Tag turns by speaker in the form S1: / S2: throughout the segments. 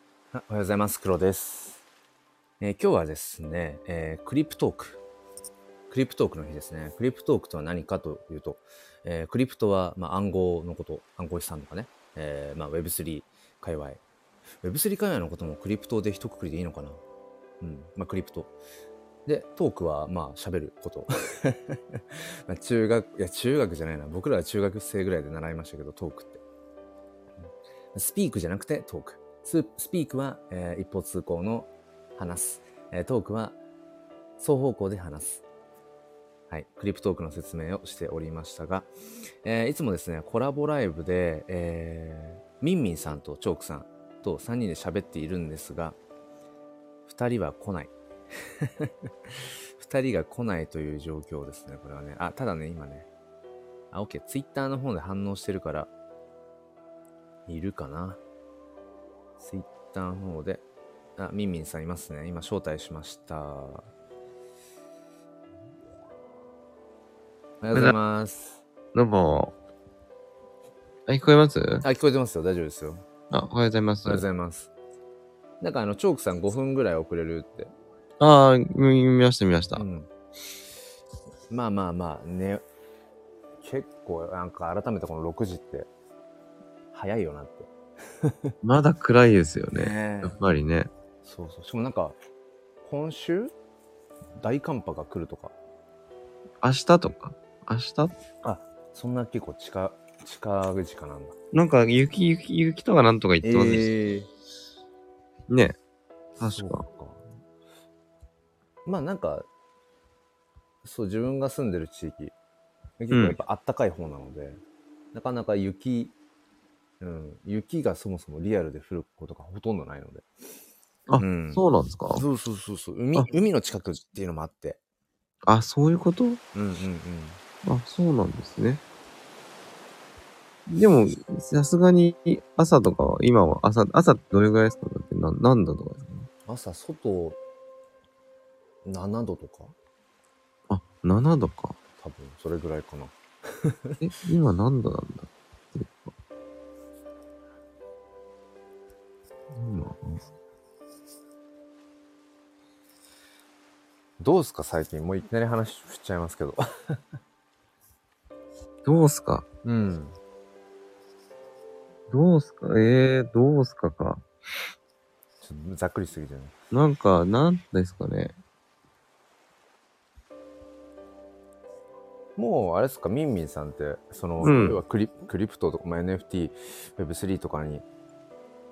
S1: あおはようございます。黒です。えー今日はですね、えークリプトーク。クリプトークの日ですね。クリプトークとは何かというと、えークリプトは、まあ、暗号のこと、暗号資産とかね、えーまあ、Web3 界隈。Web3 界隈のこともクリプトで一括りでいいのかなうん。まあ、クリプト。で、トークは、まあ、喋ること。 まあ中学、いや、中学じゃないな。僕らは中学生ぐらいで習いましたけど、トークって。スピークじゃなくてトーク。ススピークは、えー一方通行の話す、えートークは双方向で話す。はい。クリプトークの説明をしておりましたが、えーいつもですね、コラボライブで、えーミンミンさんとチョークさんと3人で喋っているんですが、2人は来ない。2人が来ないという状況ですね、これはね。あ、ただね、今ね、あ、OK、ツイッターの方で反応してるから、いるかな。ツイッターの方で、あ、みんみんさんいますね。今、招待しました。おはようございます。
S2: どうも。あ、聞こえます
S1: あ、聞こえてますよ。大丈夫ですよ。
S2: あ、おはようございま
S1: お
S2: す。
S1: はようございます。なんか、あの、チョークさん5分ぐらい遅れるって。
S2: あーみ見ました、見ました。
S1: うん。まあまあまあ、ね。結構、なんか、改めてこの6時って、早いよなって。
S2: まだ暗いですよね。
S1: ね
S2: やっぱりね。
S1: そうそう。しかもなんか、今週、大寒波が来るとか。
S2: 明日とか明日
S1: そんな結構近、近口かなんだ。
S2: なんか雪、雪、雪とかなんとか言ってますし
S1: ええ
S2: ね。確
S1: そう
S2: か。
S1: まあなんか、そう、自分が住んでる地域、結構やっぱあったかい方なので、なかなか雪、うん、雪がそもそもリアルで降ることがほとんどないので。
S2: あ
S1: うん
S2: そうなんですか
S1: そうそうそうそう海
S2: あ、
S1: 海の近くっていうのもあって。
S2: あ、そういうこと
S1: うんうんうん。
S2: あ、そうなんですね。でも、さすがに朝とかは、今は朝、朝ってどれぐらいですかだってな、なんだとかですか
S1: 朝、外、7度とか
S2: あ、7度か。
S1: 多分、それぐらいかな。
S2: え、今何度なんだ今
S1: どうすか最近。もういきなり話しちゃいますけど。
S2: どうすか
S1: うん。
S2: どうすかえー、どうすかか。
S1: ちょっとざっくりしすぎじゃない
S2: なんか、なんですかね。
S1: もうあれですか、ミンミンさんって、その、
S2: うん
S1: 要はクリクリプトとか、まあ、NFT、Web3 とかに、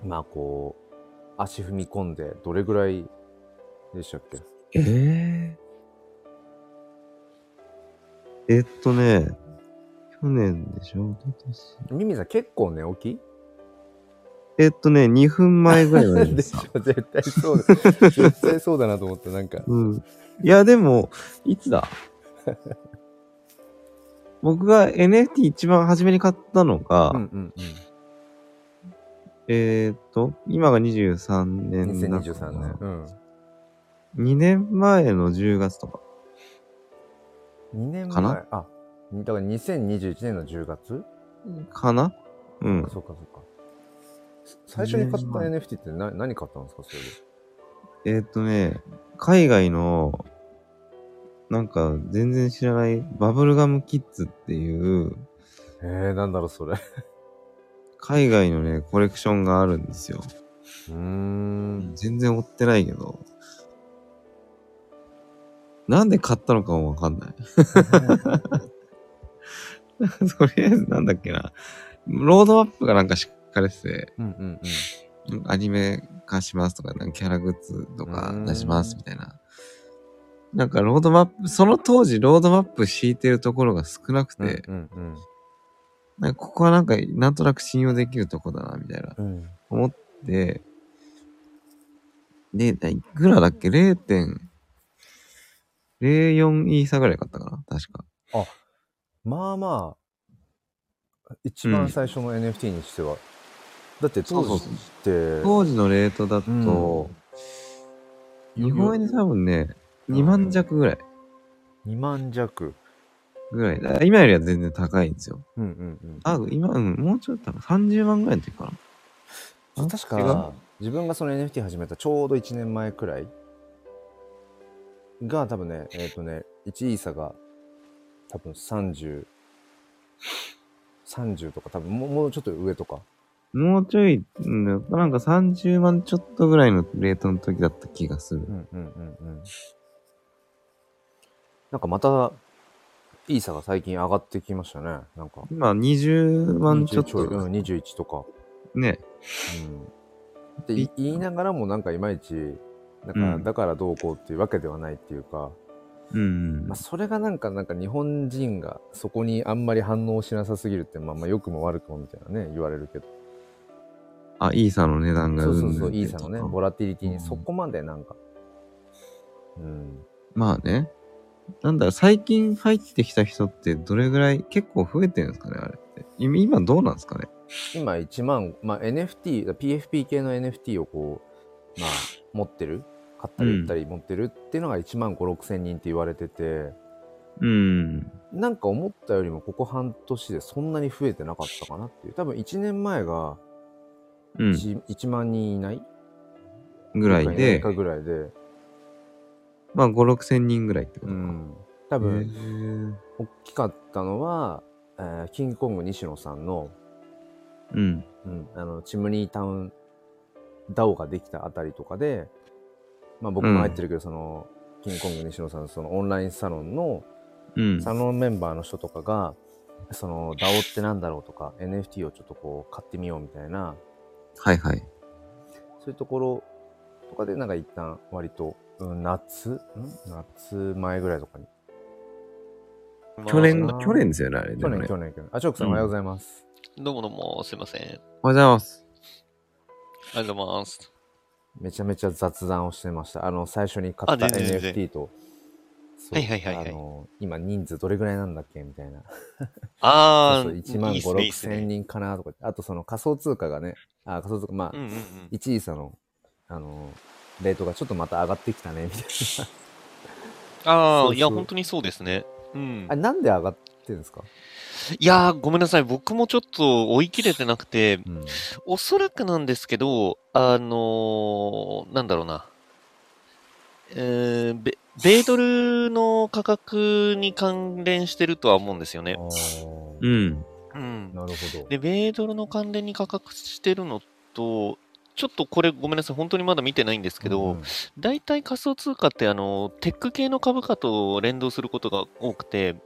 S1: まあこう、足踏み込んで、どれぐらいでしたっけ
S2: えー、えっとね、去年でしょ今年
S1: ミンミンさん結構寝起き
S2: えっとね、2分前ぐらいまで
S1: で
S2: で
S1: し
S2: した。
S1: ょ絶対そうだ。絶対そうだなと思って、なんか。
S2: うん。いや、でも、いつだ僕が NFT 一番初めに買ったのが、
S1: うんうん
S2: えーっと、今が23
S1: うん。
S2: 年だから
S1: 2023年。うん。
S2: 2年前の10月とか。
S1: 2年前。
S2: かな
S1: あ、だから2021年の10月、
S2: かなうん。
S1: そうかそうか。最初に買った
S2: 二年
S1: NFT ってな何買ったんですかそれで。
S2: えーっとね、海外の、なんか全然知らないバブルガムキッズっていう、
S1: えー、なんだろう それ。う
S2: 海外のね、コレクションがあるんですよ。
S1: ーん。
S2: 全然追ってないけど。なんで買ったのかもわ かんない。 とりあえずなんだっけな。ロードマップがなんかしっかりしてて、
S1: うんうんうん。
S2: アニメ化しますとか、なんかキャラグッズとか出しますみたいな。なんかロードマップ、その当時ロードマップ敷いてるところが少なくて、
S1: うんうん
S2: なんかここはなんかなんとなく信用できるとこだな、みたいな
S1: うんうん
S2: 思って、で、いくらだっけ ?0.04 イーサぐらい買ったかな確か。
S1: まあまあ一番最初の NFT にしては、だって当時
S2: そう
S1: っ
S2: そう
S1: て
S2: 当時のレートだと、日本円で多分ね、2万弱ぐらい。
S1: 2万弱
S2: ぐらい。だから今よりは全然高いんですよ。
S1: うんうんうん
S2: あ、今、うん、もうちょっと多分30万ぐらいの時かな。
S1: 確か自分がその NFT 始めたちょうど1年前くらいが多分ね、えっ、とね、1イーサが多分30、30とか多分もうもうちょっと上とか。
S2: もうちょい、うんなんか30万ちょっとぐらいのレートの時だった気がする
S1: う。んうんうんうん。なんかまた、イーサが最近上がってきましたね。なんか。
S2: 今20万ちょっ
S1: 20いうん
S2: と。
S1: 21とか。
S2: ね。
S1: うんってい言いながらもなんかいまいちだから,、
S2: うん
S1: だからどうこうっていうわけではないっていうか、
S2: うん
S1: まあ、。それがなんかなんか日本人がそこにあんまり反応しなさすぎるってまあまあ良くも悪くもみたいなね言われるけど
S2: あ、イーサの値段が
S1: そう
S2: うん
S1: そう
S2: ぬん
S1: そ
S2: っ
S1: う
S2: て
S1: イーサのねボラティリティ
S2: う
S1: に
S2: ん
S1: そこまでなんかうん
S2: まあね。なんだろう、最近入ってきた人ってどれぐらい結構増えてるんですかね、あれって。今今どうなんですかね。
S1: 今1万、まあ、NFT PFP 系の NFT をこう、まあ、持ってる買ったり売ったり持ってるっていうのが1万5 6千人って言われてて、
S2: うん。
S1: なんか思ったよりもここ半年でそんなに増えてなかったかなっていう。多分1年前が
S2: う
S1: 1,、1万人いない
S2: ん。ぐらいで、
S1: かぐらいで。
S2: まあ5、6千人ぐらいってこと
S1: う
S2: か。
S1: ん。多
S2: 多
S1: 分、大きかったのは、えーキングコング西野さんの、
S2: うん。
S1: うん、あの、チムニータウン DAO ができたあたりとかで、まあ僕も入ってるけど、その、キングコング西野さんのそのオンラインサロンの、
S2: うん。
S1: サロンメンバーの人とかが、その DAO ってなんだろうとか、NFT をちょっとこう買ってみようみたいな、
S2: はいはい。
S1: そういうところとかで、なんか一旦割と、うん、夏ん夏前ぐらいとかに。
S2: 去年、
S1: まあ
S2: 去年ですよね、あれ。で
S1: 去
S2: もね
S1: 年、去年、去年。あ、チョークさん、
S2: うん
S1: おはようございます。
S3: どうもどうも、すいません。あ
S2: お
S3: り
S2: はようございます。
S3: がとうございます。
S1: めちゃめちゃ雑談をしてました。あの、最初に買った
S3: あ全然全
S1: NFT と。そう
S3: はいはいはいはい
S1: あの、今人数どれぐらいなんだっけみたいな。
S3: あ
S1: そ
S3: ー、
S1: うそう1万
S3: いい
S1: 5、
S3: っすねいい
S1: 6
S3: っす
S1: 千
S3: ね
S1: 人かなとかって。あとその仮想通貨がね、あ、仮想通貨、まあ
S3: うん、うんうん。
S1: 1位差の、あの、レートがちょっとまた上がってきたね、み たい
S3: あ
S1: そう
S3: ー、いや、
S1: そう
S3: 本当にそうですね。うん
S1: な。あ、、なんで上がってるんですか
S3: いやー、ごめんなさい。僕もちょっと追い切れてなくて、
S1: うん。
S3: おそらくなんですけど、あのー、なんだろうな。えー、ベ米ドルの価格に関連してるとは思うんですよね
S1: あ。ー
S2: うん。
S3: うん。
S1: なるほど。
S3: で、米ドルの関連に価格してるのと、ちょっとこれごめんなさい。本当にまだ見てないんですけど、
S1: うんうん
S3: 大体仮想通貨ってあのテック系の株価と連動することが多くて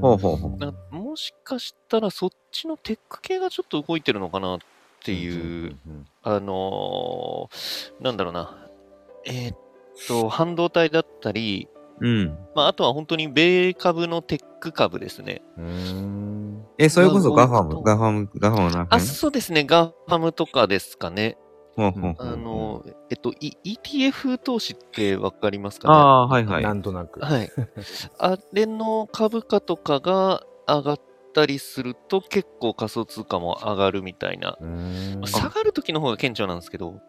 S1: ほ
S2: ほうほうほう
S3: なもしかしたらそっちのテック系がちょっと動いてるのかなっていう、あのーなんだろうなえーっと半導体だったり、
S2: うん。
S3: まあ、あとは本当に米株のテック株ですね
S1: うんうん
S2: え、それこそガファム、
S3: ま
S2: ガ
S3: あ
S2: ファム、ガファムの
S3: あ
S2: 中に。
S3: そうですねガファムとかですかね
S2: ほうほうほう
S3: あのーえっとい ETF 投資ってわかりますかね
S2: ああー、はいはい。
S1: なんとなく。
S3: はい。あれの株価とかが上がったりすると結構仮想通貨も上がるみたいな。
S1: うーん
S3: まあ下がるときの方が顕著なんですけど、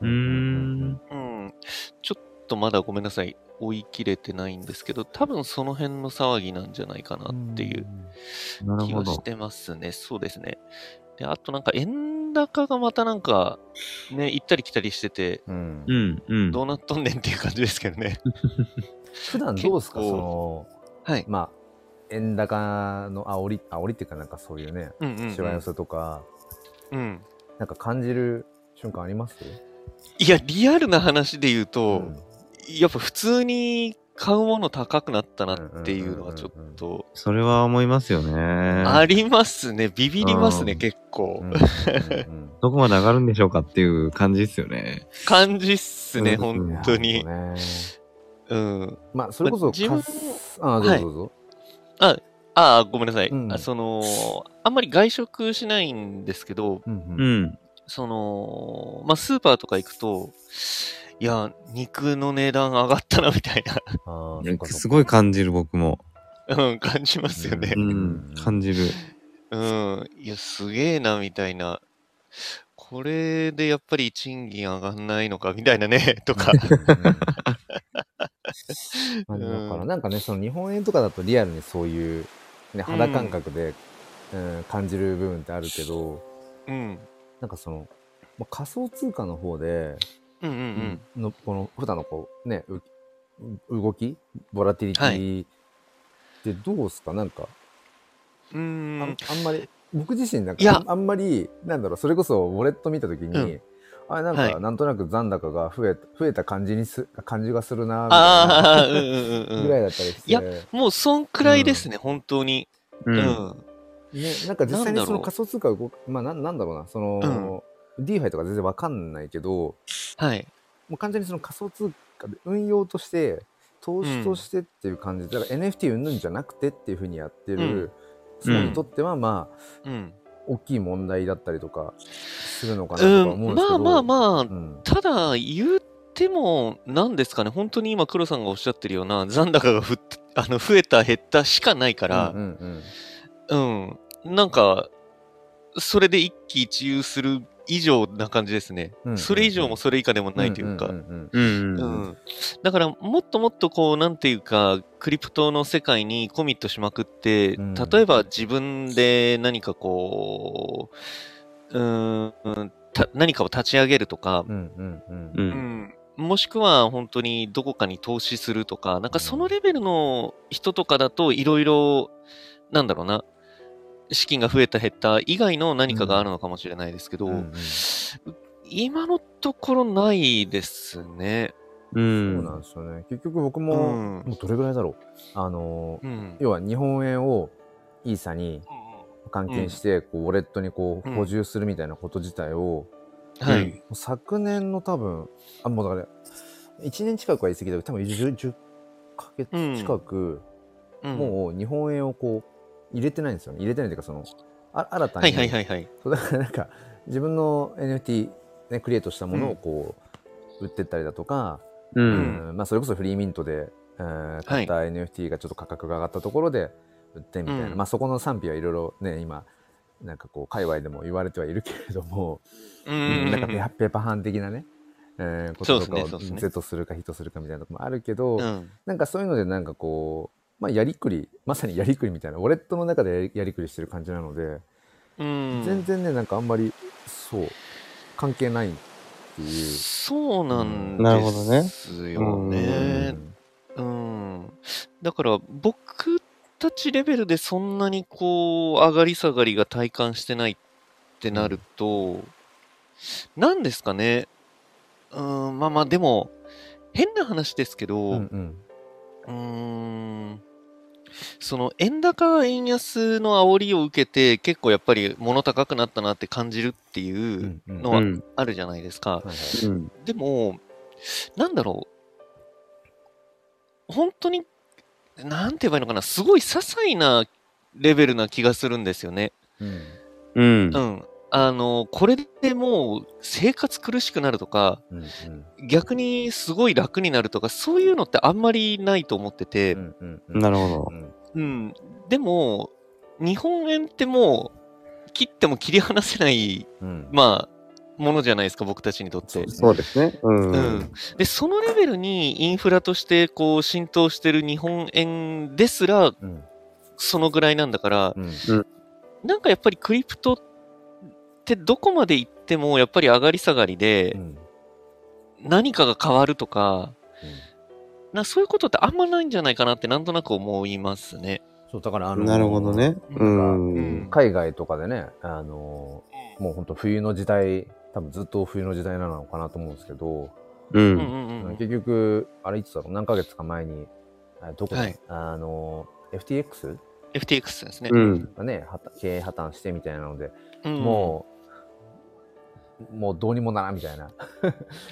S2: うーん。
S3: うん。ちょっとまだごめんなさい。追い切れてないんですけど、多分その辺の騒ぎなんじゃないかなっていう
S2: なる
S3: 気
S2: ほ
S3: は
S2: ど
S3: し。てますね。そうですね。で、あとなんか円高がまたなんか、ね、行ったり来たりしてて、
S1: うん
S2: うん、うん。
S3: どうなっとんねんっていう感じですけどね。
S1: 普段どうですか、
S3: 結
S1: その、
S3: 構はい。
S1: まあ、円高の煽り、煽りっていうか、なんかそういうね、
S3: うんうん、
S1: しわ寄せとか、
S3: うん。うん。
S1: なんか感じる瞬間あります
S3: いや、リアルな話で言う
S1: う
S3: と、
S1: ん
S3: やっぱ普通に買うもの高くなったなっていうのはちょっと
S2: それは思いますよね。
S3: ありますね。ビビりますね、
S2: うん
S3: 結構
S1: うん。うん
S2: どこまで上がるんでしょうかっていう感じですよね。
S3: 感じっすね、
S2: うんうん
S3: 本当に。
S1: ね
S3: うん。
S1: まあ、それこそ、
S3: 自分
S1: かすあ、どうぞどうぞ。
S3: ああ、ごめんなさい。
S1: うん
S3: あその、あんまり外食しないんですけど、
S1: うんう
S2: うんん。
S3: その、まあ、スーパーとか行くと、いや、肉の値段上がったな、みたい
S1: あーそっかそっか
S2: すごい感じる、僕も。
S3: な、 うん、感じますよね
S2: う。
S1: うん
S2: ん、感じる。
S3: うん、いや、すげえな、みたいな。これでやっぱり賃金上がんないのか、みたいなね、とか。
S1: まあ、だか
S3: う
S1: ら
S3: ん
S1: なんかねその日本円とかだとリアルにそういう、ね、肌感覚で、うん感じる部分ってあるけど
S3: うん。
S1: なんかそのまあ、仮想通貨の方で、
S3: うんうんうん。
S1: のこの普段のこうねう動きボラティリティってどうですか、なんか
S3: う
S1: あ
S3: ー
S1: ん
S3: ん。
S1: あんまり僕自身なん
S3: い
S1: か
S3: や
S1: あんあんまりなんだろうそれこそウォレット見た時に、
S3: うん
S1: あれなんか、
S3: はい
S1: なんとなく残高が増え増えた感じにす感じがするなみた
S3: ああ、うんうん
S1: いな
S3: うん
S1: ぐ
S3: う
S1: ら
S3: ん。
S1: いだったりして、
S3: いや もう、そんくらいですね、本当に。
S2: う。
S3: うんん。
S1: ね、なんか実際にそ
S3: なんだ
S1: の
S3: ろう
S1: 仮想通貨動くまあなんなんだろうなその、D ファイとか全然わかんないけど
S3: はい。
S1: もう完全にその仮想通貨で運用として投資としてっていう感じで、だから NFT 云々じゃなくてっていうふうにやってる人にとってはまあ
S3: うん。
S1: 大きい問題だったりとかするのかな
S3: う
S1: とか思うん
S3: ん。
S1: ですけ
S3: ま
S1: ど、
S3: あまあまあ
S1: う、ん
S3: ただ、言っても、何ですかね、本当に今、黒さんがおっしゃってるような、残高がふっあの増えた、減ったしかないから
S1: う、んうん
S3: うん、なんか、それで一喜一憂する以上な感じですね
S1: うんうんう。ん
S3: それ以上もそれ以下でも
S1: うん
S3: ないというか
S1: ん。ん
S2: うん。
S3: う
S2: うん。
S3: ん、だからもっともっとこうなんていうかクリプトの世界にコミットしまくって、
S1: うん
S3: 例えば自分で何かこううーんた何かを立ち上げるとか、
S1: うんうんうん
S2: う。
S1: うん
S3: うんん、もしくは本当にどこかに投資するとかなんかそのレベルの人とかだといろいろなんだろうな資金が増えた減った以外の何かがあるのかもしれないですけど、
S1: うんうん
S3: 今のところないですね。
S2: う
S1: そうなん
S2: ん。
S1: ですよね結局僕
S3: う
S1: も、
S3: ん
S1: もうどれぐらいだろうあの
S3: うん
S1: 要は日本円をイーサに換金して、こうウォレットにこう
S3: うん
S1: 補充するみたいなこと自体を、
S3: は
S2: う
S3: い。
S1: もう昨年の多分あもうだから1年近くは言い過ぎだけど多分 10, 10ヶ月近く、
S3: うん
S1: もう日本円をこう入れてないんですよね入れてないというかそのあ新たに、
S3: はいはいはいはい。
S1: そうだからなんか自分の NFT、ね、クリエイトしたものをこう、売ってったりだとか、
S2: う。
S1: うんんまあ、それこそフリーミントで、えー買った NFT がちょっと価格が上がったところで売ってみたいな、
S3: うん
S1: まあ、そこの賛否はいろいろね今なんかこう界隈でも言われてはいるけれども、
S3: う
S1: なんかペアペーパー班的なね、えーこととかを
S3: そうですねそうですね
S1: Z するかヒットするかみたいなとこもあるけど、
S3: うん
S1: なんかそういうのでなんかこう、まあ、やりくりまさにやりくりみたいなウォレットの中でやりやりくりしてる感じなので。
S3: うん
S1: 全然ねなんかあんまりそう関係ないっていう。
S3: そうなん
S2: なるほどね
S3: ですよ
S1: う
S3: ね。
S1: ん
S3: うん。だから僕たちレベルでそんなにこう上がり下がりが体感してないってなると、なんですかね。うん、まあまあでも、変な話ですけど、
S1: うんうん
S3: うーんその円高円安の煽りを受けて結構やっぱり物高くなったなって感じるって
S1: う
S3: いうん
S1: うん
S3: の
S2: う
S3: は
S2: ん。
S3: あるじゃないですか。
S1: はいはい
S2: うん。
S3: でも、なんだろう。本当に、なんて言えばいいのかな、すごい些細なレベルな気がするんですよね。
S1: うん
S2: うん
S3: う。ん。あの、これでもう生活苦しくなるとか、
S1: うん
S3: 逆にすごい楽になるとか、そういうのってあんまりないと思ってて、
S1: うんうんうん
S2: なるほ
S1: うん
S3: うん、でも、日本円ってもう、切っても切り離せない、
S1: うん
S3: まあ、ものじゃないですか、僕たちにとっ
S1: そう
S3: て
S2: ど。。そうですね。う
S3: うんん。、で、そのレベルにインフラとして、こう、浸透してる日本円ですら、
S1: うん
S3: そのぐらいなんだから、
S1: うん
S3: なんかやっぱりクリプトってどこまで行っても、やっぱり上がり下がりで
S1: う、ん
S3: 何かが変わるとか、なそういうことってあんまないんじゃないかなって、なんとなく思いますね。
S1: そうだからあのー
S2: なるほどね。
S3: なん
S2: うん。
S3: か
S1: 海外とかでねあのーもう本当冬の時代多分ずっと冬の時代なのかなと思うんですけど、
S2: う。
S3: うんうんんうん。
S1: 結局あれいつだろう何ヶ月か前にあどこだ、
S3: はい
S1: あのー FTX
S3: FTX ですね。
S2: うん。
S1: がねはた経営破綻してみたいなので
S3: うん
S1: もう、もうどうにもならんみたいな。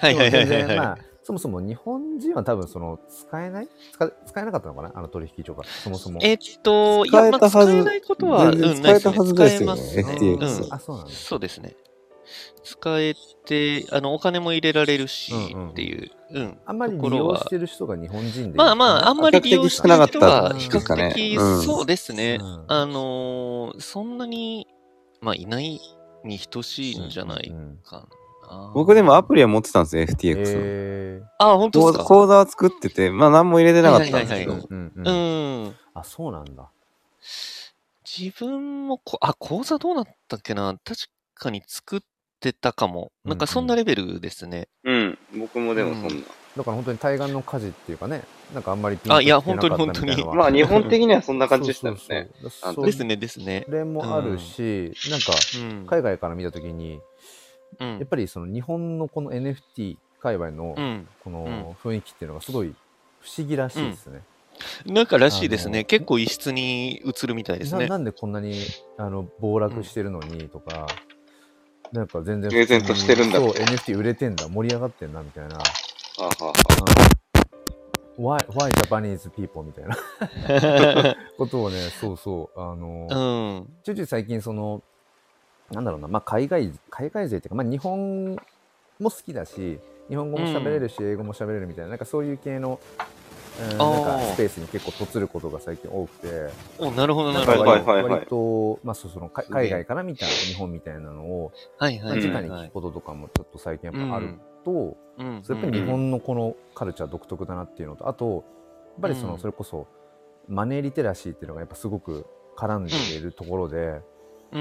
S3: はいはいはい
S1: でも全
S3: はい
S1: 然ま
S3: は
S1: あ、そもそも日本人は多分その使えない使使えなかったのかなあの取引所が、そもそも。
S3: い。えっと、い
S2: 使
S3: や、
S2: え
S3: ま
S2: た
S3: あ、
S2: はず
S3: 使えないことは、
S2: 全然
S3: うん、ない
S2: 使えたはず
S3: で
S2: ですす
S3: ね
S2: よ
S3: 使えますね。
S2: FTX
S3: うん
S1: あ、そうなんだ。
S3: そうですね。使えて、あの、お金も入れられるし
S1: うんうん
S3: っていう。うん。
S1: あんまり利用してる人が日本人でいる。
S3: まあまあ、あんまり利用してる人は比較
S2: 比較的
S3: 的
S2: 少なかったっていうかねうん
S3: そうですね
S1: うん。
S3: あのー、そんなに、まあ、いないに等しいんじゃな
S1: う
S3: い
S1: ん
S3: かな。
S2: 僕でもアプリは持ってたんですよ、
S1: え
S2: FTX の。
S1: ー
S3: あ、本当
S2: 口
S3: ですか
S2: 口座は作ってて、まあ何も入れてなかったんです
S3: は
S2: け
S3: いはいはい
S2: ど。
S1: うんうん
S3: うん。
S1: あ、そうなんだ。
S3: 自分もこ、あ、講座どうなったっけな確かに作ってたかも。なんかそんなレベルですね。
S2: うん。僕もでもそんな。
S1: だから本当に対岸の火事っていうかね、なんかあんまりピンと
S3: あいや
S1: 来てなかったみたなのは
S2: まあ、日本的にはそんな感じでしたもんね。
S1: そう
S2: あ
S1: そう
S2: の
S1: そう
S3: ですね、ですね
S1: そ。れもあるし、なんか
S3: うん。
S1: 海外から見たときに、
S3: う
S1: やっ
S3: ん。
S1: ぱりその日本のこの NFT 界隈の
S3: うん。
S1: この雰囲気っていうのがすごい不思議らしいですね。
S3: なんからしいです
S1: あ
S3: ね。
S1: の
S3: 結構異質に映るみたいです
S1: な
S3: ね。
S1: なんでこんなにあの暴落してるのにとか、なんか全然
S2: 平然としてるんだ
S1: そう NFT 売れてんだ盛り上がってんなみたいな
S2: あはは
S1: Why, why Japanese people みたいなことをねそうそうあの、
S3: うん。
S1: ちょいちょい最近そのなんだろうな、まあ、海外海外勢っていうか、まあ、日本も好きだし日本語も喋れるし、英語も喋れるみたいななんかそういう系の、うん、なん
S3: あ
S1: か
S3: ー
S1: スペースに結構とつることが最近多くて。
S3: お、なるほど、
S1: な
S3: な
S1: んか
S3: るほ
S1: 割
S3: ど。
S1: と,、
S2: はいはいはい
S1: 割とまあ、そうそのか海外から見た日本みたいなのを、
S3: はい
S1: まあ、
S3: は
S1: 直
S3: い
S1: に
S3: はいは
S1: 聞
S3: い
S1: く。こととかもちょっと最近やっぱあると、
S3: うん。
S1: そうやっぱり日本のこのカルチャー独特だなっていうのとあとやっぱりその
S3: うん
S1: それこそマネーリテラシーっていうのがやっぱすごく絡んでいるところで、
S3: う
S1: うん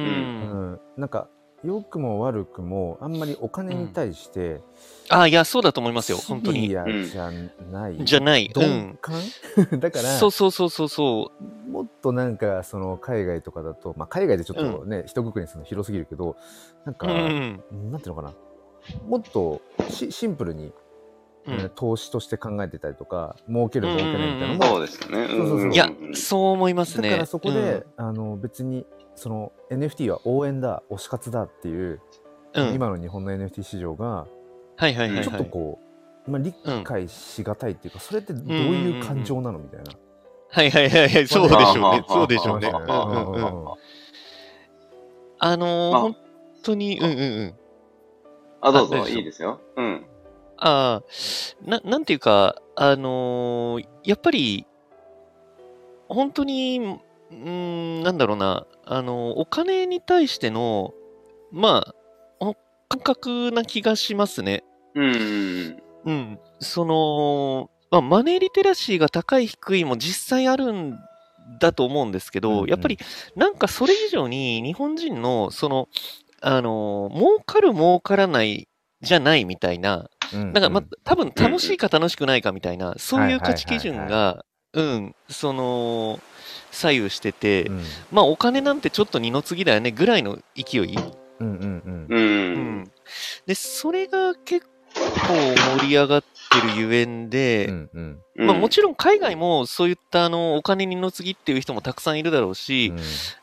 S3: ん。
S1: なんか良くも悪くもあんまりお金に対して
S3: あ、いや、そうだと思います
S1: シ
S3: よ、本当
S1: ビ
S3: に。
S1: アじゃない、
S3: じゃない。う
S1: 鈍
S3: ん。
S1: 感、 だから
S3: そうそうそうそうそ
S1: もっとなんかその海外とかだと、まあ、海外でちょっとね、一括りにするの広すぎるけどなん
S3: う。
S1: か、
S3: うん。
S1: なんていうのかなもっとしシンプルに、
S3: う
S1: えー
S3: ん
S1: 投資として考えてたりとか儲ける儲けないみたいなのも、
S2: そうですね。
S1: そうそうそう
S3: いや、そう思いますね。
S1: だからそこで、あの別にその NFT は応援だ推し活だっていう、
S3: うん、うん。
S1: 今の日本の NFT 市場が
S3: はいはいはいはい。
S1: ちょっとこう、まあ、理解しがたいっていうか、それってどういう感情なのみたいな。
S3: はいはいはいはい。そうでしょうね。
S2: あ
S3: そうでしょうね。
S2: あ
S3: う
S2: あ
S3: ん
S2: あ
S3: うんうん。あの
S2: ま
S3: ー、
S2: あ
S3: 本当に、うんうんうん。
S2: あ、どうぞ、
S3: あ
S2: いいですよ。うん。
S3: ああ、な、なんていうか、あのー、やっぱり、本当に、うーん、なんだろうな、あのー、お金に対しての、まあ、お感覚な気がしますね。
S2: うん。
S3: うん、その、まあ、マネーリテラシーが高い低いも実際あるんだと思うんですけど、
S1: うんうん
S3: やっぱりなんかそれ以上に日本人のその、あの、儲かる儲からないじゃないみたいな、
S1: うん
S3: なんかまあ
S1: う、
S3: 多分楽しいか楽しくないかみたいな、そういう価値基
S1: は
S3: 準
S1: いは
S3: が、うん、その、左右してて、
S1: うん
S3: まあお金なんてちょっと二の次だよねぐらいの勢い。
S1: うんうん
S2: う。
S3: うんん、でそれが結構盛り上がってるゆえん
S1: う
S3: で、
S1: んうん
S2: うん。
S3: まあ、もちろん海外もそういったあのお金にのつぎっていう人もたくさんいるだろうし、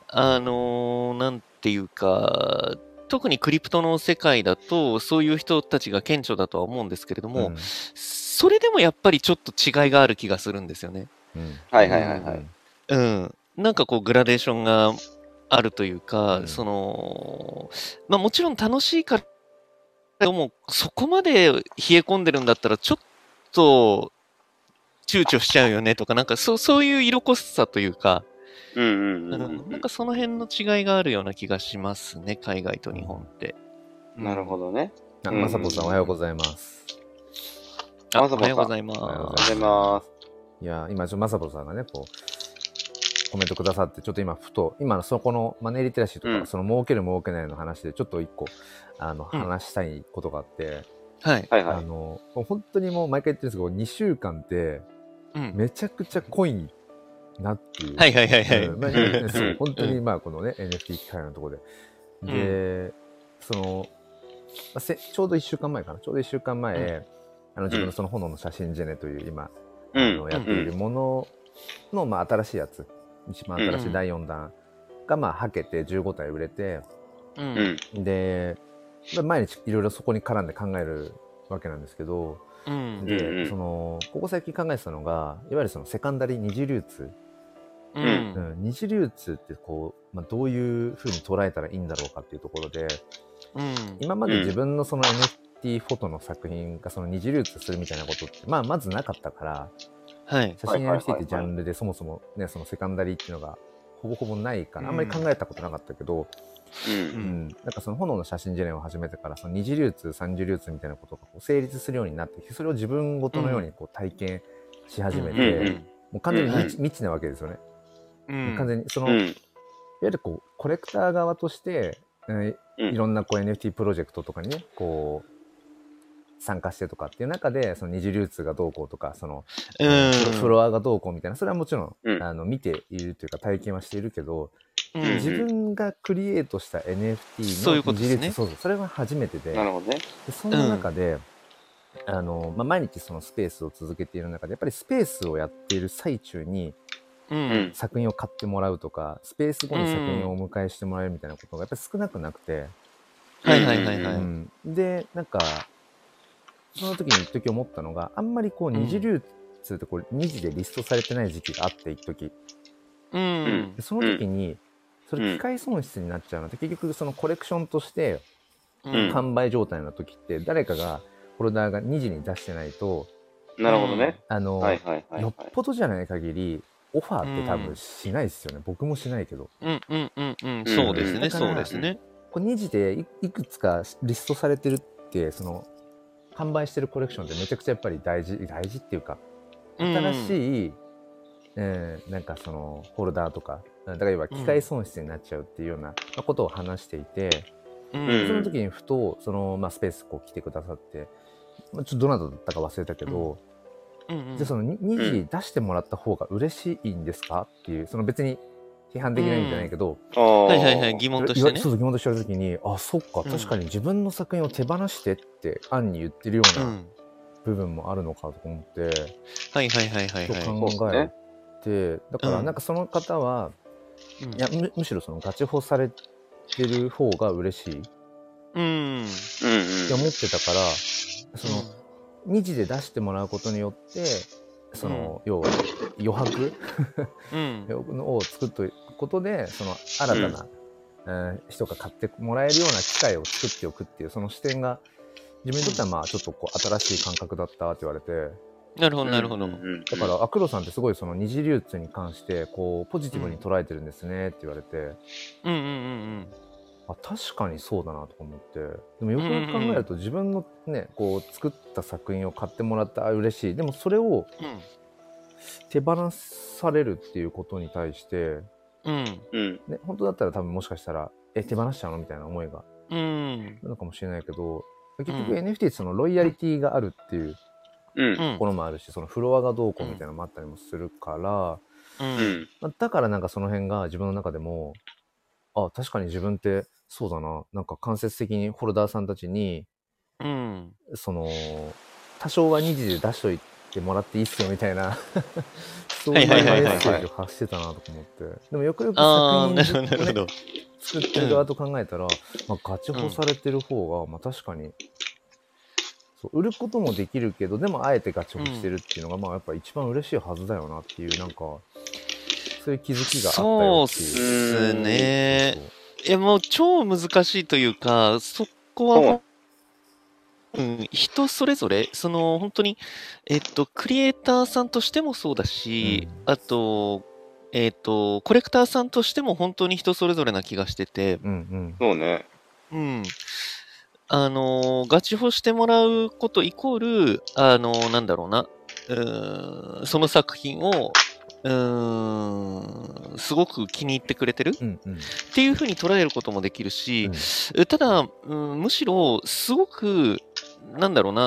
S3: あのーなんていうか特にクリプトの世界だとそういう人たちが顕著だとは思うんですけれども、
S1: うん
S3: それでもやっぱりちょっと違いがある気がするんですよね。
S1: うん
S2: はいはいはいはい。
S3: うん、なんかこうグラデーションがあるというか、
S1: うん
S3: そのまあ、もちろん楽しいからでもそこまで冷え込んでるんだったらちょっと躊躇しちゃうよねとかなんかそうそういう色濃さというか、
S2: うんうんう
S3: うんなん
S2: ん
S3: かその辺の違いがあるような気がしますね海外と日本って。
S2: うん。なるほどね。
S1: あまさぽさんおはようございます。
S3: あ
S2: ま
S3: お
S2: さぽさん
S3: はようございま
S1: おはようご
S2: あ
S3: す。
S2: りがとうございます。
S1: いやー今ちょまさぽさんがねこうコメントくださってちょっと今ふと今のそこのマネーリテラシーとか、
S2: うん
S1: その儲ける儲けないの話でちょっと一個あの
S3: うん
S1: 話したいことがあって、
S3: はい。
S2: はいは
S1: あ
S2: い。
S1: のもう本当にもう毎回言ってるんですけど2週間って
S3: うん
S1: めちゃくちゃ濃いなっていう。
S3: はいはいはいはい。
S1: うんまあ
S2: うん
S1: そう本当にまあこのね NFT 機会のところで。で、その、まあせちょうど1週間前かな、ちょうど1週間前、
S3: うん
S1: あの自分のその炎の写真ジェネという今、
S2: うん
S1: あのやっているものの、まあ、新しいやつ、一番新し
S3: う
S1: い
S3: ん
S1: 第4弾が、まあ、はけて15体売れて、
S2: う
S3: う
S2: んん。
S1: で、まあ毎日いろいろそこに絡んで考えるわけなんですけど、
S3: うん
S1: で、
S2: うんうん
S1: その、ここ最近考えてたのが、いわゆるそのセカンダリー二次流通。
S3: う
S2: うん
S1: うん、二次流通ってこう、まあ、どういうふうに捉えたらいいんだろうかっていうところで
S3: うん
S1: 今まで自分のその NFT フォトの作品がその二次流通するみたいなことって、まあ、まずなかったから
S3: はい。
S1: 写真
S2: はいはいはい
S1: NFT ってジャンルでそもそも、ね、そのセカンダリーっていうのがほぼほぼないからあんまり考えたことなかったけど、
S2: う
S1: う
S2: ん
S1: んなんかその炎の写真ジェネを始めてからその二次流通三次流通みたいなことがこう成立するようになってきてそれを自分ごとのようにこう体験し始めて、
S2: うんうん
S1: もう完全に未知未知なわけですよね。
S3: うん
S1: 完全にその、
S2: う
S1: い
S2: ん。
S1: わゆるこうコレクター側としてえ
S2: う
S1: ー
S2: ん
S1: いろんなこう NFT プロジェクトとかにね、こう、参加してとかっていう中で、その二次流通がどうこうとか、その、
S3: うん
S1: フロアがどうこうみたいな、それはもちろん、
S2: うん
S1: あの見ているというか体験はしているけど、
S3: うん
S2: うん
S1: 自分がクリエイトした NFT の
S3: そういうことですね
S1: 二次流通そうそう、それは初めてで、
S2: なるほどね。
S1: でそんな中で、あのまあ、毎日そのスペースを続けている中でやっぱりスペースをやっている最中に
S3: うん
S1: 作品を買ってもらうとかスペース後に作品をお迎えしてもらえるみたいなことがやっぱり少なくなくて、
S3: はいはいはいは
S1: う
S3: い
S1: んでなんかその時に一時思ったのがあんまりこう
S3: うん
S1: 二次流通ってこう二次でリストされてない時期があって一時
S3: うん
S1: でその時にそれ機械損失になっちゃうので結局そのコレクションとして
S2: うん
S1: 完売状態の時って誰かがホルダーが二次に出してないと
S2: なるほどね。
S1: あの、
S2: はいはいはいは
S1: よ
S2: い
S1: っ。ぽどじゃない限りオファーって多
S3: うん
S1: 分しないですよね、僕もしないけど
S3: うんうんうんうんそうですね
S1: だから
S3: そうですね
S1: これ2次でいいくつかリストされてるってその販売してるコレクションってめちゃくちゃやっぱり大事大事っていうか新
S3: い
S1: しい、えーなんかそのホルダーとかだから要は機械損失になっちゃうっていうようなまあことを話していて、
S3: うん
S2: うん
S1: その時にふとその、まあ、スペースこう来てくださって、まあ、ちょっとどなただったか忘れたけど、
S3: うんうん
S1: じゃあそのに2時出してもらった方が嬉しいんですかっていうその別に批判できないんじゃないけど、
S3: は
S2: はい
S3: はいはい疑問とし
S1: 言わ
S3: てね
S1: そうそう疑問として言われた時にあそっか
S3: うん
S1: 確かに自分の作品を手放してって暗に言ってるよう
S3: う
S1: なん部分もあるのかと思って、
S3: はいはいはいはい
S1: ちょっと
S3: は
S1: 考えて、だか
S3: う
S1: ら
S3: ん
S1: なんかその方は、
S3: いうん
S1: いやむむしろそのガチホされてる方が嬉しいって
S3: うん
S2: うん
S1: 思ってたからその2時で出してもらうことによってその、要は余白
S3: うん
S1: を作っていくことでその新たな、えー人が買ってもらえるような機会を作っておくっていうその視点が自分にとってはまあちょっとこう新しい感覚だったって言われて
S3: なるほ
S2: うん。
S3: どなるほど
S2: うんうん
S1: だからアクロさんってすごいその二次流通に関してこうポジティブに捉えてるんですねって言われて、
S3: うんうんうん
S1: あ確かにそうだなとか思ってでもよくよく考えると自分のねこう作った作品を買ってもらったあ嬉しいでもそれを手放されるっていうことに対して
S3: うんうん
S2: うん
S1: ね、本当だったら多分もしかしたら、え、手放しちゃうのみたいな思いが
S3: うん
S1: あるのかもしれないけど、結局
S3: うん
S1: NFT ってそのロイヤリティがあるっていう
S2: うん
S3: う
S1: と
S3: ん
S1: ころもあるし、そのフロアがどうこうみたいなのもあったりもするから、
S3: うん
S2: うん
S1: まあだからなんかその辺が自分の中でも、あ、確かに自分ってそうだな、なんか間接的にホルダーさんたちに、
S3: うん
S1: その、多少は2次で出しといてもらっていいっすよみたい な、そういうメ
S3: はいはいはいはい
S1: ッセージを発してたなとか思って。でもよくよく
S3: ああな
S1: 作
S3: る
S1: 品
S3: ほどなるほど
S1: 作ってる側と考えたら、まあ、ガチホされてる方が、まあ、確かにそう売ることもできるけどでもあえてガチホしてるっていうのが、まあやっぱ一番嬉しいはずだよなっていうなんかそういう気づきがあったよって
S3: そう
S1: いう。
S3: っすね
S1: そう
S3: いやもう超難しいというか、そこはもう、うん、人それぞれ、その本当に、えっと、クリエイターさんとしてもそうだし、あと、えっと、コレクターさんとしても本当に人それぞれな気がしてて、
S1: うんうん
S2: そうね。
S3: うん。あのー、ガチホしてもらうことイコール、あのー、なんだろうな、うーん、その作品を、うーん、すごく気に入ってくれてる
S1: うんうん
S3: っていうふうに捉えることもできるし、ただ、うんむしろすごくなんだろうな、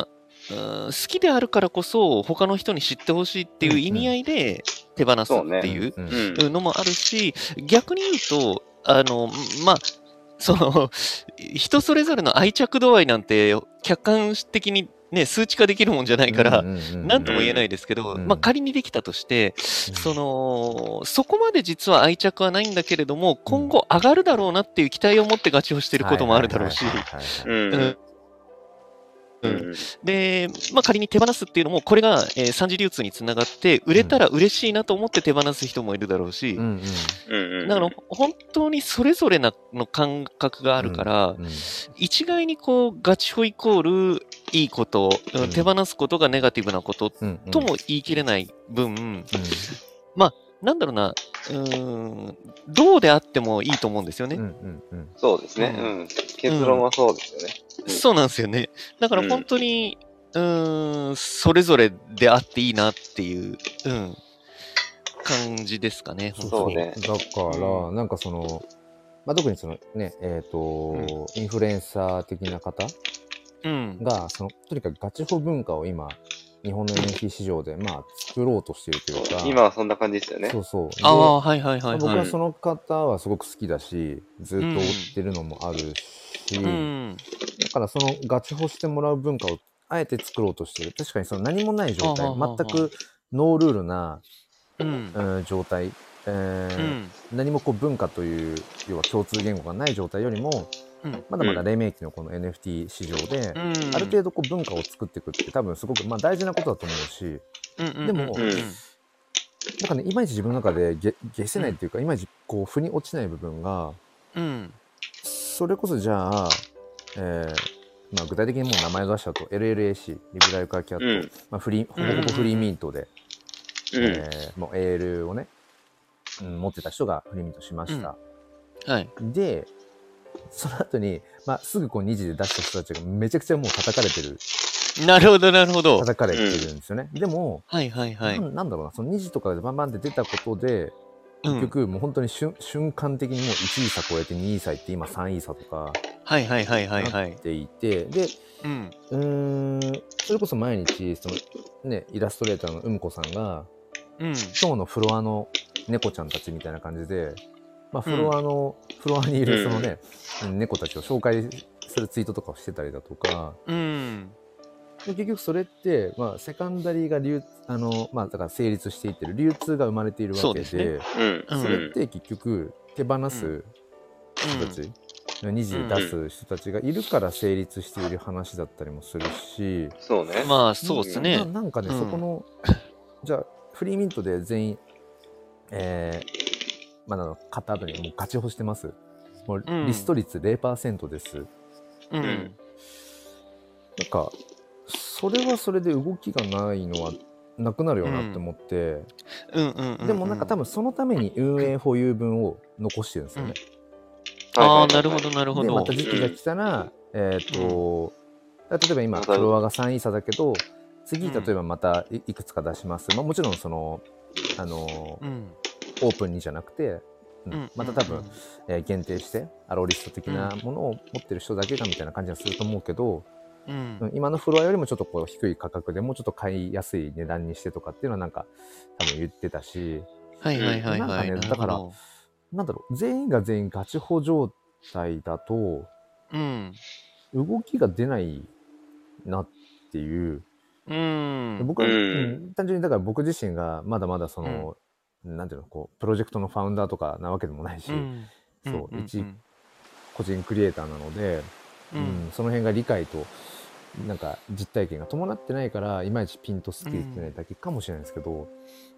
S3: うん好きであるからこそ他の人に知ってほしいっていう意味合いで手放すっていう
S1: うん
S2: うん。
S3: のもあるし、逆に言うとあのまあその人それぞれの愛着度合いなんて客観的に、ね、数値化できるもんじゃないから、
S1: うんうんうんうん
S3: なんとも言えないですけど、
S1: うん
S3: まあ、仮にできたとして、そのそこまで実は愛着はないんだけれども、今後上がるだろうなっていう期待を持ってガチをしてることもあるだろうし
S1: は、いはいはいは
S2: う
S1: い
S2: ん
S3: うん
S2: う
S3: うんんで、まあ、仮に手放すっていうのも、これが、えー三次流通につながって、売れたら嬉しいなと思って手放す人もいるだろうし
S1: う、んうん
S2: うん。
S3: だから本当にそれぞれなの感覚があるから、
S1: うん
S3: 一概にこうガチホイコールいいこと、うん
S1: うん
S3: 手放すことがネガティブなこと
S1: うんうん
S3: とも言い切れない分、なんだろうな、うーん、どうであってもいいと思うんですよね
S1: うんう。んうん
S2: そうですね。
S3: う
S2: うん。結論はそうですよね。
S3: そうなんですよね。だから本当に、うーん、それぞれであっていいなっていう、うん、感じですかね、
S1: そう
S3: 本
S1: そ
S3: 当
S1: う
S3: に。
S2: ね
S1: だから、なんかその、まあ、特にそのね、えっ、と、インフルエンサー的な方
S3: うん。
S1: が、その、とにかくガチホ文化を今、日本の NFT 市場で、まあ、作ろうとしているというか、
S2: 今はそんな感じですよね
S1: そ。うそう。で
S3: ああ、はいはいはい、
S1: 僕
S3: は。
S1: はいその方はすごく好きだし、ずっと追ってるのもあるし、
S3: うん。
S1: だからそのガチホしてもらう文化をあえて作ろうとしてる。確かにその何もない状態、
S3: あははは
S1: 全くノールールな、
S3: うん。
S1: うん状態、え
S3: う
S1: ー
S3: ん。
S1: 何もこう文化という、要は共通言語がない状態よりも、
S3: うん
S1: まだまだ黎明期のこの NFT 市場で、
S3: うん。
S1: ある程度こう文化を作っていくって多分すごくまあ大事なことだと思うし、
S3: うんうん
S1: でも
S3: うん
S1: だからね、いまいち自分の中でげ消せないっていうか、いまいちこう腑に落ちない部分が、
S3: うん。
S1: それこそじゃあ、えーまあ、具体的にもう名前を出しちゃうと LLAC リブラルカーキャット、
S2: うん。
S1: まあ、フリーほぼほぼフリーミントで、
S2: うん。
S1: えーもう AL をね、うん、持ってた人がフリーミントしました、
S3: はい。
S1: でその後に、まあ、すぐこう2時で出した人たちがめちゃくちゃもう叩かれてる
S3: なるほど、なるほど。
S1: 叩かれてるんですよね、でも、
S3: はいはいはい。
S1: なんなんだろうなその2時とかでバンバンって出たことで
S3: う
S1: 結
S3: ん。
S1: 局もう本当に瞬瞬間的にもう1位差超えて2位差いって今3位差とか
S3: はいはいはいはいは
S1: なっ
S3: い。
S1: ていて、で
S3: うん。
S1: うーんそれこそ毎日その、ね、イラストレーターのうむこさんが
S3: うん。
S1: 今日のフロアの猫ちゃんたちみたいな感じで、まあ、フロアの、フロアにいるそのね、猫たちを紹介するツイートとかをしてたりだとか
S3: うん。
S1: で結局それって、まあ、セカンダリーが流あの、まあ、だから成立していってる流通が生まれている
S3: そ
S1: わ
S3: う
S1: け
S3: で
S1: ですそ
S2: う
S3: ね
S2: ん。
S3: うん
S1: れって結局手放す人たち、2時で出す人たちがいるから成立している話だったりもするし。
S2: そうね。
S3: まあ、そうです
S1: な
S3: ね。
S1: なんかね、
S3: うん
S1: そこの、 じゃあ、フリーミントで全員、えー、まあ、あの、買った後にもうガチホしてます。もう
S3: うん
S1: リスト率0%です。
S3: う
S2: うんん。
S1: なんか、それはそれで動きがないのは、なくなるよなって思って、
S3: うんうんうん。
S1: でもなんか多分そのために運営保有分を残してるんですよね。
S3: ああ、なるほど、なるほ
S1: で、ま
S3: ど
S1: た。時期が来たら、えっ、と、だから例えば今、
S2: ま
S1: フ
S2: た
S1: ロアが3位差だけど、次、
S3: うん
S1: 例えばまたいいくつか出します。まあもちろんその、あの
S3: うん。
S1: オープンにじゃなくて、うん
S3: うん
S1: また多分、。えー限定してアローリスト的なものを持ってる人だけがみたいな感じがすると思うけど、
S3: うん。
S1: うん今のフロアよりもちょっとこう低い価格でもうちょっと買いやすい値段にしてとかっていうのはなんか多分言ってたし
S3: はいはいはいはい。
S1: なんかねだから
S3: なるほ
S1: なんだろう全員が全員ガチ補状態だと
S3: どうん。
S1: 動きが出ないなっていう
S3: うん。
S1: 僕は、
S2: うん
S1: うん単純にだから僕自身がまだまだその、なんていうのこうプロジェクトのファウンダーとかなわけでもないし、
S3: うん
S1: そう、
S3: ん
S1: 一個人クリエイターなので。
S3: う
S1: うんん、その辺が理解となんか実体験が伴ってないからいまいちピンとスッキリしてないだけかもしれないですけど、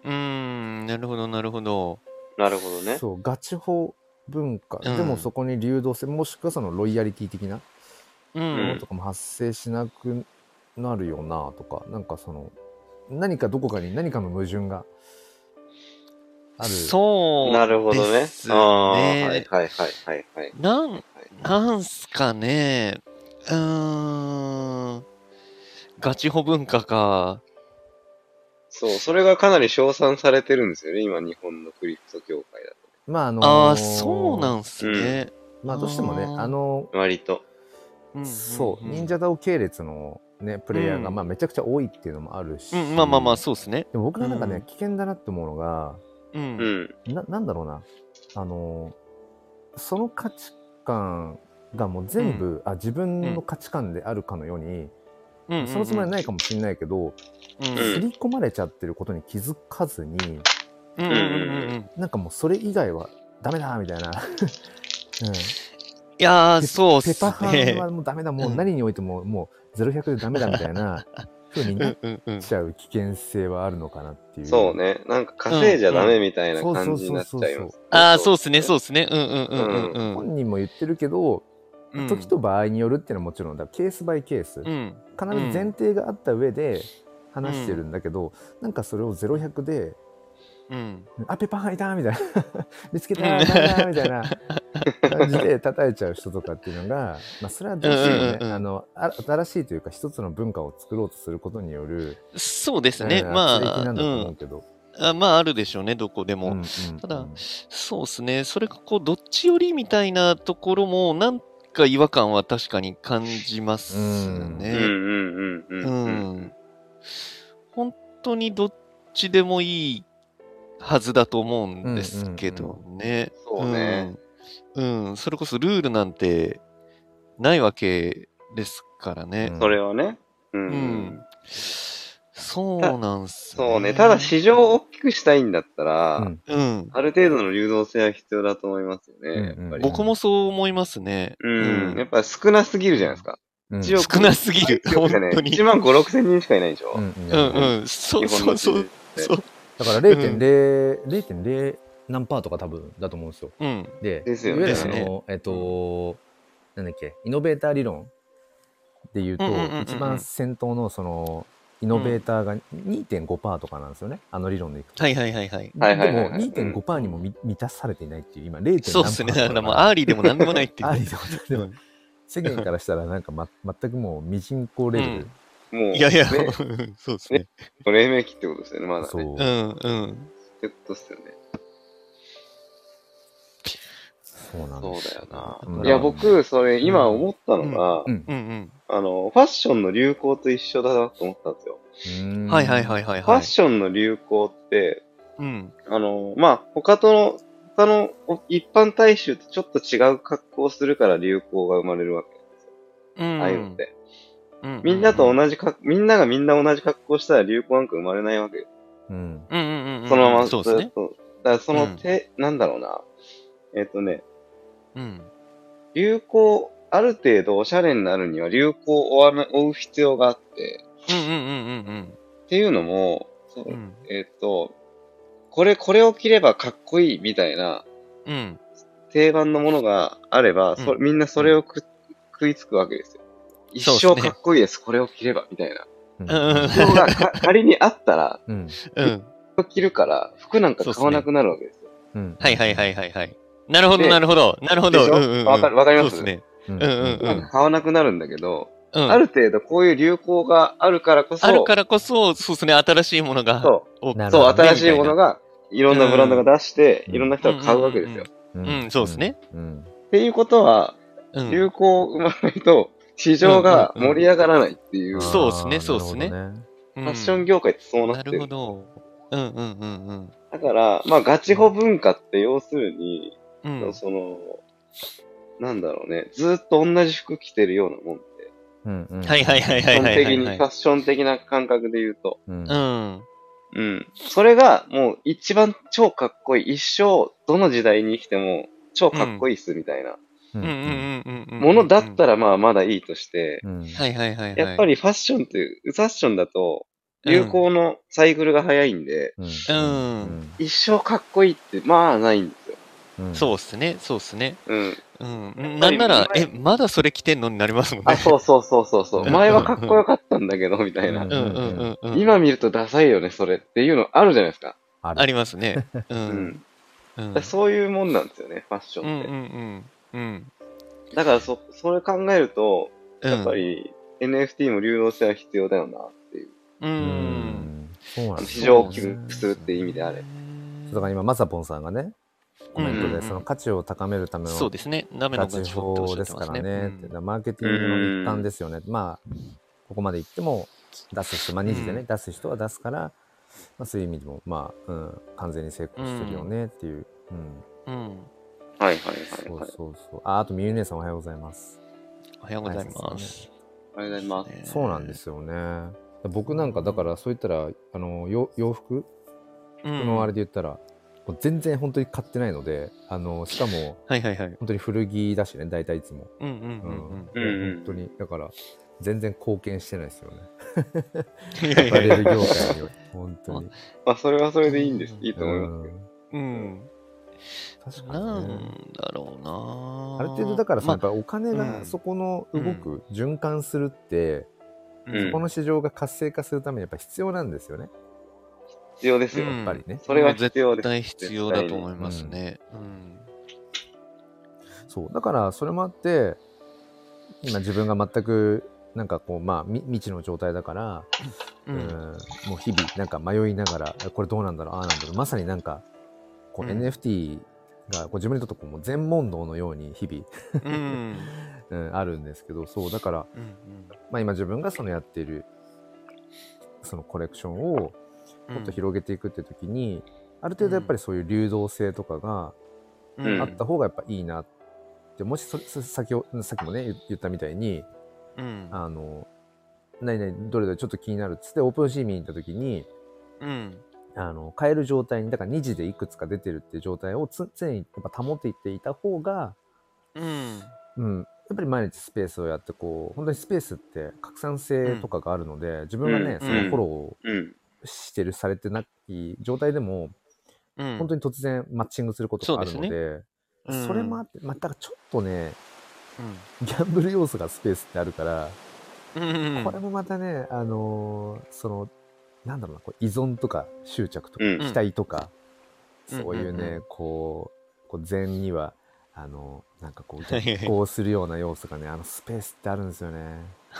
S3: うん。なるほど、なるほど。
S2: なるほどね。
S1: そうガチ法文化、
S3: うん
S1: でもそこに流動性もしくはそのロイヤリティ的な
S3: う
S1: もの
S3: ん。
S1: とかも発生しなくなるよなとか、なんかその何かどこかに何かの矛盾がある
S3: そう。
S2: なるほど
S3: で
S2: ね。
S3: す
S2: ああ、はいはいはいはいはい。
S3: なん、なんすかね。うーん。ガチホ文化か。
S2: そう、それがかなり称賛されてるんですよね、今、日本のクリプト協会だ
S1: まああのー
S3: ああ、そうなんすね。
S1: まあどうしてもね
S3: あー
S1: あの
S2: と。割と。
S3: うん
S1: そう、
S3: ん
S1: 忍者ダオ系列の、ね、プレイヤーが、
S3: うん
S1: まあ、めちゃくちゃ多いっていうのもあるし、
S3: うん、まあまあまあ、そうですね。
S1: でも僕がなんかね、
S3: うん
S1: 危険だなって思うのが
S3: う。
S2: うんん。
S1: ななんだろうなあのーその価値観がもう全部、あ自分の価値観であるかのように、
S3: うん。。
S1: そのつもりはないいかもしれないけど
S3: うん。
S1: 刷、り込まれちゃってることに気づかずに
S3: うん。うんうん。
S1: なんかもうそれ以外はダメだみたいな。うん、
S3: いやー、そうっ
S1: ペ
S3: す
S1: パハン
S3: ね
S1: は。もうダメだ、も
S3: う
S1: うん何においてももう0100でダメだみたい な風に
S3: う
S1: なっ
S3: んうんうん。
S1: ちゃう危険性はあるのかなっていう。
S2: そうね。なんか稼いじゃダメみたいな
S1: そうそ
S2: 感
S1: う
S2: じに
S1: そ
S2: な
S1: う
S2: っち
S1: そう
S2: ゃいます。
S3: ああ、そうっすね、そうっすね。うんうんうんうんうん。
S1: 本人も言ってるけど、
S3: うん
S1: 時と場合によるっていうのはもちろんだケースバイケース、
S3: う
S1: 必
S3: ん。
S1: ず前提があった上で話してるんだけど、なんかそれを0100で
S3: うん。
S1: 「あペパンハイだ!」みたいな 「見つけた!」
S3: うん
S1: なんだみたいな感じで叩いちゃう人とかっていうのが、 まあ、それはどうしてもね、
S3: うんうんうん
S1: あのあ新しいというか一つの文化を作ろうとすることによる
S3: そうですね。
S1: うん
S3: ま
S1: 圧力
S3: あ、う。
S1: なんだと思うんけど、
S3: あまあ、あるでしょうね、どこでも。
S4: うん
S3: ただそうですね、それがこう、どっちよりみたいなところも、なんか違和感は確かに感じます
S2: うんう
S3: ね。
S2: んうんう
S3: うん。
S2: うんん。
S3: 本当にどっちでもいいはずだと思うんですけどね。
S2: うんうんうんそうね
S3: うん。うんそれこそルールなんてないわけですからね。
S2: それはね。う
S3: うん。
S2: ん。
S3: そうなんす
S2: そうね。ただ市場を大きくしたいんだった
S4: う
S2: ら
S4: ん、
S3: うん。
S2: ある程度の流動性は必要だと思いますよね。
S4: うんうん
S2: やっぱり
S3: 僕もそう思いますね。
S2: うん。やっぱ少なすぎるじゃないですか。
S4: うん
S2: 一応
S3: 少なすぎる。本
S2: ね、
S3: 当に。
S2: 1万5、6千人しかいないでしょ。
S4: うん
S3: う
S4: うんんうん
S3: うん。そう
S2: 日本
S3: そ
S2: の人
S3: うそう
S2: 口。
S3: そう。
S1: だから0.0、0.0何パーとか多分だと思うんですよ。
S3: うん。
S1: で、
S2: ですよ
S1: いわゆ
S2: ね。
S1: るそ
S3: です
S1: の、えっと、なんだっけ、イノベーター理論で言うと、
S3: うんうんうんうん
S1: 一番先頭のその、イノベーターが2.5%とかなんですよね、あの理論でいくと。
S3: はいはいはいはい。
S2: はいはいはいはい
S1: でも2.5%にも満満たされていないっていう、今0.7%
S3: そうですね。だからもうアーリーでも何でもないっていう。
S1: ありでもないでも世間からしたらなんか、ま、全くもう未人口レベル、
S2: もう、
S3: いやいや、
S2: ね
S3: そうですね。
S2: 黎明期ってことですよね、まだ
S1: そ
S2: ね。
S1: う、
S3: うんうん。
S2: ってことですよね。
S1: そうなん
S2: そう
S1: で
S2: だ
S1: す
S2: よな。
S1: うん
S2: いや、僕、それ、今思ったのが、
S1: うん
S3: うん
S2: あの、ファッションの流行と一緒だなと思ったんですよ。
S3: うん。はいはい
S1: い
S3: はいはい
S2: ファ
S3: は
S2: ッ
S3: い。
S2: ションの流行って、
S3: うん。
S2: あの、まあ、他との、他のお一般大衆とちょっと違う格好をするから流行が生まれるわけ。
S3: うん。
S2: ああいうのって。
S3: うんうん。
S2: みんなと同じ格、みんながみんな同じ格好したら流行なんか生まれないわけよ
S1: うん
S3: うんうんうんうん。
S2: そのままず
S3: そ
S2: っ
S3: うですね。
S2: と。だからその
S3: うん
S2: 手、なんだろうな。えっとね、
S3: うん。
S2: 流行、ある程度おしゃれになるには流行を追わな追う必要があって、
S3: うんうんうんうん
S2: っていうのも、そう
S3: うん。うん。
S2: えっと、これ、これを着ればかっこいいみたいな
S3: うん。
S2: 定番のものがあれば、そ
S3: うん
S2: みんなそれをく、食いつくわけですよ。一
S3: そ
S2: 生
S3: うですね
S2: かっこいいです、これを着れば、みたいな。
S1: うん
S3: うん
S2: 人がか仮にあったら、
S1: うん
S3: うん。
S2: 着るから、服なんか買わなくなるわけですよ。
S1: うん
S3: はいはいはいはいはい。なるほど
S2: で
S3: なるほど。なるほ
S2: で
S3: ど。
S2: し
S3: う
S2: ょ
S3: んうんうん。
S2: わかるわかります
S3: そうですね。
S1: うん
S3: うんうんうん。
S2: 買わなくなるんだけど、
S3: うん
S2: ある程度こういう流行があるからこそ、
S3: あるからこそ、そうですね。新しいものが。
S2: そ
S3: お
S1: な
S2: う、
S1: るほ
S2: そう、
S1: どね
S2: 新しいもの。が、いろんなブランドが出して、
S1: うん
S2: いろんな人が買うわけですよ。
S1: う
S3: うんそうですね
S1: うん
S2: っていうことは、
S3: うんうん
S2: 流行を生まないと、市場が
S3: うんうんうん
S2: 盛り上がらないってい
S1: う
S2: う、
S1: ん
S2: フ
S3: そうっすね
S1: あー
S3: そうっすね
S1: なるほど
S2: ァッション業界ってそうな
S3: な
S2: って
S3: る
S2: る。
S3: ほど。うんうんうんうん
S2: だから、まあ、ガチホ文化って要するに、
S3: うん。
S2: その、なんだろうね、ずっと同じ服着てるようなもんで、
S1: うんうん
S3: はいはいはいはい
S2: 基
S3: は
S2: 本
S3: い
S2: 的
S3: はい
S2: に
S3: はい
S2: ファ。ッション的な感覚で言うと。
S1: うん
S3: うん。
S2: うん。それが、もう一番超かっこいい。一生、どの時代に生きても、超かっこいいっす、みたいな。
S1: うん
S3: うんうんうんうんうん。
S2: ものだったら、まあ、まだいいとして、
S1: うん
S3: はいはいはいはい。
S2: やっぱり
S3: り、
S2: ファッションって、ファッションだと、流行のサイクルが早いんで、
S1: うん
S3: うん
S2: 一生かっこいいって、まあ、ないんです
S1: う
S2: よ。
S1: ん
S3: そうっすね、そうっすね。
S2: うん。
S3: うん。
S2: ぱ
S3: な
S2: り
S3: んなら、
S2: 前
S3: え、まだそれ着てんのになりますもん
S2: あ、
S3: ね。
S2: そうそうそうそうそう。前はかっこよかったんだけど、みたいな
S1: う。
S3: うんうんうんうん。
S2: 今見るとダサいよね、それっていうのあるじゃないですか。
S1: ある
S3: ありますね。
S2: う
S3: う。
S2: んん。
S3: うん
S2: だからそういうもんなんですよね、ファッシ
S3: うんう
S2: ョンっ
S3: んうんうん。
S2: て。だから、そ、それ考えると、
S3: うん。
S2: やっぱり NFT も流動性は必要だよなっていう。
S3: うん、
S1: う
S3: うん。
S1: んそうなん
S2: あ
S1: で
S2: の
S1: す
S2: 市
S1: ね
S2: 場を大きくするっていう意味であれ。
S1: だから今マサポンさんがねコメン
S3: うんうん
S1: ト
S3: う
S1: で
S3: ん
S1: その価値を高めるための
S3: そうですね。ダメの
S1: ガ
S3: ガ
S1: チ
S3: チ法っておっ
S1: 法
S3: しゃ
S1: で
S3: って
S1: す
S3: ま
S1: か
S3: す
S1: ら
S3: ね。
S1: ねってだからマーケティングの一環ですよねまあここまで行っても出す人まあ2時で
S3: う
S1: ね
S3: ん
S1: 出す人は出すからまあそういう意味でもまあうん完全に成功してるよねっていううん
S3: うん。うん
S2: はいはいはい
S1: そ
S2: は
S1: う
S2: い。
S1: そうそうああとみゆねさんおはようございます
S3: おはようございます。
S2: ありがとうございます。
S1: そうなんですよね。僕なんかだからそういったらあのよ洋服
S3: うん。
S1: のあれで言ったら、もう全然本当に買ってないのであのしかも
S3: はいはいはい。
S1: 本当に古着だしね大体いつも、
S3: うんうん
S1: う
S3: うん
S1: ん
S2: うんうん
S1: 本当にだから全然貢献してないですよね
S3: うん。い
S1: ア
S3: やい
S1: パ
S3: や
S1: レ
S3: いや
S1: ル業界には本当に、
S2: まあそれはそれでいいんです。いいと
S1: う
S2: 思いま
S1: ん、
S2: す。
S3: うん。
S1: 確か
S3: な
S1: に、ね、
S3: んだろうな
S1: ある程度だからさ、
S3: ま
S1: やっぱお金
S3: うん
S1: がそこの動く、循環するって、
S2: うん
S1: そこの市場が活性化するためにやっぱ必要なんですよね、
S2: 必要ですよ。
S3: うん
S1: やっぱりね
S2: それは必要
S3: 絶
S2: です。
S3: 対必要だと思いますね。うん。
S1: そうだからそれもあって今自分が全くなんかこう、まあ、み未知の状態だから、
S3: う
S1: うん
S3: ん、
S1: もう日々なんか迷いながらあこれどうなんだろうああなんだろうまさになんかこう
S3: うん
S1: NFT がこう自分にとってこうもう全問答のように日々、
S3: うん、うん、
S1: うん、あるんですけどそうだから、
S3: うん
S1: まあ、今自分がそのやっているそのコレクションを
S3: うん、
S1: もっと広げていくって時に、ある程度やっぱりそういう流動性とかが
S3: うん
S1: あった方がやっぱいいなって、もしそそ先をさっきもね言言ったみたいに
S3: うん、
S1: あの何々どれどれちょっと気になるっつってオープンシー見に行った時に
S3: うん、
S1: あの変える状態にだから2時でいくつか出てるっていう状態をつ常にやっぱ保っていっていた方が、
S3: うん、
S1: うん、やっぱり毎日スペースをやってこう本当にスペースって拡散性とかがあるので、自分がね、
S2: うん
S1: そのフォロ
S2: うん。
S1: ーしてるされてない状態でも、
S3: うん、
S1: 本当に突然マッチングすることがあるので
S3: そ
S1: そう
S3: うん
S1: れもあって、まあ、だからちょっとね
S3: う
S1: ギャンブル要素がスペースってあるから、
S3: ん、うん、
S1: これもまたねあのーそのなんだろうなこう依存とか執着とか、
S2: うん
S1: 期待とか、
S3: うん
S1: そういうね、
S3: うんうん
S1: こうこう禅にはあのなんかこ う
S3: はいはい
S1: 逆行するような要素がねあのスペースってあるんですよね。
S2: そうなん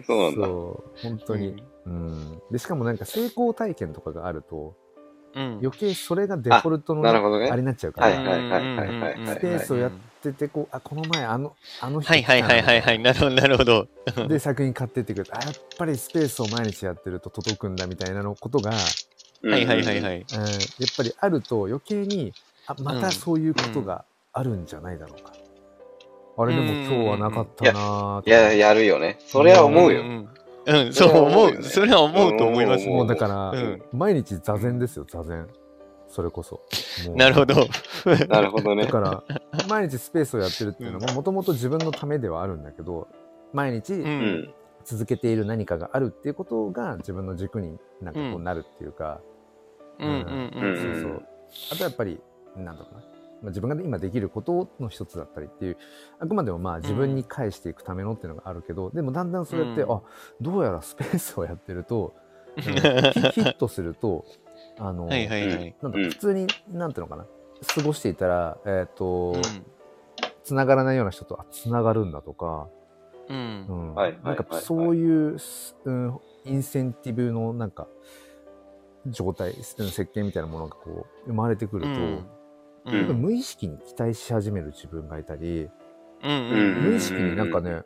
S2: だ。
S1: そう本当に、うんでしかもなんか成功体験とかがあると
S3: うん、
S1: 余計それがデフォルトのね
S2: なるほどね
S1: あれになっちゃうか
S2: は
S1: ら、
S2: いはいはいはいはいはい。
S1: スペースをやっててこうあこの前あのあの人
S3: はいはいはいはいはい、なるほど、なるほど。
S1: で作品買ってってくれてあやっぱりスペースを毎日やってると届くんだみたいなのことが、
S2: うん
S3: はいはいはいは
S1: うんや
S3: い。
S1: っぱりあると余計にあまたそういうことがあるんじゃないだろうか、あれでも今日はなかったなー
S2: いや、やるよね。それは思うよ。
S3: ん。うん、そう思う。それは思うと思います。
S1: もうだから、
S3: うん
S1: 毎日座禅ですよ座禅それこそもう
S3: なるほど。
S2: なるほ
S1: だ
S2: どね。
S1: から毎日スペースをやってるっていうのももともと自分のためではあるんだけど毎日
S3: う。
S2: うんん。
S1: 続けている何かがあるっていうことが自分の軸になんかこうなるっていうか、
S3: うんうんうん。
S1: そうそう。あとやっぱり、なんだろうな。まあ、自分が今できることの一つだったりっていう、あくまでもまあ自分に返していくためのっていうのがあるけど、でもだんだんそれって、
S3: うん
S1: あ、どうやらスペースをやってる と、うんヒヒットすると、あの、
S3: はいはいはい。
S1: なんだ
S2: うん
S1: 普通に、なんていうのかな。過ごしていたら、えっ、
S3: う
S1: と、
S3: ん
S1: つながらないような人と、あ、つながるんだとか、
S3: う。
S1: うんん。
S2: はいはい
S1: なん
S2: はいは
S1: か
S2: い
S1: そういう、すうん、インセンティブのなんか、状態、うん設計みたいなものがこう、生まれてくると、
S3: う
S1: やっぱ
S3: ん。
S1: 無意識に期待し始める自分がいたり、
S3: うん。
S1: 無意識になんかね、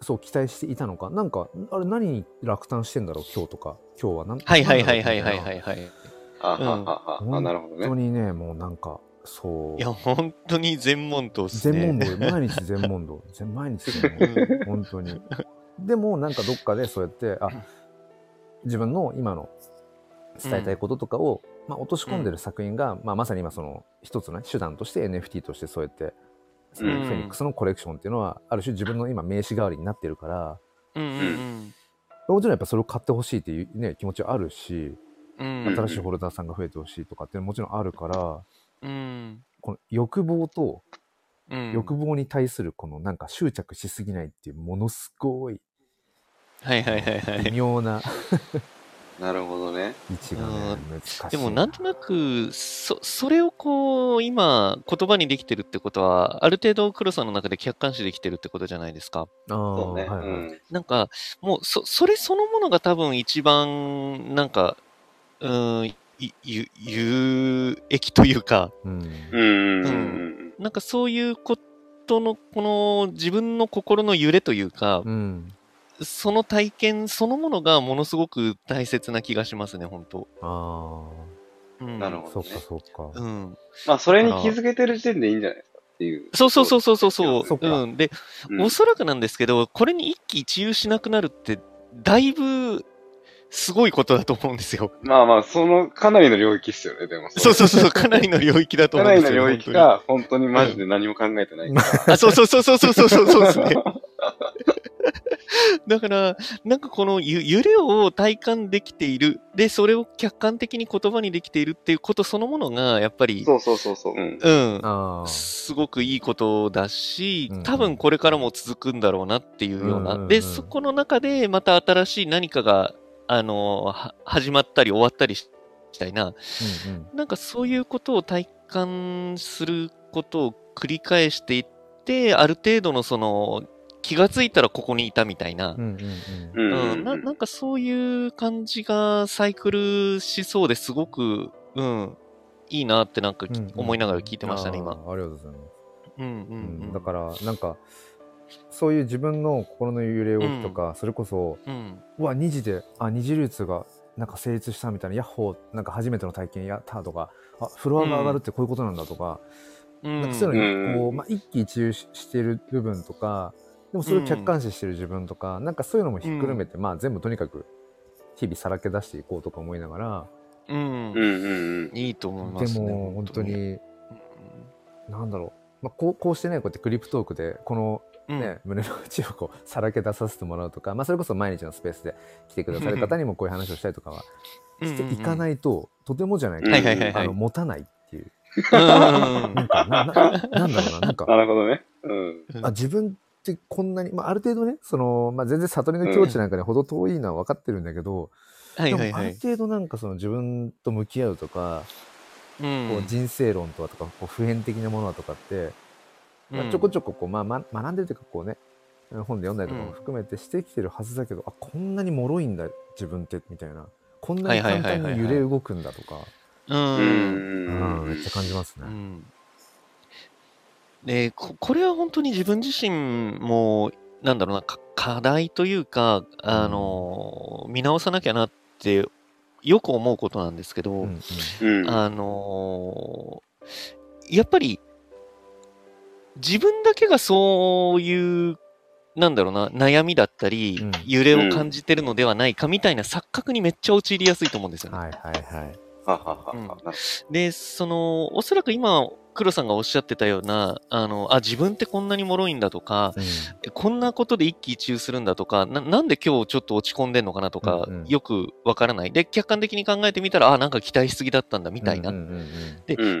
S1: そう期待していたのか、なんか、あれ何に落胆してんだろう、今日とか、今日はなん
S3: はいはいはいはいは
S1: な
S3: い
S1: んだろう
S3: はいはい。
S2: あはははは。あ、なるほど
S1: 本当
S2: ね。
S1: にね、もうなんか、そう
S3: いや、、本当に全問答っすね。
S1: 全問答、毎日全問 答、全毎日全問答、本当に。でも、なんかどっかでそうやって、あ、自分の今の伝えたいこととかを、まあ、落とし込んでる作品が、まあ、まさに今その一つの、ね、手段として NFT としてそうやってその
S2: うん
S1: フェニックスのコレクションっていうのはある種自分の今名刺代わりになってるから
S3: うんうん
S1: もちろんやっぱそれを買ってほしいっていう、ね、気持ちはあるし
S3: うん。
S1: 新しいホルダーさんが増えてほしいとかっていうのももちろんあるから
S3: うん。
S1: この欲望と
S3: うん。
S1: 欲望に対するこのなんか執着しすぎないっていうものすごい
S3: はいはいはいはい
S1: 微。妙な
S2: なるほどね。
S1: 位置がね難しい。
S3: でもなんとなくそそれをこう今言葉にできてるってことはある程度黒さんの中で客観視できてるってことじゃないですか
S1: あー
S2: そうね。う
S1: はいはい
S2: ん。
S3: なんかもうそそれそのものが多分一番なんかうーんいゆ有益というか
S1: うん
S2: うん。うん。
S3: なんかそういうことのこの自分の心の揺れというか
S1: うん
S3: その体験そのものがものすごく大切な気がしますね本当、
S1: あ
S3: うん、
S2: なる
S1: あそ
S2: ほど
S1: っ
S2: ね
S1: か。そっか。
S3: うん
S2: まあ、それに気づけてる時点でいいんじゃないですかっていう。
S3: そうそうそうそうそうそう
S1: そっか
S3: うん、で
S2: うん。
S3: おそらくなんですけど、これに一喜一憂しなくなるって、だいぶすごいことだと思うんですよ。
S2: まあまあ、その、かなりの領域っすよね、でも。。
S3: そうそううそう、かなりの領域だと
S2: か
S3: 思う
S2: なん
S3: で
S2: り
S3: す
S2: の
S3: よ。
S2: 領域か、本当にマジで何も考えてないから。
S3: 本当にあ、そうそうそうそうそうそうそうそうですね。だから、なんかこのゆ揺れを体感できている、で、それを客観的に言葉にできているっていうことそのものが、やっぱり、
S2: そうそうそうそう。うん。
S3: うん、
S1: あー
S3: すごくいいことだし
S1: うんうん、
S3: 多分これからも続くんだろうなっていうような、
S1: うんうんうん
S3: で、そこの中でまた新しい何かが、あの、は始まったり終わったりしたい
S1: う
S3: な、
S1: んうん
S3: なんかそういうことを体感することを繰り返していって、ある程度のその、気がついたらここにいたみたいな
S1: う、んうん
S2: う。
S3: うんん、ななんかそういう感じがサイクルしそうですごく、うん、いいなってなんかき
S1: うんうん
S3: 思いながら聞いて
S1: うん。
S3: ましたね、
S1: あ
S3: 今。
S1: ーありがとうございます。
S3: うんう
S1: うん
S3: うん
S1: ん、だからなんかそういう自分の心の揺れ動きとか、それこそ
S3: うん
S1: うわ2時であ二次流通がなんか成立したみたいなヤッホーなんか初めての体験やったとかあフロアが上がるってこういうことなんだとか,、
S3: うん
S1: なんかそう
S2: ね
S1: いうのにこう、
S2: うん
S1: まあ、一喜一憂ししてる部分とかでもそれを客観視してる自分とか、なんかそういうのもひっくるめて、まあ全部とにかく日々さらけ出していこうとか思いながら、
S3: うん
S2: うんうん
S3: いいと思いま
S1: です
S3: ね。
S1: も本当に、なんだろう、まあ、こうこうしてねこうやってクリプトークでこの
S3: うん。。
S1: ね、胸の内をこうさらけ出させてもらうとか、まあ、それこそ毎日のスペースで来てくださる方にもこういう話をしたりとかはしていかないいと、とてもじゃないけ
S2: うん
S1: ど、
S3: はいはいはいは
S1: あ
S3: い
S1: の。持たないっていう
S3: うん
S1: なんかなななんだろうななん
S2: な
S1: か
S2: るほどね。うん。
S1: あ自分ってこんなに、まあ、ある程度ねその、まあ、全然悟りの境地なんかにほど遠いのは分かってるんだけど、
S3: はいはい
S1: でもあ
S3: は
S1: る
S3: い。
S1: 程度なんかその自分と向き合うとか、
S3: う
S1: こうん人生論とはとかこう普遍的なものはとかって、まあ、ちょこちょここう、まあま、学んでるというかこうね本で読んだりとかも含めてしてきてるはずだけど、あこんなに脆いんだ自分ってみたいなこんなに
S3: はいは
S1: 簡
S3: いは
S1: 単
S3: いはいはい
S1: に揺れ動くんだとか、
S3: う。
S2: うん
S1: うん
S2: ん。
S1: めっちゃ感じますね。
S3: うんでここれは本当に自分自身もなんだろうなか課題というかあの、見直さなきゃなってよく思うことなんですけど、
S1: うんうん
S2: うん。
S3: あのやっぱり自分だけがそういうなんだろうな悩みだったり、
S1: うん
S3: 揺れを感じてるのではないかみたいな錯覚にめっちゃ陥りやすいと思うんですよね。
S1: はいはいはい。
S2: ははははは。
S3: で、その、おそらく今、黒さんがおっしゃってたような、あの、あ、自分ってこんなに脆いんだとか、こんなことで一喜一憂するんだとか、ななんで今日ちょっと落ち込んでんのかなとか、
S1: うんうん
S3: よくわからない。で、客観的に考えてみたら、あ、なんか期待しすぎだったんだみ
S1: み
S3: たいな。
S2: うん。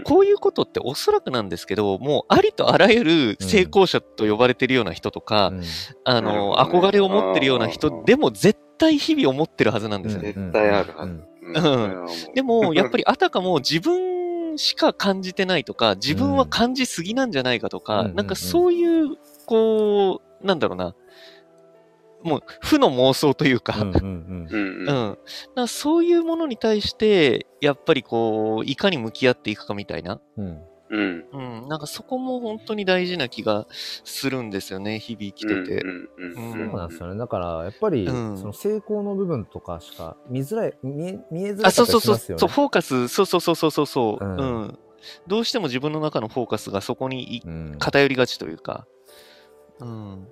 S3: こういうことっておそらくなんですけど、もうありとあらゆる成功者と呼ばれてるような人とか、
S2: な
S3: あ
S2: る
S3: の、
S2: ほどね
S3: 憧れを持ってるような
S2: あ
S3: 人
S2: ー
S3: でも絶対日々思ってるはずなんですよね。
S2: 絶対あるはず。うん。
S3: でも、やっぱりあたかも自分しか感じてないと か、自分は感じすぎなんじゃないかとか、
S1: うん
S3: なんかそういう、こう、なんだろうな、もう、負の妄想というか、うん。
S2: り。うん。
S3: なんかそういうものに対して、やっぱりこう、いかに向き合っていくかみたいな、
S2: うん。
S3: うん、なんかそこも本当に大事な気がするんですよね、日々生きてて。
S2: うん。
S1: そうなんですよね。だから、やっぱり、
S3: うん
S1: その成功の部分とかしか見づらい、見え、見えづらい、
S3: あ、そうそうそう、
S1: す
S3: そ
S1: よ
S3: う、
S1: ね。
S3: フォーカス、そうそうそうそうそうそう、う
S1: うん
S3: ん、どうしても自分の中のフォーカスがそこにい
S1: うん
S3: 偏りがちというか、うん。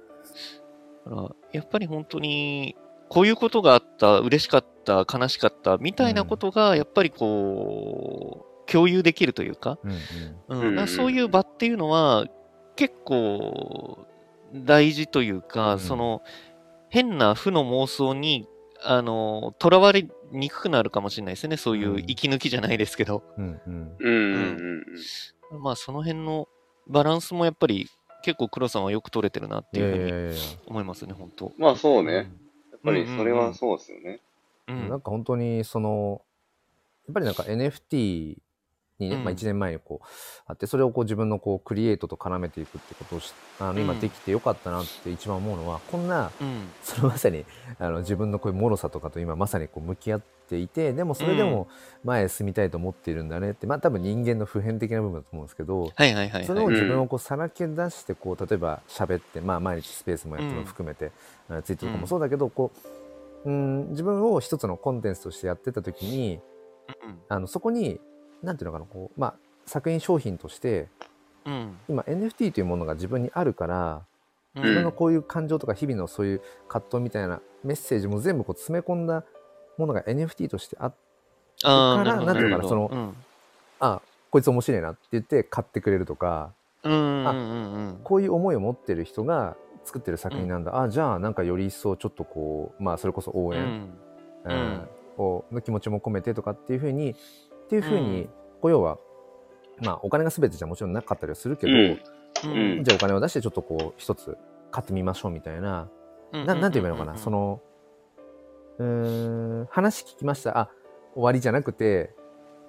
S3: だから、やっぱり本当に、こういうことがあった、嬉しかった、悲しかった、みたいなことが、やっぱりこう、共有できるというか、
S1: うんうん
S3: うん
S2: うんうん
S3: だからそういう場っていうのは、結構、大事というか、
S1: うん
S3: その、変な負の妄想に、あの、とらわれにくくなるかもしれないですね。そういう
S1: うん
S3: 息抜きじゃないですけど。
S1: うんうん
S2: うん。
S3: まあ、その辺のバランスもやっぱり、結構黒さんはよく取れてるなって
S1: い
S3: い
S1: や
S3: うふう
S1: い
S3: に
S1: やいやいや。
S3: 思いますね、本当。
S2: まあそうね。やっぱりそれはそうですよね。
S3: う。
S1: なんんか本当にそのやっぱりなんか NFT にね、
S3: うん
S1: まあ、1年前にこうあってそれをこう自分のこうクリエイトと絡めていくってことをしあの今
S3: うん
S1: できてよかったなって一番思うのは、こんな
S3: うん。
S1: そのまさにあの自分のこういう脆さとかと今まさにこう向き合っていてでもそれでも前へ進みたいと思っているんだねって、まあ多分人間の普遍的な部分だと思うんですけど、
S3: はいはいはい
S1: それを
S3: はい。
S1: 自分をこうさらけ出してこう例えば喋って、まあ、毎日スペースもやってるの含めて、あツイッターとかもそうだけど、こううん自分を一つのコンテンツとしてやってた時にあのそこになんていうのかなこう、まあ、作品商品として
S3: うん。
S1: 今 NFT というものが自分にあるから
S3: うん。
S1: 自分のこういう感情とか日々のそういう葛藤みたいなメッセージも全部こう詰め込んだものが NFT としてあっ
S3: あー
S1: から
S3: るほど
S1: なんていうのかな
S3: るほ
S1: そ
S3: ど
S1: のあこいつ面白いなって言って買ってくれるとか。
S3: うん。うんうんうんうん。
S1: こういう思いを持ってる人が作ってる作品なんだ、あじゃあなんかより一層ちょっとこうまあそれこそ応
S3: う
S1: 援、
S3: ん。
S1: うん
S3: うん
S1: をの気持ちも込めてとかっていうふうにっていうふうに、
S3: うん
S1: こう要はまあお金が全てじゃもちろんなかったりはするけど、
S2: う
S3: うん
S1: じゃあお金を出してちょっとこう一つ買ってみましょうみたいな、ななんて言えばいいのかな、そ、のうーん話聞きましたあ終わりじゃなくて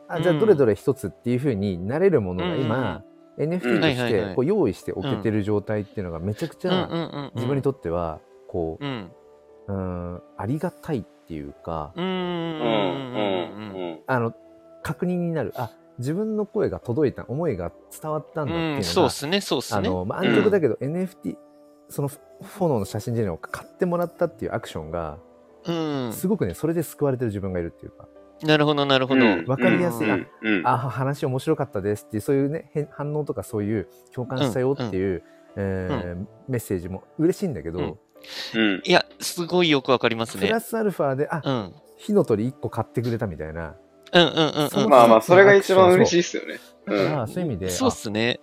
S1: あじゃあどれどれ一つっていうふうになれるものが今、 NFT と
S3: はいは
S1: し
S3: いはい
S1: てこう用意しておけてる状態っていうのがめちゃくちゃ自分に
S3: と
S1: とってはこう、
S3: うん
S1: うーん、ありがたいっていうか、
S3: うんうん
S2: うん、う
S3: う
S2: んん、
S3: うん
S1: あの確認になるあ自分の声が届いた思いが伝わったんだっていううんの
S3: そう
S1: が
S3: っすねそうっす
S1: あ
S3: ね
S1: の、まあ、安直だけど NFT そのフォノーの写真ジェネを買ってもらったっていうアクションが
S3: うん
S1: すごくねそれで救われてる自分がいるっていうか
S3: なるほどなるほど
S2: うん。
S1: わかりやすいな
S2: うんうん
S1: あ話面白かったですっていうそういうね変反応とかそういう共感したよっていう、えーメッセージも嬉しいんだけど、
S3: うん
S2: うん。
S3: いやすごいよくわかります
S1: プ
S3: ね
S1: ラスアルファであ、
S3: うんうん
S1: 火の鳥1個買ってくれたみたいな
S3: うんうん
S1: そ
S3: うん
S1: の
S2: まあまあ、それが一番嬉しいっすよね。
S1: だからそういう意味で、
S3: そうっすね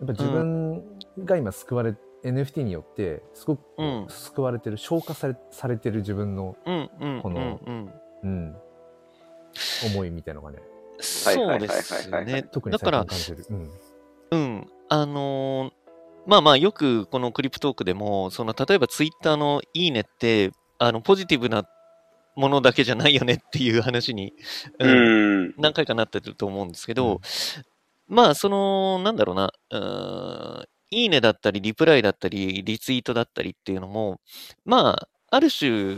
S1: やっぱ自分が今救われ、NFT によってすごく
S3: うん
S1: 救われてる、消化されされてる自分の、
S3: うんうん
S1: こ
S3: うん
S1: の
S3: うん
S1: うん、思いみたいのがね
S3: そうですね
S1: 特に
S3: だ
S1: 最
S3: から
S1: 近感じる。うん
S3: うん、あのーまあまあよくこのクリプトークでもその例えばツイッターの「いいね」ってあのポジティブなものだけじゃないよねっていう話に、
S2: う
S3: うん
S2: ん。
S3: 何回かなってると思うんですけど、まあそのなんだろうなうーんいいねだったりリプライだったりリツイートだったりっていうのもまあある種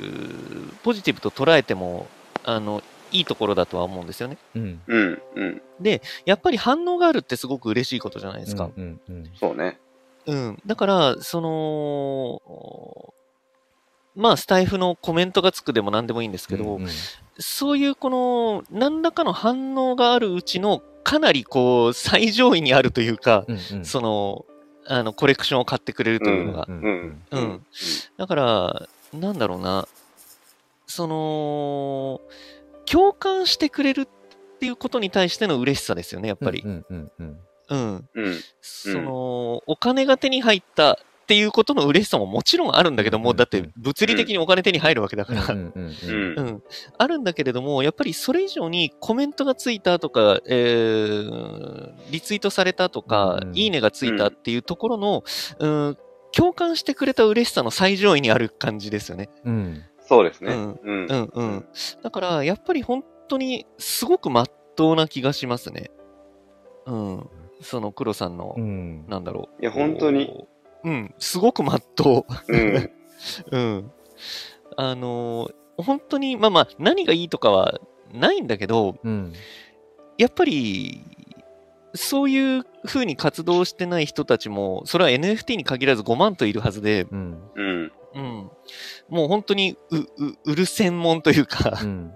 S3: ポジティブと捉えてもあのいいところだとは思うんですよね
S1: うん
S2: うん。うん。
S3: やっぱり反応があるってすごく嬉しいことじゃないですか、
S1: うんうん
S2: そうね。
S3: うん、だから、その、まあ、スタイフのコメントがつくでも何でもいいんですけど、
S1: うん
S3: そういうこの、何らかの反応があるうちの、かなりこう、最上位にあるというか、
S1: うんうん
S3: その、あの、コレクションを買ってくれるというのが。
S1: うん
S2: うん。
S3: うんだから、なんだろうな、その、共感してくれるっていうことに対しての嬉しさですよね、やっぱり。
S1: うんうんうん
S3: うん
S2: うん。
S3: その、お金が手に入ったっていうことの嬉しさももちろんあるんだけど、もうだって物理的にお金手に入るわけだか
S1: う
S3: ら。
S1: んうん
S2: う
S1: うん
S2: ん
S3: う。ん、あるんだけれども、やっぱりそれ以上にコメントがついたとか、えーリツイートされたとか、
S1: うん
S3: いいねがついたっていうところの、うん、共感してくれた嬉しさの最上位にある感じですよね。
S1: うん
S2: そうですね。
S3: う
S2: うんん。
S3: う
S2: うん
S3: んうん。だから、やっぱり本当にすごく真っ当な気がしますね。うん。その黒さんの
S1: うん
S3: なんだろう。
S2: いや本当に
S3: こう。うん、すごくまっと
S2: うん。
S3: う。うん。あのー本当に、まあまあ、何がいいとかはないんだけど、
S1: うん
S3: やっぱり、そういう風に活動してない人たちも、それは NFT に限らず5万といるはずで、
S1: うん
S2: うん。
S3: うん。もう本当にう、う、売る専門というか
S1: う、ん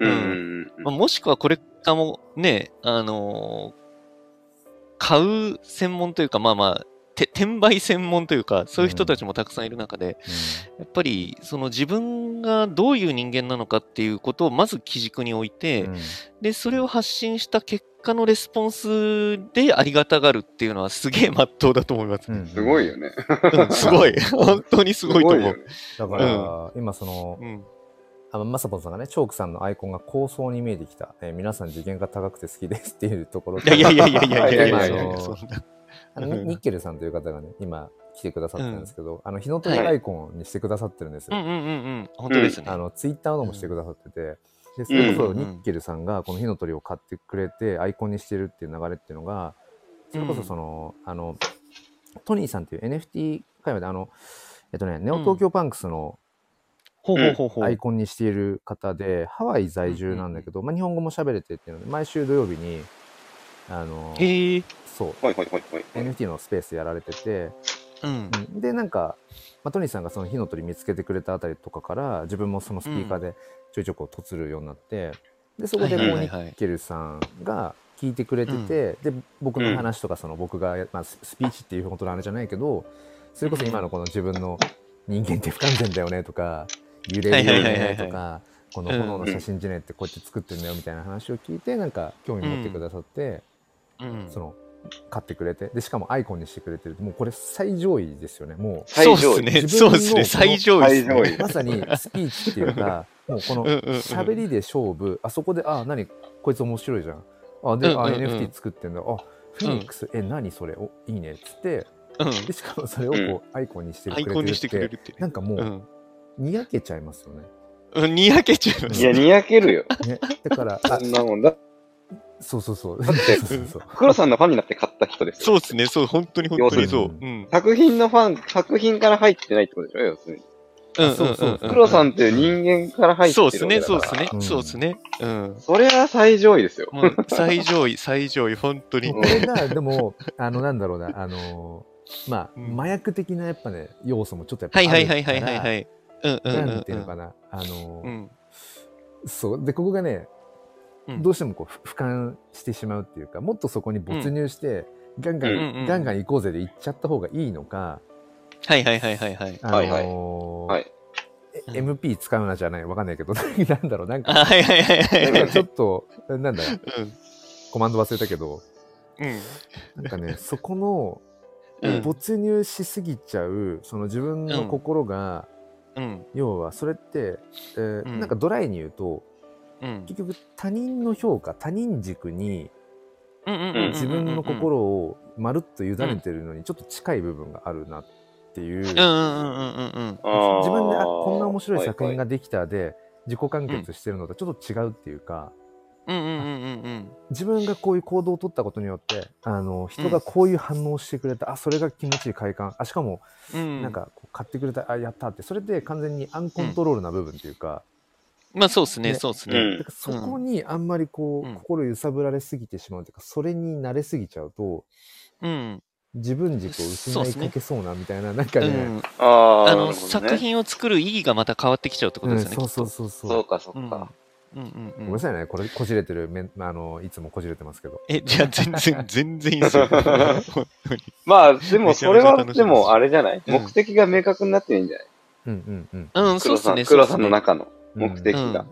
S2: うん。
S3: まあもしくはこれからもね、あのー買う専門というか、まあまあ、て転売専門というか、そういう人たちもたくさんいる中で、やっぱりその自分がどういう人間なのかっていうことをまず基軸に置いて、
S1: うん
S3: で、それを発信した結果のレスポンスでありがたがるっていうのはすげえ真っ当だと思います。
S1: うん
S2: すごいよね。
S3: うんすご い。本当にすごいと思
S2: よ
S3: う。
S2: ね。
S1: だから今その
S3: うん
S1: あの、まさぽんさんがね、チョークさんのアイコンが高層に見えてきた。えー皆さん次元が高くて好きですっていうところ
S3: いやいやいやいやいやいやいやい
S1: 今あ
S3: や
S1: の
S3: そんな
S1: あのニニッケルさんという方がね、今来てくださったんですけど、あの、日の鳥
S2: はい
S1: アイコンにしてくださってるんです
S3: う
S1: よ。
S3: んうんうんうん。本当ですね。
S1: あの、ツイッターのもしてくださってて、で、それこそ
S3: うん
S1: ニッケルさんがこの火の鳥を買ってくれて、アイコンにしてるっていう流れっていうのが、それこそその、あの、トニーさんっていう NFT 界隈で、あの、えっとね、ネオ東京パンクスの
S3: ほうほうほうほう。
S1: アイコンにしている方で、ハワイ在住なんだけど、まあ、日本語も喋れてっていうので、毎週土曜日に、あの、
S3: へえ。
S1: そう、
S2: はいはいはいはい。
S1: NFT のスペースやられてて、
S3: うん。
S1: うんで、なんか、まあ、トニーさんがその火の鳥見つけてくれたあたりとかから、自分もそのスピーカーでちょいちょいこう、とつるようになって、で、そこでこう、
S3: はい
S1: ニ
S3: はいはいはい
S1: ッケルさんが聞いてくれてて、で、僕の話とか、その僕がや、まあ、ススピーチっていうことのあれじゃないけど、それこそ今のこの自分の人間って不完全だよねとか、揺れるよ
S3: はいはいはい
S1: ね
S3: はい
S1: とか、この炎の写真ジネってこうやって作ってるんだよみたいな話を聞いて、なんか興味持ってくださって、
S3: うん
S1: その買ってくれてでしかもアイコンにしてくれてるもうこれ最上位ですよねも
S2: 最
S3: そう
S2: 上位
S3: ですね。
S1: 自分
S3: そう
S1: の
S3: ですね。最上位ですね。
S2: 最上位
S1: うまさにスピーチっていう かもうこの
S3: うんうんうん
S1: 喋りで勝負あそこであ何こいつ面白いじゃんあで、
S3: うんうんうん
S1: あ NFT 作ってんだあフェニックス、え何それおいいねっつって
S3: うん
S1: でしかもそれをこうアイコンにしてく
S3: ア
S1: れ
S3: イ
S1: て
S3: コン
S1: る
S3: に
S1: っ
S3: して
S1: て
S3: くれるってね。
S1: なんかも
S3: う
S1: うんにやけちゃいますよね,、
S3: うん。にやけちゃいま
S2: い
S3: す
S2: や、。にやけるよ。
S1: ねだからあ
S2: そんなもんだ。
S1: そうそう そう。
S2: だって
S1: そうそう
S2: 黒さんのファンになって買った人ですよ。
S3: そうですね、そう、本当に本当にそう。うん。
S2: 作品のファン、作品から入ってないってことでしょ要するに。
S3: うん
S1: そうそう
S3: うん
S2: 黒さんっていう人間から入ってる
S3: そ
S2: わ
S3: うで
S2: け
S3: す
S2: だから
S3: ね、そうで
S1: う、ん
S3: すねそうですね。うん。
S2: それは最上位ですよ。
S3: もう、最 上位、最上位、本当
S2: う。
S3: に
S2: ん
S1: これが、でも、 あの、なんだろうな、あのー、まあ、
S3: うん
S1: 麻薬的なやっぱね、要素もちょっとやっぱ
S3: は
S1: ある
S3: い
S1: から。
S3: はいはいはいはいはい。うんうんうん。
S1: なんていうのかな、あの
S3: う
S1: ー、
S3: ん。
S1: そう。で、ここがね、
S3: うん
S1: どうしてもこう、ふ俯瞰してしまうっていうか、もっとそこに没入して、ガンガ
S2: うん
S3: うん
S1: ン、ガンガン行こうぜで行っちゃった方がいいのか、
S3: はいはいはいはいはい。
S1: あ
S2: はいはい
S1: のー
S2: はい
S1: え
S3: う
S1: MP 使うなじゃない、わかんないけど、 なんだろう、なんか、
S3: あはいはいはいはい
S1: なんかちょっと、なんだろう、
S3: うん
S1: コマンド忘れたけど、
S3: う
S1: な
S3: ん。
S1: んかね、そこの、
S3: うん
S1: 没入しすぎちゃうその自分の心が、
S3: うん。
S1: 要はそれって、えー
S3: うん
S1: なんかドライに言うと
S3: うん。
S1: 結局他人の評価他人軸に
S3: うんうんうんうんうん
S1: 自分の心をまるっと委ねてるのにちょっと近い部分があるなっていう、
S3: うんうんうんうんうん
S2: あー
S1: 自分であこんな面白い作品
S2: は
S1: ができたで自己完結してるのとちょっと違うっていうか、
S3: うんうんうんうんうん
S1: 自分がこういう行動を取ったことによってあの人がこういう反応をしてくれた、あそれが気持ちいい快感あしかも
S3: うん
S1: なんかこう買ってくれたあやったってそれで完全にアンコントロールな部分っていうか,、
S3: まあそうですね
S1: ね
S3: そうです
S2: う
S3: ね
S2: ん
S1: だからそこにあんまりこう、
S3: うん
S1: 心揺さぶられすぎてしまうというかそれに慣れすぎちゃうと
S3: うん
S1: 自分軸を失
S3: そうっ
S1: い
S3: すね
S1: かけそうなみたいな、なんか
S3: う
S1: ね,、
S3: ん
S2: いはいあ
S3: あ
S2: ーなるほど
S3: の
S2: ね
S3: 作品を作る意義がまた変わってきちゃうってこと
S1: う
S3: で
S1: ん
S3: すよね
S1: そうそうそう
S3: きっ
S1: そう
S2: そうか、そ
S3: と
S2: うか。
S3: うんうんう
S1: ご
S3: ん
S1: めん
S3: う
S1: なんさいねこれこじれてるめんあのいつもこじれてますけど
S3: えじゃあ全然全然いいです よ本当に
S2: まあ、でも、それ
S3: めちゃめちゃ
S2: は、
S3: 楽しみです
S2: でも、あれじゃない
S3: うん
S2: 目的が明確になってるんじゃない
S1: うんうんうん
S3: うんそ
S2: 黒
S3: うです
S2: さ
S3: ね
S2: ん、黒さんの
S3: そうっ
S2: 中の目的
S3: すね
S2: が。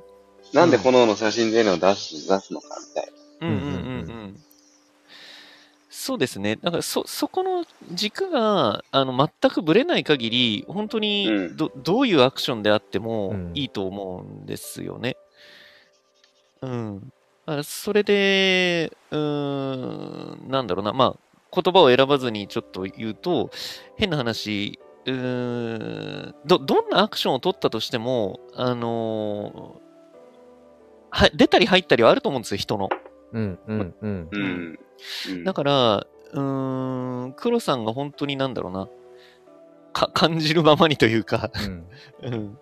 S2: なんでこのの写真でのを出す、出すのか、みたいな。
S3: うんうんうんうんうんそうですね。だからそ、そこの軸が、あの、全くぶれない限り、本当
S2: う
S3: に
S2: ん
S3: ど、どういうアクションであっても
S1: うん
S3: いいと思うんですよね。うん。だからそれで、うーん、なんだろうな、まあ、言葉を選ばずにちょっと言うと、変な話、うーんど、どんなアクションを取ったとしても、あのーは出たり入ったりはあると思うんですよ、人の。
S1: うんうんうん
S2: う。
S3: うん
S2: うん
S3: だから、うーん、黒さんが本当になんだろうな、か感じるままにというか、
S1: うん
S3: うん、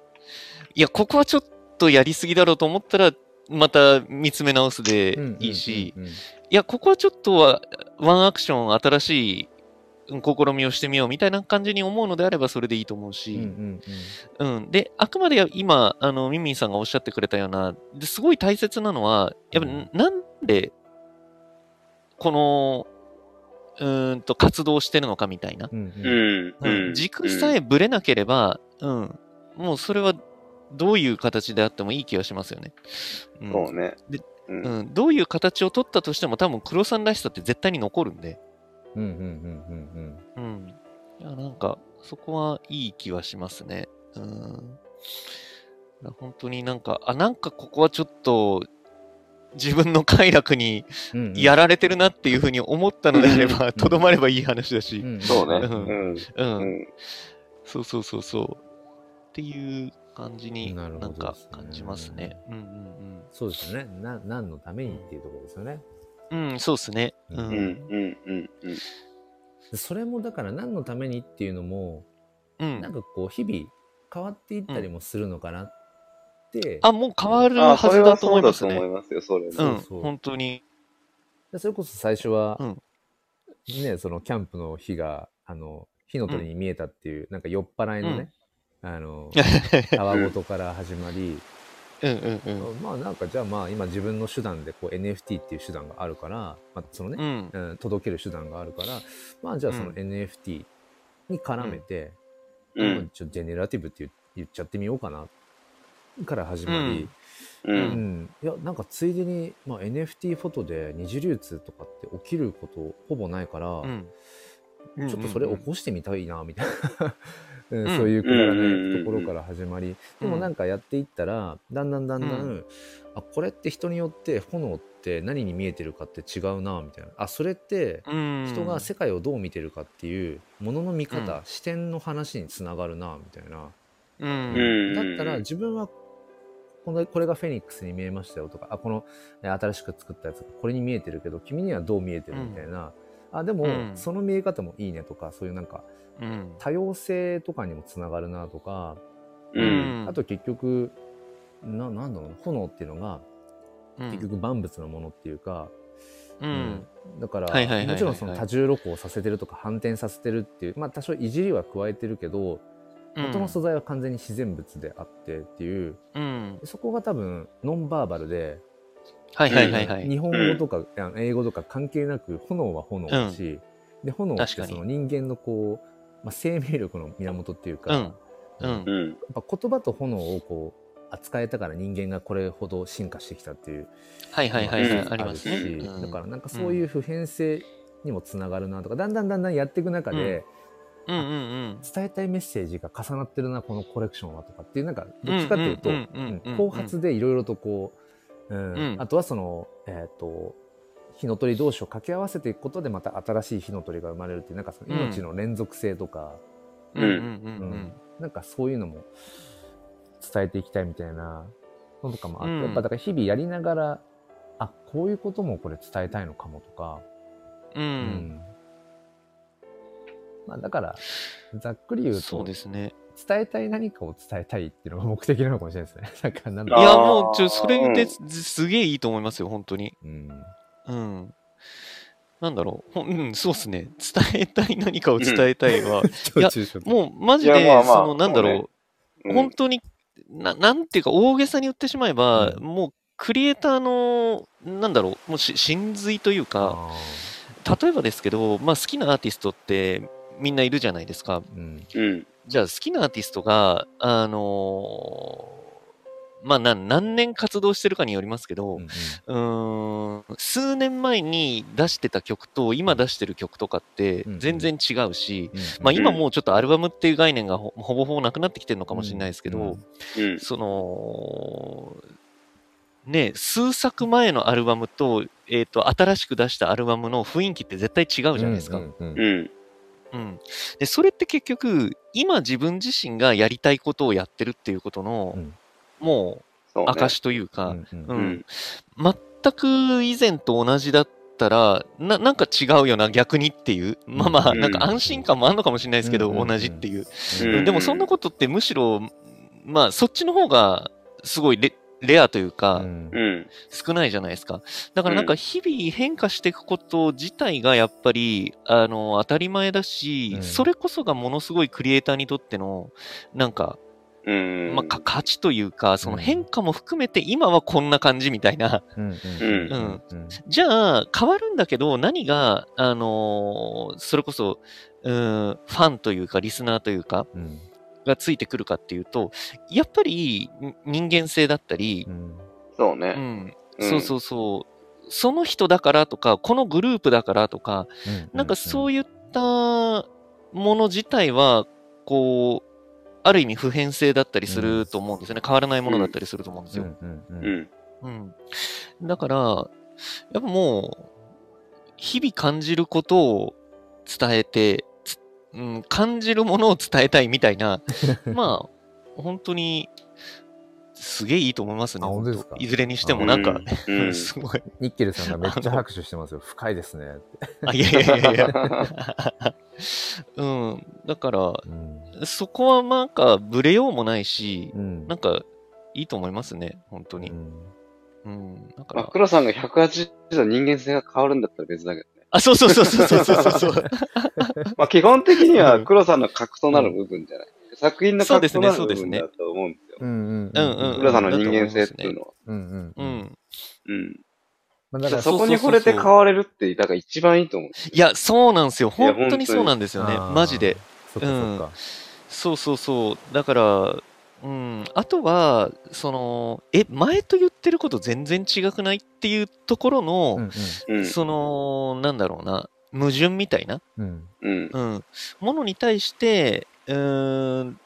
S3: いや、ここはちょっとやりすぎだろうと思ったら、また見つめ直す
S1: う
S3: で
S1: ん
S3: いいし、
S1: うんうん
S3: いや、ここはちょっとはワンアクション、新しいうん試みをしてみようみたいな感じに思うのであれば、それでいいと思うし、
S1: うんうん
S3: うん、であくまで今あのミンミンさんがおっしゃってくれたようなですごい大切なのはやっぱり
S1: うん
S3: なんでこのうーんと活動してるのかみたいな、
S1: うん
S2: う
S1: うん
S2: ん。うん。
S3: 軸さえぶれなければ、うん、もうそれはどういう形であってもいい気がしますよね。う
S2: うんんそうね
S3: で。
S2: うん
S3: うん、どういう形を取ったとしても多分黒さんらしさって絶対に残るんで、
S1: うんうんうんうん
S3: うん、いやなんかそこはいい気はしますね。うん、だから本当になんかあなんかここはちょっと自分の快楽に
S1: うんうん
S3: やられてるなっていうふうに思ったのであれば
S1: ん
S3: とど、まればいい話だし、
S1: ん
S2: そうね。
S3: う
S2: うんん。
S3: う
S2: うんん。
S3: そうそうそうそうっていう感じにな
S1: なるほど
S3: んか
S1: ですね
S3: 感じますね。うん
S1: そうですよね。な何のためにっていうところですよね。
S3: うんうんうんそうですね。う
S2: うんん。うん。うん。うん。
S1: でそれもだから何のためにっていうのも、
S3: うん
S1: なんかこう日々変わっていったりもするのかなって、
S3: あもう変わる
S2: あー、
S3: は
S2: そ
S3: ず
S2: れ
S3: だ
S2: は
S3: と
S2: そ
S3: 思いうま
S2: だ
S3: す
S2: と
S3: ね。
S2: 思いますよ、それ
S1: そ
S2: は。
S1: う
S3: うん
S1: そう
S3: 本当に。
S1: でそれこそ最初は、
S3: うん
S1: ね、そのキャンプの火が、あの、火の鳥に見えたっていう、なんか酔っ払いのね、あ の、戯言から始まり、
S3: うんうんうん
S1: まあなんかじゃあまあ今自分の手段でこう NFT っていう手段があるから、まあそのね
S3: う、ん
S1: うん届ける手段があるから、まあじゃあその
S3: うん
S1: NFT に絡めて、
S2: う
S1: まあ
S2: ん。
S1: ちょっとジェネラティブって言言っちゃってみようかな、から始まり、
S2: う
S1: うん
S2: ん。
S1: いや、なんかついでに、まあ、NFT フォトで二次流通とかって起きることほぼないから、
S3: うん
S1: ちょっとそれ
S3: うんう
S1: 起
S3: ん
S1: こしてみたいな、み たいな、うん
S3: うん
S1: そういうくだらないところから始まり、
S3: うん
S1: でもなんかやっていったら、だんだんだんだん、
S3: う
S1: あ、これって人によって炎って何に見えてるかって違うな、みたいな。あ、それって、人
S3: 人
S1: が世界をどう見てるかっていうものの見方、視点の話につながるなみたいな、
S3: うん
S2: うん
S1: だったら自分はこのこれがフェニックスに見えましたよとか、あ、このえー新しく作ったやつ、これに見えてるけど、君にはどう見えてるみたいな、あ、でも、
S3: うん
S1: その見え方もいいねとか、そういうなんか、
S3: うん。
S1: 多様性とかにもつながるなとか、
S2: うん。
S1: あと結局、な、なんだろうな、炎っていうのが、
S3: うん、
S1: 結局万物のものっていうか、
S3: うん、
S1: だから、
S3: はいはいはいはいはい
S1: もちろんその多重露光させてるとか反転させてるっていう、まあ多少いじりは加えてるけど、
S3: うん。
S1: 元の素材は完全に自然物であってっていう、
S3: うん。
S1: そこが多分ノンバーバルで、
S3: はいはいはいはい。
S1: 日本語とか、あの英語とか関係なく炎は炎だし、で炎っ
S3: 確
S1: て
S3: かに
S1: その人間のこう、まあ、生命力の源っていうか、
S3: うんうん
S2: う。ん。
S1: やっぱ言葉と炎をこう扱えたから人間がこれほど進化してきたっていう
S3: はいはいはいは
S1: の
S3: い。あ
S1: が
S3: り
S1: る
S3: ます
S1: し
S3: ね。
S1: だからなんかそういう普遍性にもつながるなとか、だんだんだんだんやっていく中で、
S3: うんうんうん。
S1: 伝えたいメッセージが重なってるなこのコレクションはとかっていうなんかどっちかっていうと
S3: う
S1: うん
S3: うんうんうんうん
S1: ん後発でいろいろとこう、うん
S3: うん
S1: あとはそのえっ、と火の鳥同士を掛け合わせていくことでまた新しい火の鳥が生まれるっていうなんかその命の連続性とか、
S3: うんうんうんうん。
S1: なんかそういうのも伝えていきたいみたいなのとかもあって、
S3: うん
S1: やっぱだから日々やりながらあこういうこともこれ伝えたいのかもとか、
S3: う。
S1: うんまあ、だからざっくり言うと
S3: そうですね。
S1: 伝えたい何かを伝えたいっていうのが目的なのかもしれないですね。 なんかなん
S3: い
S1: だろ
S2: あ
S3: や、
S2: ー
S3: もう、ちょ、それで
S2: うん
S3: すすげえいいと思いますよ、本当に。
S1: う。うん。
S3: うん。なんだろう。ほんうん、そうっすね。伝えたい何かを伝えたい は、いやもう、マジで、
S2: いやまあまあ
S3: その、なんだろう。
S2: うん
S3: 本当にな、なんていうか、大げさに言ってしまえば、
S1: うん
S3: もう、クリエイターの、なんだろう、もうし、真髄というか、
S1: あ
S3: 例えばですけど、まあ、好きなアーティストって、みんないるじゃないですか。
S1: ーうん。
S2: うん。
S3: じゃあ、好きなアーティストが、あのーまあ、なん何年活動してるかによりますけど、
S1: うん
S3: うーん数年前に出してた曲と今出してる曲とかって
S1: うん
S3: 全然違うし、
S1: うん
S3: まあ、
S2: いい
S3: 今もうちょっとアルバムっていう概念がほほぼほぼなくなってきてるのかもしれないですけど、
S1: うん
S2: うん。
S3: その、ね、数作前のアルバムと、えっ、と、新しく出したアルバムの雰囲気って絶対違うじゃないですか。
S1: うんうんうん
S2: うん。
S3: うんで、それって結局、今自分自身がやりたいことをやってるっていうことの、
S1: うん
S3: も
S2: そう
S3: う、
S2: ね。
S3: 証というか、
S1: うん
S3: う
S2: うんん。
S3: 全く以前と同じだったら、ななんか違うよな、逆にっていう。まあまあ、
S2: うん
S3: なんか安心感もあるのかもしれないですけど、
S1: うん
S3: 同じっていう。
S2: うん
S3: うんでもそんなことってむしろ、まあそっちの方がすごいレレアというか、
S1: うん
S2: うん。
S3: 少ないじゃないですか。だからなんか日々変化していくこと自体がやっぱり、あの、当たり前だし、
S1: うん
S3: それこそがものすごいクリエイターにとっての、なんか、
S2: うん。
S3: まあか価値というか、その
S1: うん
S3: 変化も含めて今はこんな感じみたいな。
S1: うん
S2: うん
S3: うん
S1: うん
S3: じゃあ、変わるんだけど、何が、あのーそれこそ、うん、ファンというか、リスナーというか、
S1: うん
S3: がついてくるかっていうと、やっぱりん人間性だったり
S1: う、ん
S2: そう
S3: う
S2: ね。
S3: ん、
S2: うん
S3: そうそうそう、その人だからとか、このグループだからとか、なんかそう
S1: い
S3: いったもの自体は、こう、ある意味普遍性だったりすると思うんですよね。変わらないものだったりすると思うんですよ。
S1: うんうん
S2: う
S1: うん
S2: ん。
S3: うん。だから、やっぱもう、日々感じることを伝えて、つうん、感じるものを伝えたいみたいな、まあ、本当に、すげえいいと思いますね。
S1: あ本当ですか
S3: いずれにしても、なんか、
S2: うん うん
S3: すごい。
S1: ニッケルさんがめっちゃ拍手してます よ。深いですね。
S3: あ、いやいやいや いや。うん。だから、
S1: うん
S3: そこはなんか、ブレようもないし、
S1: うん
S3: なんか、いいと思いますね。本当に
S1: う。ん
S3: うん。だか
S2: まあ、
S3: ら、
S2: 黒さんが180度人間性が変わるんだったら別だけどね。
S3: あ、そうそうそうそうそうそうそう。
S2: まあ、基本的には黒さんの核となる部分じゃない。作品の
S3: そうで
S2: 核
S3: す
S2: と
S3: ね
S2: なる
S3: そう
S2: 部
S3: です
S2: 分
S3: ね
S2: だと思うんですよ。
S1: うん
S3: うんうん
S2: 黒さんの人間性っていうのは。
S1: うん
S3: う。ん。
S2: うん。
S1: まあだから
S2: そこに惚れて変われるって、だから一番いいと思う。
S3: いや、そうなんですよ。
S2: いや
S3: 本当にそうなんですよね。
S1: あー
S3: マジで。。
S1: そっかそっか。
S3: そうそうそう。だから、うん。あとは、その、え、前と言ってること全然違くないっていうところ
S1: うんう
S3: の、
S1: ん
S2: うん。
S3: その、なんだろうな、矛盾みたいな、
S1: うん
S2: うん。
S3: うん。ものに対して、うーん、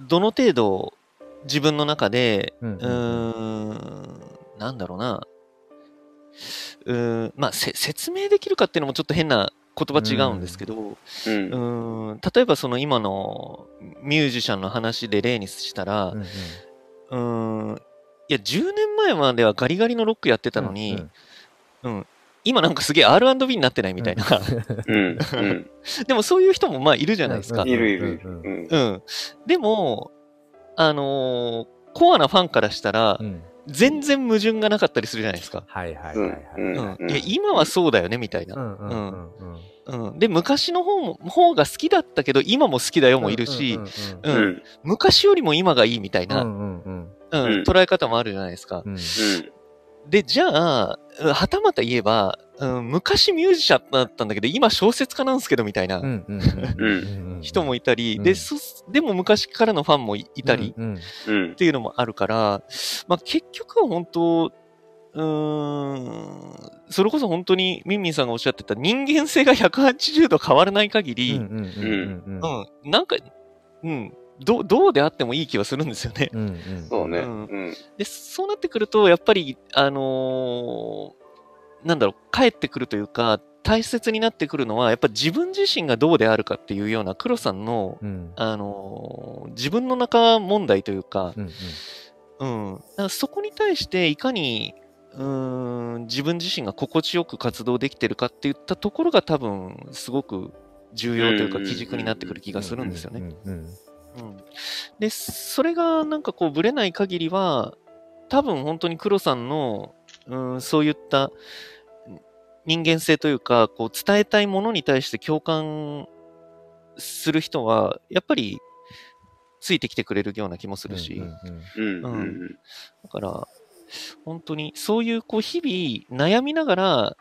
S3: どの程度自分の中で、
S1: うん
S3: うーん、なんだろうな。うーん、まあ、せ説明できるかっていうのもちょっと変な言葉違うんですけど、
S2: う。
S3: うんーん例えばその今のミュージシャンの話で例にしたら、
S1: うん
S3: うーんいや、10年前まではガリガリのロックやってたのに、うん、今なんかすげえ R&B になってないみたいな。
S2: うん、うん。
S3: でもそういう人もまあいるじゃないですか。
S2: いるいる。
S1: うん
S2: うん
S3: うん。でも、あのーコアなファンからしたら
S1: う、ん
S3: 全然矛盾がなかったりするじゃないですか。
S1: はいはい
S2: うん
S1: はいはい。
S2: う
S3: うんん。
S2: うん
S3: いや、今はそうだよね、みたいな。
S1: んうんうんうん
S3: うん。で、昔の方も、方が好きだったけど、今も好きだよもいるし、
S1: う
S3: うん。
S2: うんん
S3: 昔よりも今がいいみたい
S1: んう
S3: な、
S1: んうんうん
S3: うん
S2: うん
S3: 捉え方もあるじゃないですか。
S1: うん
S3: で、じゃあ、うんはたまた言えば、うん、昔ミュージシャンだったんだけど、今小説家なんですけど、みたいな
S1: うんうんうんうんうん
S3: 人も
S1: い
S3: いたり、
S1: うん
S3: で、そ、でも昔からのファンもいいたり、
S1: うんうん
S2: うん
S3: っていうのもあるから、まあ、結局は本当、うーん、それこそ本当にミンミンさんがおっしゃってた人間性が180度変わらない限り、
S1: うんうんうんうん
S3: うん、なんか、うん、どうどうであってもいい気はするんですよね。
S1: うんうん
S2: そうね。
S3: う
S2: うんん。
S3: で、そうなってくると、やっぱり、あのーなんだろう、帰ってくるというか、大切になってくるのは、やっぱ自分自身がどうであるかっていうような、黒さんの、
S1: うん
S3: あのー自分の中問題というか、
S1: うん
S3: うん、だからそこに対していかにうーん自分自身が心地よく活動できてるかっていったところが多分すごく重要というか
S2: うん
S3: 基軸になってくる気がするんですよね。
S1: うんうん
S3: うんでそれがなんかこうぶれない限りは多分本当に黒さんのうんそういった人間性というかこう伝えたいものに対して共感する人はやっぱりついてきてくれるような気もするし。
S1: うん
S2: うん。
S3: う
S2: うんん。
S3: だから、本当に、そういう、こう、日々悩みながら、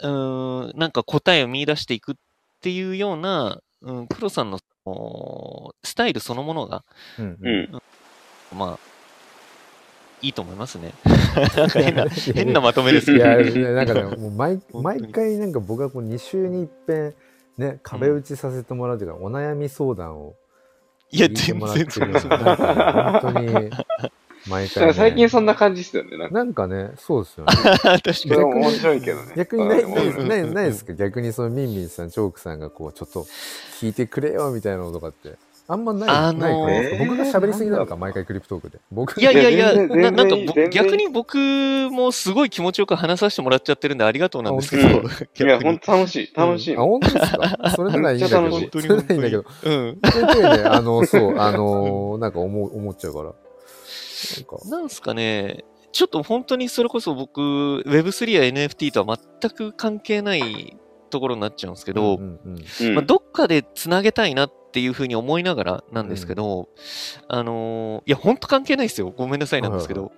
S3: うーん、なんか答えを見出していくっていうような、うん、黒さんのおースタイルそのものが、
S1: うん
S2: う
S1: うん
S2: ん。
S3: まあ、いいと思いますね。なんか変な、 変なまとめです
S1: い
S3: けど。
S1: や
S3: う
S1: いやなんかねもう毎
S3: 当に
S1: 毎回なんか僕はこう2週に一遍ね壁打ちさせてもらうというか、お悩み相談を
S3: いや、
S1: 聞いて
S3: 全
S1: もらって
S3: 然
S1: る
S3: そう
S1: なんか本当に毎
S2: だか
S1: 回、
S2: ら
S1: ね、
S2: 最近そんな感じですよね。なんか、
S1: なんかねそうですよね
S3: 確
S2: そ
S3: か
S2: れ
S3: に。
S2: も面白いけどね。
S1: 逆にない
S2: うん
S1: ない
S3: うん
S1: ないないですか逆にそのミンミンさんチョークさんがこうちょっと聞いてくれよみたいなのとかってあんまない、
S3: あのー
S1: ないからですか僕が喋りすぎなの
S2: え
S1: か毎回クリプトークで僕
S3: いやいやい
S2: いや
S3: や、
S2: 全然
S3: ななんか
S2: 全然
S3: ぼ
S2: 全然
S3: 逆に僕もすごい気持ちよく話させてもらっちゃってるんでありがとうなんですけど
S2: あ本、いや、
S3: 逆
S2: ほん
S3: に
S2: と楽しい。楽しい
S1: あ。本当ですかそれならいいんだけど
S2: めっちゃ
S3: 本当に
S1: それなら
S3: 本当
S1: いいんだけど
S3: に。うん。
S1: ちょいちょいね、あの、そう、あのー、なんか思う、思っちゃうから。なんか、
S3: なんすかね、ちょっと本当にそれこそ僕、Web3 や NFT とは全く関係ないところになっちゃうんですけど、
S1: うんうんうん
S2: うん
S3: まあ、どっかでつなげたいなっていうふうに思いながらなんですけど、あのーいや、本当関係ないですよ。ごめんなさいなんですけど、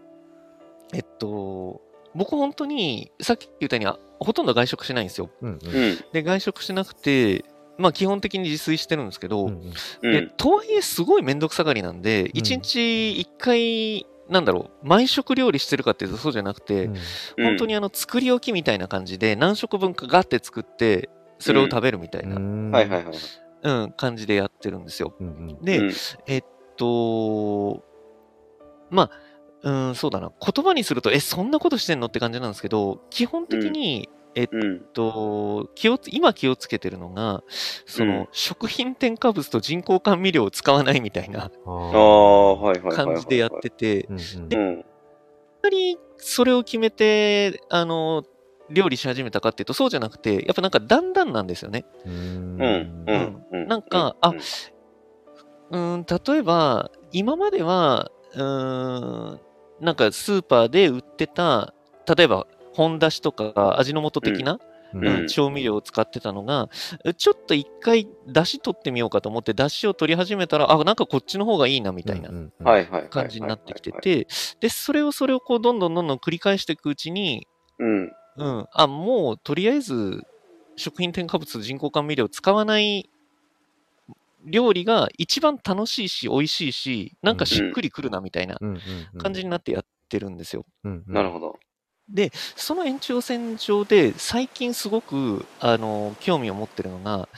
S3: えっと、僕本当に、さっき言ったようにあ、ほとんど外食しないんですよ。
S1: うん
S2: うん。
S3: で、外食しなくて、まあ基本的に自炊してるんですけど、
S1: うんうん
S2: う
S3: で
S2: ん。
S3: とはいえすごいめんどくさがりなんで、一日一回なんだろう毎食料理してるかっていうとそうじゃなくて、
S1: うん
S3: 本当にあの作り置きみたいな感じで何食分かガッて作ってそれを食べるみたいな、うん
S1: うん
S2: はいはいはい。
S3: 感じでやってるんですよ。
S1: うんうん
S3: で、
S2: うん
S3: えっとまあうんそうだな言葉にするとえそんなことしてんのって感じなんですけど基本的に、
S2: うん。
S3: えっと気をつ今気をつけてるのがその、
S2: うん
S3: 食品添加物と人工甘味料を使わないみたい
S1: あ
S3: な。
S2: あ
S1: ー
S2: あ、はいはいはいはい。
S3: 感じでやってて、
S1: うんうん
S2: うん。
S3: やっぱりそれを決めて、あの、料理し始めたかっていうと、そうじゃなくて、やっぱなんかだんだんなんですよね。
S1: うん
S2: うん。うん。うん。
S3: なんかあうーん、例えば、今までは、うーん、なんかスーパーで売ってた、例えば、本出しとか味の素的な、
S1: うん
S3: うん調味料を使ってたのが、ちょっと一回出汁取ってみようかと思って、出汁を取り始めたら、あ、なんかこっちの方がいいな、みたいな。
S1: うんうん
S2: はいはいはいはい。
S3: 感じになってきて。て、で、それをそれをこう、どんどんどんどん繰り返していくうちに、
S2: うん。
S3: うん、あ、もうとりあえず食品添加物、人工甘味料使わない料理が一番楽しいし、美味しいし、なんかしっくりくるなみたいな
S1: うんうんうん
S3: 感じになってやってるんですよ。
S1: うんうん
S2: なるほど。
S3: その延長線上で、最近すごく、あの、興味を持ってるのが、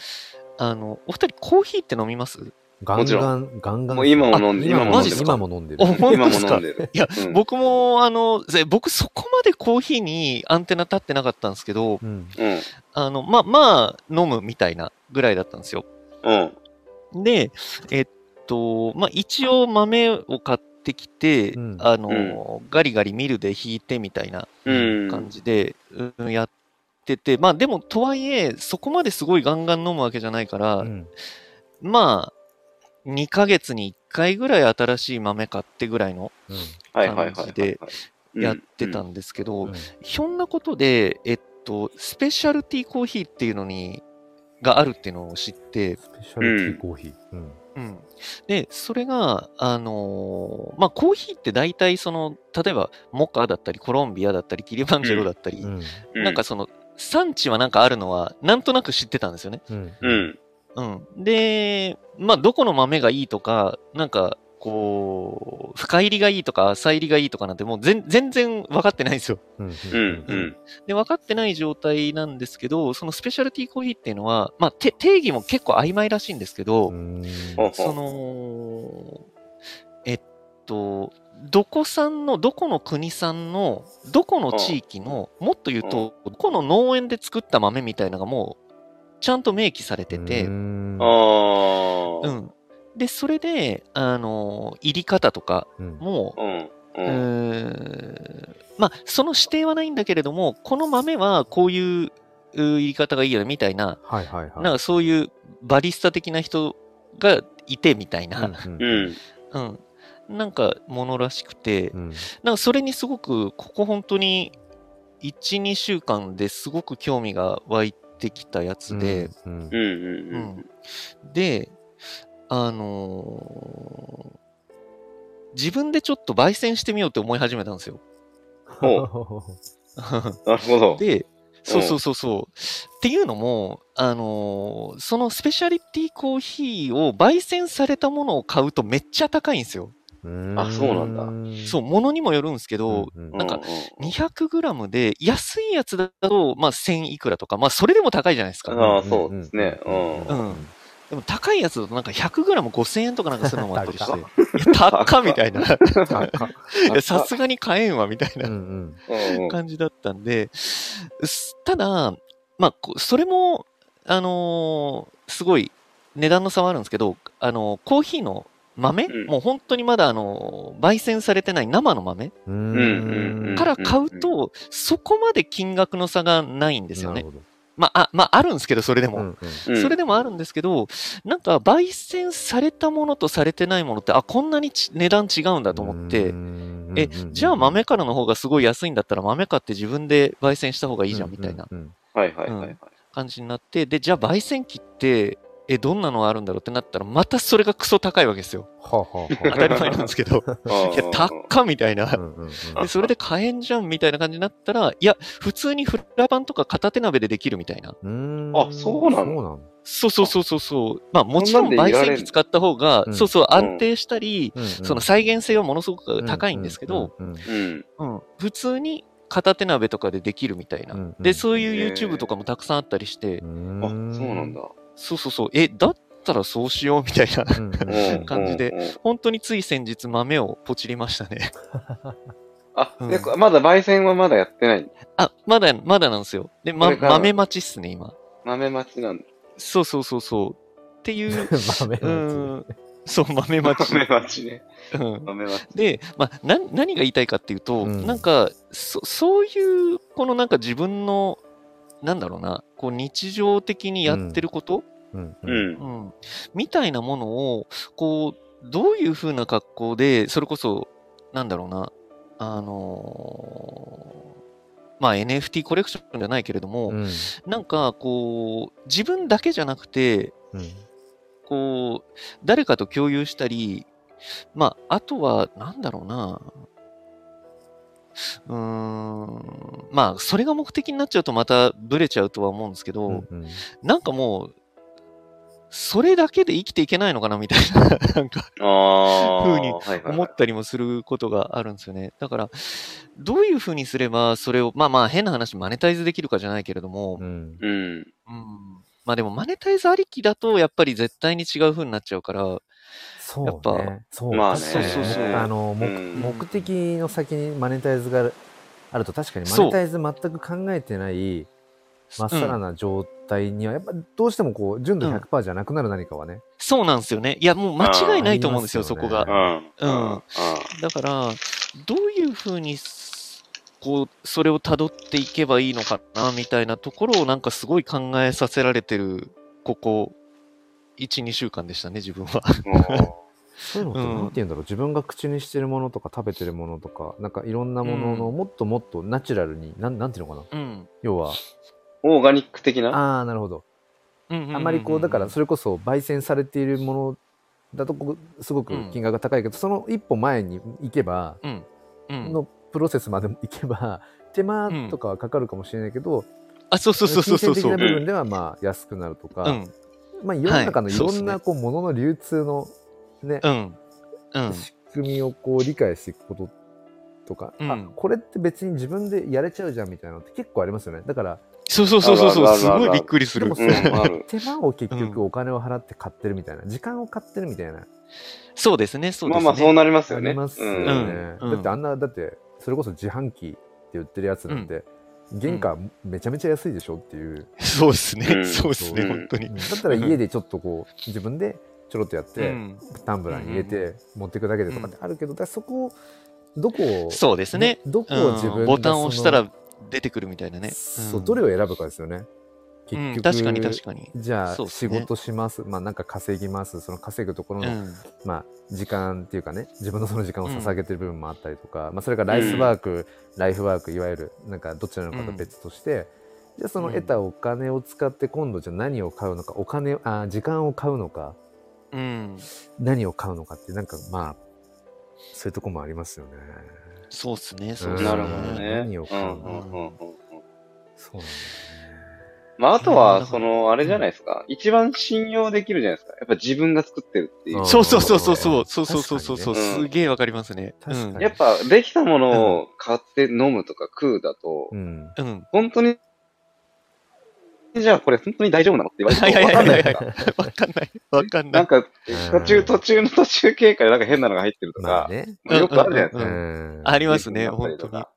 S3: あの、お二人コーヒーって飲みます
S1: ガン
S2: もちろ
S1: ガン、ガンガン。
S2: もう今も飲んで、
S1: あ
S2: 今
S1: 今も
S2: も飲
S3: マ
S2: んでる
S3: ジっす。か
S1: 今も飲んでる
S3: お。本
S2: 今も
S3: 当です
S2: 飲
S3: か
S2: んでる。
S3: いや
S2: うん、
S3: 僕も、あの、ぜ僕そこまでコーヒーにアンテナ立ってなかったんですけど、
S1: うん
S2: うん。
S3: あの、まあ、まあ、飲むみたいなぐらいだったんですよ。
S2: うん。
S3: で、えっと、まあ、一応豆を買っってきて、
S1: うん
S3: あの、ガリガリミルで弾いてみたいな
S2: うん。
S3: 感じで、うんやってて、まあでもとはいえ、そこまですごいガンガン飲むわけじゃないから、
S1: うん
S3: まあ、2ヶ月に1回ぐらい新しい豆買ってぐらいの
S2: はいはいはいは
S3: 感
S2: い、は
S3: じで
S2: い。
S3: やってた
S2: うん
S3: んですけど、
S1: うん
S3: ひょんなことで、えっと、スペシャルティーコーヒーっていうのに、があるっていうのを知って、
S1: スペシャルティーコーヒー。うん
S3: うん、で、それが、あのーまあ、コーヒーって大体、その、例えば、モカだったり、コロンビアだったり、キリマンジャロだったり、
S1: うん
S2: うん
S3: なんか、その、産地はなんかあるのは、なんとなく知ってたんですよね。
S1: うん
S2: うん。
S3: うん。で、まあ、どこの豆がいいとか、なんか、こう、深入りがいいとか、浅入りがいいとかなんて、もう全全然分かってないんですよ。
S1: うん
S2: うん、うん。
S3: で、分かってない状態なんですけど、そのスペシャルティーコーヒーっていうのは、まあ、て定義も結構曖昧らしいんですけど、
S1: うん
S2: ほうほう。
S3: その、えっと、どこ産の、どこの国産の、どこの地域の、もっと言うと、どこの農園で作った豆みたいなのがもう、ちゃんと明記されてて、
S1: うん
S2: あ
S3: う
S2: あ。
S3: ん。で、それで、あの、入り方とか
S1: うん
S3: も、
S2: うん。う。
S3: うんーんまあ、その指定はないんだけれども、この豆はこういううー言い方がいいよね、みたいな、
S1: はいはいはい。
S3: なんかそういうバリスタ的な人がいて、みたいな、
S1: うんうん
S2: うん。
S3: うん。なんかものらしくて、
S1: うん
S3: なんかそれにすごく、ここ本当に、1、2週間ですごく興味が湧いてきたやつで、
S1: うん
S2: うん。うん。うん。
S3: で、あのー自分でちょっと焙煎してみようって思い始めたんですよ。
S2: おうなるほど。
S3: で、そう
S2: うん
S3: そうそうそう。っていうのも、あのーそのスペシャリティコーヒーを焙煎されたものを買うとめっちゃ高いんですよ。
S1: うん
S2: あそうなんだ
S3: そう、ものにもよるんですけど、
S1: うん
S3: なんか
S2: うう
S3: 200g で安いやつだと、まあ、1000いくらとか、まあ、それでも高いじゃないですか。
S2: ああ、そうですね。うん。
S3: うんでも高いやつだとなんか 100g5000 円とかなんかそういうのもあったりして、
S1: 高
S3: いや高っみたいな。いやさ
S2: さ
S3: すがに買えんわ、みたい
S1: うんう
S3: なん
S2: うん。
S3: 感じだったんで、すただ、まあ、こそれも、あのーすごい値段の差はあるんですけど、あのーコーヒーの豆、
S2: うん
S3: もう本当にまだ、あのー焙煎されてない生の豆
S1: うん
S2: うん
S3: から買うと、そこまで金額の差がないんですよ
S1: なる
S3: ね。
S1: ほど
S3: まあ、あ、まあ、あるんですけど、それでも。
S1: うんうん
S2: うん
S3: それでもあるんですけど、なんか、焙煎されたものとされてないものって、あ、こんなにち値段違うんだと思って、
S1: うん
S3: え
S1: うんうん
S3: じゃあ豆からの方がすごい安いんだったら豆買って自分で焙煎した方がいいじゃんみたいな
S1: うん
S2: はいはいはいはい。
S3: 感じになって、で、じゃあ焙煎機って、え、どんなのがあるんだろうってなったら、またそれがクソ高いわけですよ。
S1: はあはあは
S3: 当たり前なんです けど、いや、
S2: た
S3: 高っみたい
S1: あ
S3: な。
S1: うんうんうん
S3: で、それで買えんじゃんみたいな感じになったら、いや、普通にフライパンとか片手鍋でできるみたいな。
S1: うん
S2: あそうな
S1: そ
S2: の
S1: うなの
S3: そうそうそうそうそう。まあ、もちろん
S2: そんなんでいら
S3: 焙
S2: れる
S3: 煎機使った方が
S1: う、ん
S3: そうそう、安定したり、
S1: うんうん
S3: その再現性はものすごく高いんですけど、
S1: うんうんうん
S2: うん。
S3: うん、普通に片手鍋とかでできるみたいな。
S1: うんうん
S3: で、そうい
S2: へ
S3: う
S2: ー
S3: YouTube とかもたくさんあったりして、
S1: うん
S2: あ、そうなんだ。
S3: そうそうそう、え、だったらそうしようみたいな。
S1: うんうん
S2: うん
S3: 感じで。
S2: うんうん
S3: 本当につい先日豆をポチりましたね。
S2: あ、
S3: うん
S2: で、まだ焙煎はまだやってない。
S3: あ、まだ、まだなんですよ。で、
S2: こ
S3: ま、
S2: れから
S3: 豆待ちっすね、今。
S2: 豆待ちなんだ。
S3: そうそうそうそう。っていう、
S1: 豆
S3: うー
S1: の
S3: ん、そう、豆待ち。
S2: 豆待ちね。
S3: うん
S2: 豆待ち。
S3: で、まあ、な何が言いたいかっていうと、
S1: うん
S3: なんかそそういうこのなんか自分のなんだろうなこう日常的にやってること、
S1: やつ
S2: う
S1: うん
S2: ん。
S3: うんみたいなものをこうどういう風な格好でそれこそなんだろうなあのーまあ NFT コレクションじゃないけれども、
S1: うん
S3: なんかこう自分だけじゃなくて
S1: うん
S3: こう、誰かと共有したり、まあ、あとは、なんだろうな。うーん。まあ、それが目的になっちゃうとまたブレちゃうとは思うんですけど、
S1: うん
S3: なんかもう、それだけで生きていけないのかなみたいな、 なんか
S2: ああ。
S3: ふうに
S2: はいはい
S3: 思
S2: はい
S3: ったりもすることがあるんですよね。だから、どういうふうにすれば、それを、まあまあ、変な話、マネタイズできるかじゃないけれども、
S1: うん
S2: うん。
S3: うんまあでも、マネタイズありきだと、やっぱり絶対に違う風になっちゃうから、
S1: そう
S3: やっぱ
S1: ねそう
S2: まあね
S1: 確かに
S3: そうそうそう
S1: あの目
S2: うん
S1: 目的の先にマネタイズがあるあると確かにマネタイズ全く考えてないまっさらな状態にはやっぱどうしてもこう純度
S3: うん
S1: 100%じゃなくなる何かはね
S3: そうなんですよね。いや、もう間違いないと思うんですよ、
S1: あー
S3: そこ
S1: あ
S3: が
S1: り。
S2: うん。
S3: うん
S2: うん。
S3: だから、どういうふうにす、こう、それを辿っていけばいいのかな、みたいなところをなんかすごい考えさせられてる、ここ、1、2週間でしたね、自分は。
S2: も
S1: そういうのって
S3: うん
S1: 何て言うんだろう、自分が口にしてるものとか食べてるものとかなんかいろんなものの
S3: う
S1: もっともっとナチュラルに、なんなんていうのかな
S3: うん。
S1: 要は
S2: うオーガニック的な
S1: ああなるほど
S3: うんうんうんうん
S1: あんまりこうだからそれこそ焙煎されているものだとこうすごく金額が高いけど、その一歩前に行けば、
S3: うん。うん。
S1: のプロセスまでも行けば 手間とかはかかるかもしれないけど、
S3: あ、そうそうそうそうそうそ
S1: 金銭
S3: う。
S1: 的な部分ではまあ安くなるとか、
S3: うん。
S1: まあ、世の中の
S3: はいいそう
S1: ろ
S3: っす
S1: ん
S3: ね
S1: なこうものの流通の、ね
S3: うん。うん。
S1: 仕組みをこう理解していくこととか、
S3: うん
S1: あこれって別に自分でやれちゃうじゃんみたいなのって結構ありますよねだから
S3: そうそうそうそうそ
S2: あるあるあるある
S3: う。すごいびっくりす
S1: で
S3: る
S1: も。そ
S2: うんあ
S1: の
S2: る
S1: 手間を結
S3: う
S1: 局お金を払って買ってるみたいな、時間を買ってるみたいな
S3: そうですね、そう
S2: ま
S3: で
S2: あ
S3: すね。
S2: まあそうなりますよ
S1: あ
S2: ね。
S1: りますよね、
S3: うん
S1: だってあんなだってそれこそ自販機って売ってるやつなんて、原価めちゃめちゃ安いでしょっていう、
S3: そうです
S2: う
S3: ね、
S2: ん
S3: そうですね、
S2: うん
S3: 本当に
S1: だ。ったら家でちょっとこう自分でちょろっとやっ
S3: う
S1: て、
S3: ん、
S1: タンブラーに入れ
S3: うんう
S1: て持っていくだけでとかってあるけど、だからそこをどこを
S3: そうですね。
S1: どどこを自分
S3: うん、
S1: が
S3: ボタンを押した
S1: そ
S3: ら出てくるみたいな
S1: の
S3: ね。ん
S1: そうどれを選ぶかですよね結
S3: うん
S1: 局、
S3: 確かに確かに。
S1: じゃあ
S3: そうっす
S1: 仕
S3: ね
S1: 事します、まあなんか稼ぎますその稼ぐところ
S3: う
S1: の、
S3: ん、
S1: まあ時間っていうかね自分のその時間を捧げてる部分もあったりとか、まあそれからライスワーク、ライフワークいわゆるなんかどちらのかと別として、じゃあその得たお金を使って今度じゃあ何を買うのかお金あ時間を買うのか
S3: うん、
S1: 何を買うのかってなんかまあそういうとこもありますよね。
S3: そうですね、そうっ
S1: う
S3: す
S1: ん
S3: ね。
S2: なるほどね。
S1: 何を
S2: う
S1: 買
S2: ん
S1: う
S2: う
S1: の
S2: んうんうんうん
S1: そうなんだよ
S2: まあ、あと
S3: う
S2: は、
S3: ん
S2: その、あれじゃないですか。一番信用できるじゃないですか。やっぱ自分が作ってるっていう
S1: うん。
S3: そうそうそうそうそうそうそうそうそう
S1: 確
S3: そ
S1: か
S3: う、
S2: にねうん
S3: すげえわかりますね。う
S1: 確か
S3: ん
S1: に
S2: やっぱ、できたものを買って飲むとか食うだと、
S1: うん。
S3: うん。
S2: 本当に、じゃあこれ本当に大丈夫なのって言わ
S3: はい
S2: れ
S3: は
S2: て
S3: い
S2: もわ
S3: は
S2: かん
S3: い
S2: な
S3: は
S2: で
S3: いいはい
S2: すか。。
S3: わかんない。わかんな
S2: なん
S3: い。
S2: か、
S1: うん
S2: 途中、途中の途中経過でなんか変なのが入ってると
S1: まあ
S2: か、
S1: ね。
S2: まあよくあるじゃないです
S3: う
S2: か。
S3: ん
S1: うん。
S3: ありますね、
S2: できなかった
S3: 本
S2: りと
S3: 当に。
S2: か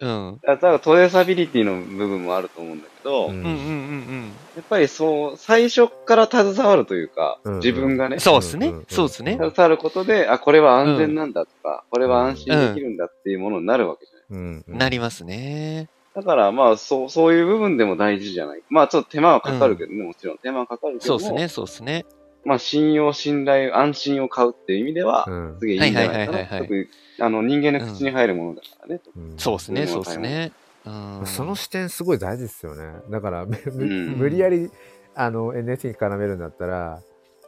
S3: うん。
S2: だからトレーサビリティの部分もあると思うんだけど、
S1: う
S2: や
S1: ん
S3: うんうんうん
S2: っぱりそう、最初から携わるというか、
S1: うんうん
S2: 自分が
S3: う
S2: ね
S3: ん。、そうですね
S1: うんうんうん、
S3: そうですね。
S2: 携わることで、あ、これは安全なんだとか、これは安心できるんだっていうものになるわけじゃない。
S1: うんうん
S3: なりますね。
S2: だから、まあ、そう、そういう部分でも大事じゃない。まあ、ちょっと手間はかかるけどね、もちろん手間はかかるけ
S3: そ
S2: ども、
S3: うですね、そうですね。
S2: まあ、信用、信頼、安心を買うっていう意味では、
S1: うん
S2: すげえいいんじゃないか
S3: はいはいはい
S2: な。
S3: はいはい
S2: 特に、あの、人間の口に入るものだからね。
S1: うん
S3: そうですね、
S2: うん
S3: そうですね。うん。
S1: その視点すごい大事ですよね。だから、 むむ
S2: うん
S1: 無理やり、あの、NFT に絡めるんだったら、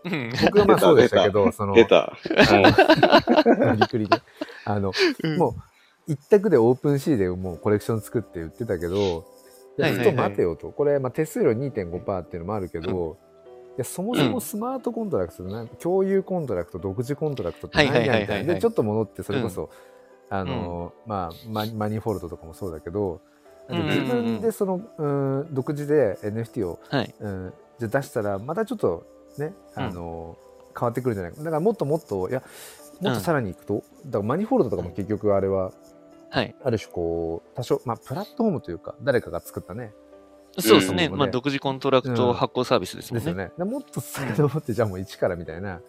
S3: うん
S1: 僕はまあそうでしたけど、その、
S2: 出た。
S1: 無理くりで。あの、もう、一択でオープンシーでもうコレクション作って売ってたけど、いや、
S3: はい
S1: ちょっ
S3: はいはい
S1: と待てよと。これ、まあ、手数料2.5%っていうのもあるけど、いや、そもそうも
S3: ん
S1: スマートコントラクト、なん共有コントラクト、独自コントラクトって
S3: はい
S1: 何
S3: はい
S1: や
S3: はいはい
S1: みたいな。で、ちょっと戻って、それこそ、あの、まあマ、マニフォルトとかもそうだけど、なんか自
S3: うんうんう
S1: 分
S3: ん
S1: でその、うん、独自で NFT を、
S3: はい。
S1: うん、じゃあ出したらまたちょっとね、
S3: うん
S1: あの変わってくるんじゃないかだからもっともっといやもっ
S3: うん
S1: とさらにいくと、だからマニフォールドとかも結局あれは
S3: はい。
S1: ある種こう多少、まあ、プラットフォームというか誰かが作ったね
S3: そうですね。
S1: うん
S3: まあ、独自コントラクト発行サービスですも
S1: で
S3: ん
S1: すよ
S3: ね。
S1: ね、でもっと遡ってじゃあもう一からみたいな。なんか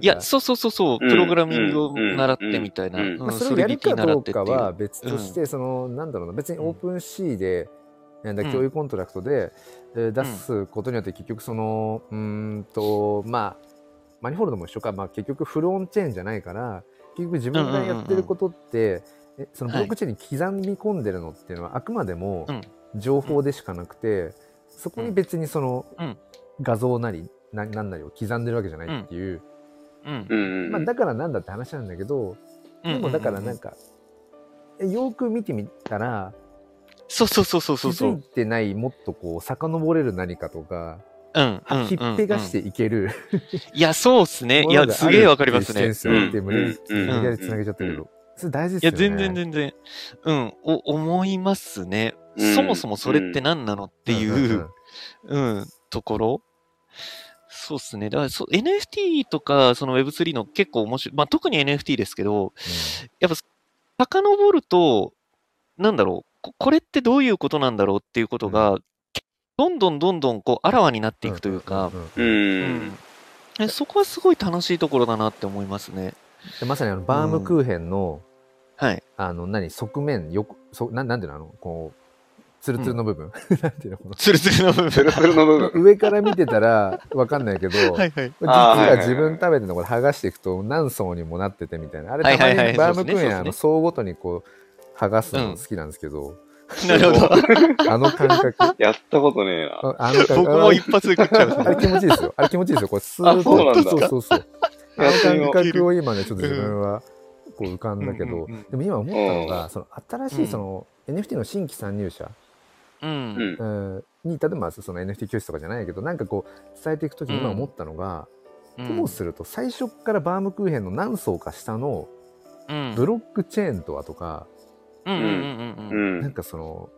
S3: いや、そうそうそうそう、
S2: うん
S3: プログラミングを習ってみたいな。
S2: うんうん
S1: まあ、
S3: うん
S1: それをやるかどうか
S3: ソリディティ習
S1: は
S3: って
S1: 別として、そのなんだろうな別にオープンシーで、なんだ
S3: うん
S1: 共有コントラクトで、えー出すことによって結局そのうーんとまあマニフォールドも一緒か、まあ、結局フルオンチェーンじゃないから結局自分がやってることって、えそのブロックチェーンに刻み込んでるのっていうのはあくまでも
S3: うん
S1: 情報でしかなくて、そこに別にその、
S3: うん
S1: 画像なりななんなりを刻んでるわけじゃないっていう、
S3: うん
S2: うんうんうん。
S1: まあ、だからなんだって話なんだけど、
S3: うん
S1: でもだからなんか、よーく見てみたら、
S3: そうそうそうそう
S1: 気
S3: そうそ。
S1: づいうてないもっとこう、遡れる何かとか、
S3: うん。うん
S1: ひっぺがして。いける
S3: うんいや、そうっすね。い
S1: もの
S3: や、
S1: が
S3: す
S1: あるって
S3: げ
S1: い
S3: え
S1: う
S3: わかります
S1: 視
S3: ね。
S1: 点ですよね。
S2: うん
S1: 無理
S2: うん
S1: 無理やり繋げちゃったけ
S2: う
S1: ど。それ大事
S3: いや、
S1: ですよね。
S3: 全然全然。うん。お、思いますね。
S2: うん
S3: そもそもそれって何なのってい
S1: んん
S3: う、うん、ところ。そうっすね。だからそう、NFT とか、その Web3 の結構面白い。まあ、特に NFT ですけど、やっぱ、遡ると、なんだろうこ、これってどういうことなんだろうっていうことが、どんどんどんどんこうあらわになっていくというか、
S1: うんうんうん
S2: う。
S3: うんんえそこはすごい楽しいところだなって思いますね。
S1: でまさにあのバームクーヘンの、
S3: はい。
S1: あの何側面横そななんていうのあのこうツルツルの部分、 なんていうのこの
S3: ツルツルの部
S2: ツル
S3: 分。
S2: ツルの部分。
S1: 上から見てたらわかんないけど、
S3: はいはい。
S1: 実
S2: あーはいは
S1: は
S2: いはい
S1: 自分食べてるのこれ剥がしていくと何層にもなっててみたいなあれ
S3: はい
S1: た
S3: は
S1: ま
S3: いはい
S1: にバームクーヘン、
S3: そうですね
S1: あ
S3: そう
S1: の
S3: です
S1: 層ごとにこう剥がすの好きなんですけど、
S3: な るほど。
S1: あの感覚あ
S2: やったことねえな。
S1: あの感覚
S3: 僕も一発で食っちゃう。
S1: あれ気持ちいいですよ。あれ気持ちいいですよ。これスーッ
S2: あそうなんだ
S1: そうそうそう。あ
S2: や
S1: の
S2: ってみよう
S1: 感覚を今ね、ちょっと自分はこう浮かんだけど、
S3: うんうんうん
S1: でも今思ったのが、その新し
S3: うん
S1: いその NFT の新規参入者、
S3: う。
S2: うんん。
S1: うんに、例えばその NFT 教室とかじゃないけど、なんかこう伝えていくときに今思ったのが、
S3: うん
S1: ともすると最初からバームクーヘンの何層か下の
S3: うん。
S1: ブロックチェーンとはとか、
S3: うんうんう
S2: う
S3: んうん。
S1: なん
S2: ん。
S1: かその、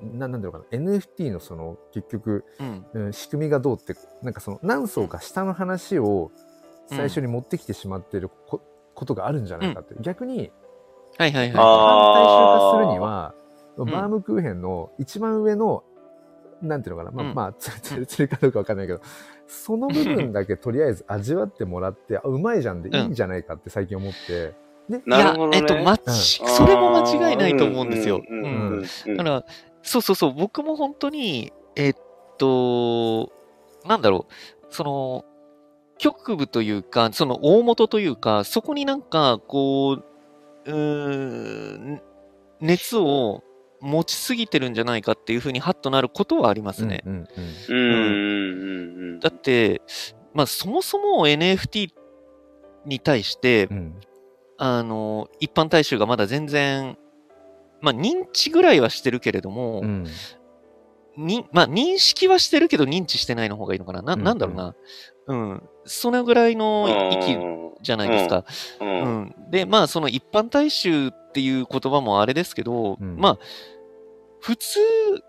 S1: ななんだろうかな NFT のその結局
S3: うん。
S1: うん仕組みがどうってなんかその何層か下の話を最初に持ってきてしまっているこ,、ことがあるんじゃないかって、逆に
S3: はいは
S2: あ
S3: いはい。
S2: ー
S1: 反対集化するには
S3: ん
S1: バームクーヘンの一番上の、なんていうのかなまあ、
S3: うん
S1: まあつ るつるつるかどうかわかんないけどその部分だけとりあえず味わってもらってあうまいじゃんでいいんじゃないかって最近思って、ね
S3: い
S2: なるほどね
S3: や、えっと、まち、それも間違いないと思うんですよ。
S2: うんう
S1: うん
S2: んうん
S3: だから、そうそうそう、僕も本当に、えっと、なんだろう、その、局部というか、その大元というか、そこになんか、こう、うーん、熱を持ちすぎてるんじゃないかっていうふうにハッとなることはありますね。
S1: うんうんうん
S2: うんうんうんうん。
S3: だって、まあ、そもそも NFT に対して、
S1: うん
S3: あの、一般大衆がまだ全然、まあ、認知ぐらいはしてるけれども、
S1: うん
S3: に、まあ、認識はしてるけど認知してないの方がいいのかな。な、
S1: うん
S3: なんだろうな。うん。そのぐらいの域じゃないですか。
S2: うん。
S3: う
S2: うん
S3: ん。で、まあ、その一般大衆っていう言葉もあれですけど、
S1: うん
S3: まあ、普通、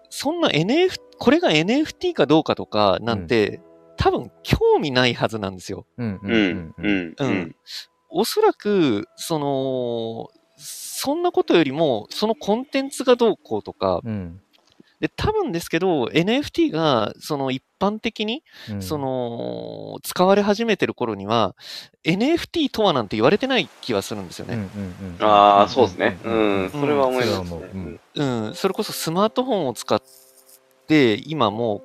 S3: そんな NF、これが NFT かどうかとかなんて、多分興味ないはずなんですよ。
S1: うんうん
S2: う
S1: うん
S2: ん。
S1: う
S2: うんん。うん。
S3: おそらく、その、そんなことよりも、そのコンテンツがどうこうとか、
S1: うん
S3: で、多分ですけど、NFT が、その一般的に、
S1: うん
S3: その、使われ始めてる頃には、NFT とはなんて言われてない気はするんですよ
S1: うんうん
S3: ね。
S1: うん
S2: ああ、そうですね。
S1: う
S2: う
S1: うん
S2: んん。それは思います
S1: それは
S2: ね
S1: もううん。
S3: うん、それこそスマートフォンを使って、今も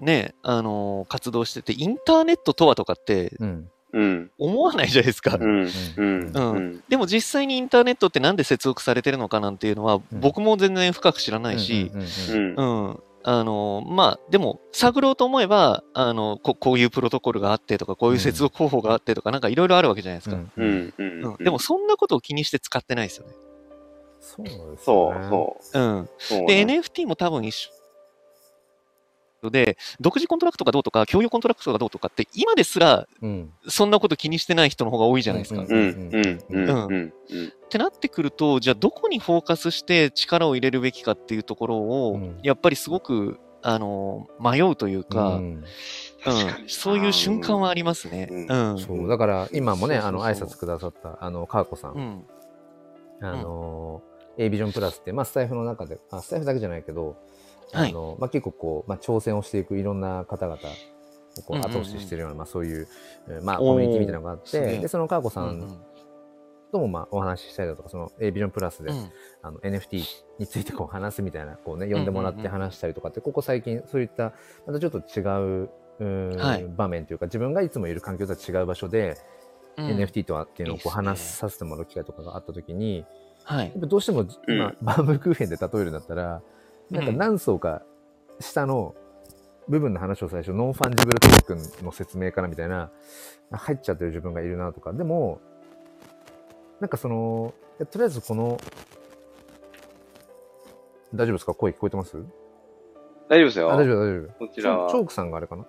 S3: う、ね、あのー活動してて、インターネットとはとかって
S1: うん
S2: うん。
S3: 思わないじゃないですか。
S2: うん。
S1: う
S2: うんん。うん。
S3: でも実際にインターネットってなんで接続されてるのかなんていうのは、僕も全然深く知らないし、
S1: うんうんうん
S2: うん
S3: う。ん。あの、まあ、でも、探ろうと思えば、あの、ここういうプロトコルがあってとか、こういう接続方法があってとか、なんかいろいろあるわけじゃないですか。
S1: うん
S2: うん。うん
S3: うん。でも、、そんなことを気にして使ってないですよね。
S1: そうなんです
S2: そ
S1: よ
S2: う
S1: ね
S2: そう。
S3: うん。
S2: そう
S3: で、
S2: ね
S3: NFT も多分一緒で、独自コントラクトがどうとか、共有コントラクトがどうとかって、今ですら、
S1: うん。
S3: そんなこと気にしてない人の方が多いじゃないですか。
S1: うん
S2: うんうんうんうんうん
S3: ってなってくると、じゃあどこにフォーカスして力を入れるべきかっていうところを、
S1: うん
S3: やっぱりすごく、あの、迷うというか、
S1: うん
S2: 確か
S3: うん
S2: に
S3: そういう瞬間はありますね。
S2: うん
S3: うん。
S1: そうだから今もね
S3: そう
S1: あ
S3: そ
S1: の
S3: うそう
S1: 挨拶くださったあのかーこさん、
S3: うん。
S1: あの A ビジョンプラスってまあスタイフの中であスタイフだけじゃないけど、
S3: はい
S1: あのまあ結構こうまあ挑戦をしていくいろんな方々をこう
S3: うんうんうん
S1: 後押ししてるようなまあそういうえーまあ
S3: おー
S1: コミュニティみたいなのがあっ
S3: すげえ
S1: てでそのかーこ
S3: う
S1: さ
S3: ん
S1: んともまあお話ししたりだとかその A ビジョンプラスで
S3: うん
S1: あの NFT についてこう話すみたいな、こうね、呼んでもらって話したりとかって、ここ最近そういった、またちょっと違う、うーん
S3: はい
S1: 場面というか、自分がいつもいる環境とは違う場所で、
S3: うん
S1: NFT とはっていうのをこう
S3: いいっすね
S1: 話させてもらう機会とかがあったときに、
S3: はい
S1: やっ。ぱどうしても今、
S2: うん
S1: バームクーヘンで例えるんだったら、なんか何層か下の部分の話を最初、ノンファンジブルトークンの説明からみたいな、入っちゃってる自分がいるなとか、でも、なんかその、いやとりあえずこの、大丈夫ですか声聞こえてます
S2: 大丈夫です
S1: あ
S2: よ。
S1: 大丈夫、大丈夫。
S2: こ
S1: チ
S2: ちら
S1: ョチョ
S2: は
S1: ークさんがあれかな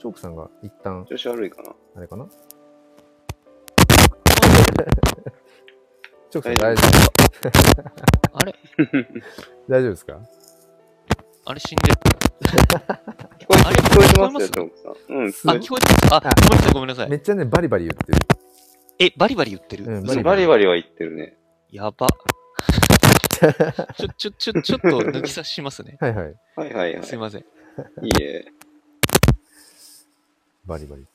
S1: チョークさんが一旦、
S2: 調子悪いかな。
S1: あれかなチョークさん
S2: 大
S1: 大
S2: 丈
S1: 丈夫
S3: あれ
S1: 大丈夫ですか
S3: あれ死んでる。
S2: 聞こえ
S3: あれ
S2: 聞こえてますよ、
S3: 聞
S2: チョークさん。うん、
S1: す
S3: あ、聞こえてる。あ、ごめんなさい、ごめんなさ
S1: め
S3: い。
S1: っちゃね、バリバリ言ってる。
S3: え、バリバリ言って
S1: う
S3: る
S1: ん。
S2: バリ
S1: バ
S2: バ
S1: リ
S2: リ
S1: バ
S2: バリは言ってるね。
S3: や ば。ちょ、ちょ、ちょ、ちょっと抜き差しますね。
S1: はいはい。
S2: はいはいは
S3: すいません。
S2: い。いいえ。
S1: バリバリ。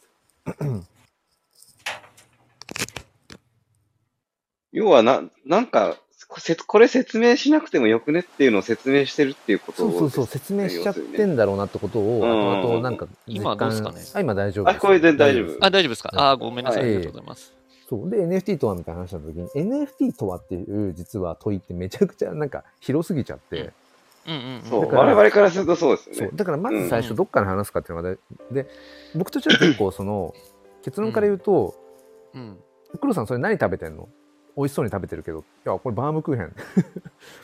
S2: 要はな、なんか、こせこれ説明しなくてもよくねっていうのを説明してるっていうこと
S1: そ
S2: を
S1: う
S2: です
S1: そうそう、説明しちゃってんだろうなってことを、
S2: うん
S1: あとなんか実
S3: 今
S1: 感、
S3: どうっすかね
S1: あ、今大丈夫です。
S2: あこれで大丈夫
S3: あ、大丈夫ですかあー、ごめんなさい。あ
S1: はい
S3: りがとうございます。
S1: そう。で、NFT とはみたいな話した時に、NFT とはっていう、実は問いってめちゃくちゃなんか広すぎちゃって、
S3: うんうんうん。
S2: そう。
S1: だから
S2: 我々からするとそうです
S1: そ
S2: よ
S1: う
S2: ね。。
S1: だからまず最
S3: う
S1: 初
S3: ん
S1: どっから話すかっていうのがで、で、僕としては結構そ の、結論から言うと、
S3: うん。
S1: 黒さんそれ何食べてんの美味しそうに食べてるけど、いや、これバームクーヘン。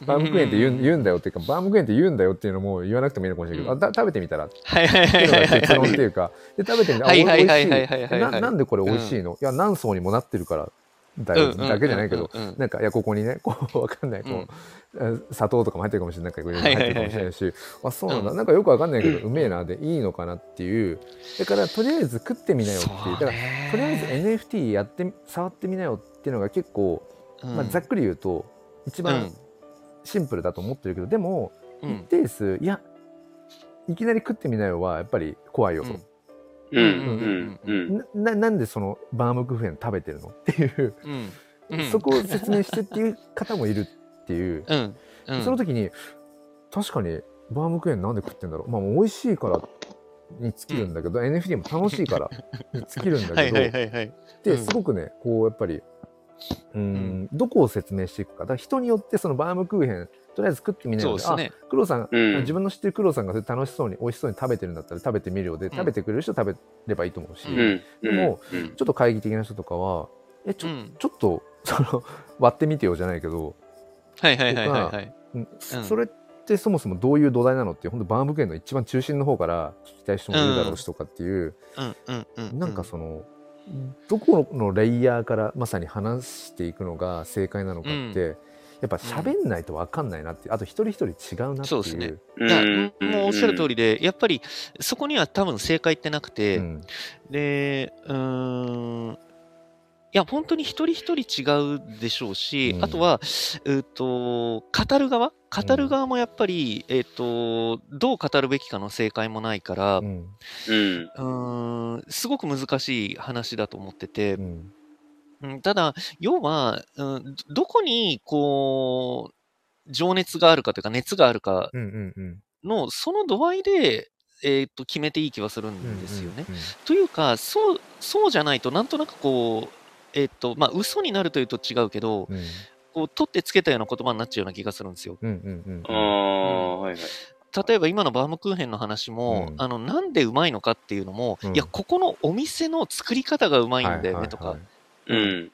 S1: バームクーヘンって言う,、ん、言うんだよっていうか、バームクーヘンって言うんだよっていうのも言わなくてもいいのかもしれないけど、
S3: うん
S1: あだ食べてみたらって
S3: はいはいはいいう
S1: の
S3: は
S1: が
S3: いはい。
S1: 結論っていうか、で食べてみたら、
S3: は
S1: あ
S3: いはい
S1: 美
S3: は
S1: 味し
S3: い
S1: い
S3: はいはいはいはい
S1: な。なんでこれ美味しいの、いや、何層にもなってるからだよ、だけじゃないけど、
S3: うんうんうん
S1: なんか、いや、ここにね、こう、わかんない、こう、え砂糖とかも入ってるかもしれないから、いろいろ入ってるかもしれないし、あ、そうなんだ、
S3: う
S1: なんかよくわかんないけど、うめえな、でいいのかなっていう、だから、とりあえず食ってみなよっていう、だから、とりあえず NFT やってみ触ってみなよっていうのが結構、まあ、ざっくり言うと一番シンプルだと思ってるけど、でも
S3: う
S1: 一
S3: ん
S1: 定数いやいきなり食ってみなよはやっぱり怖いよと、
S2: うん、
S3: うん
S2: うん、うん。
S1: なななんでそのバームクーヘン食べてるのっていう、
S3: うんうん
S1: そこを説明してっていう方もいるっていう、
S3: うんうん
S1: その時に確かにバームクーヘンなんで食ってんだろうまあ美味しいからに尽きるんだけど、NFT も楽しいからに尽きるんだけど、
S3: はいはいはいはい
S1: で
S3: うん
S1: すごくね、こうやっぱりうーんどこを説明していくかだから人によってそのバームクーヘンとりあえず食ってみない
S3: そう
S1: の
S3: で
S1: です
S3: ね
S1: あ黒さん、
S2: うん
S1: 自分の知ってる黒さんがそれ楽しそうに美味しそうに食べてるんだったら食べてみるよで、
S3: ん
S1: 食べてくれる人食べればいいと思うし、
S3: う
S2: うん
S1: ち
S2: ん。
S1: でも
S2: うん、
S1: ょっと懐疑的な人とかはえちょ,、
S3: うん
S1: ちょっと その割ってみてよじゃないけど、
S3: はいはいはいはいはい
S1: うん
S3: うん
S1: それってそもそもどういう土台なのっていう本当バームクーヘンの一番中心の方から聞きたい人もいるだろうしとかっていう、
S3: うんうんうん
S1: なんかその、どこのレイヤーからまさに話していくのが正解なのかって、
S3: う
S1: やっぱ喋んないと分かんないなって、あと一人一人違うなってい。
S3: そううですね
S2: うん
S3: だからもうおっしゃる通
S2: り。
S3: りで、やっぱりそこには多分正解ってなくて、
S1: うん
S3: で、うーん、いや、本当に一人一人違うでしょうし、
S1: うん
S3: あとは、えっと、語る側語る側もやっぱり、えっと、どう語るべきかの正解もないから、う
S1: うん
S2: うん。
S3: ーん、すごく難しい話だと思ってて
S1: う、ん
S3: うんただ、要は、うん、どどこに、こう、情熱があるかというか、熱があるか
S1: うんうんうん
S3: の、その度合いで、えっと、決めていい気はするんですよね。。というか、そう、そうじゃないと、なんとなくこう、えっと、まあ、嘘になるというと違うけど、
S1: うんうん
S3: こう、取ってつけたような言葉になっちゃうような気がするんですよ。
S1: うんうんうん
S2: ああ、はいはい。
S3: 例えば、今のバームクーヘンの話も、
S1: うん
S3: あの、なんでうまいのかっていうのも、
S1: うん
S3: いや、ここのお店の作り方がうまいんだよねとか、
S2: うん。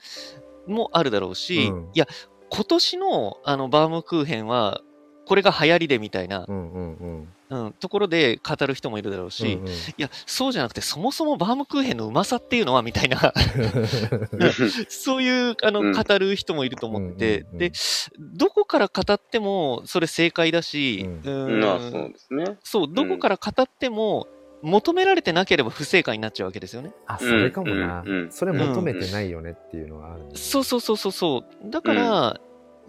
S3: もあるだろうし、
S1: うん
S3: いや、今年の、あの、バームクーヘンは、これが流行りでみたいな、
S1: うんうんうん
S3: うん、ところで語る人もいるだろうし、
S1: うん
S3: いや、そうじゃなくて、そもそもバームクーヘンのうまさっていうのは、みたいな、そういうあの、
S2: うん
S3: 語る人もいると 思ってて、
S1: うんうんうん
S3: で、どこから語ってもそれ正解だし、
S1: うん
S3: ー ん
S2: まあ、そうですね。
S3: そう、どこから語っても求められてなければ不正解になっちゃうわけですよね。
S1: あそれかもな
S2: うんうん
S1: それ求めてないよねっていうのがあるね
S3: そうそうそうそうそう。だから、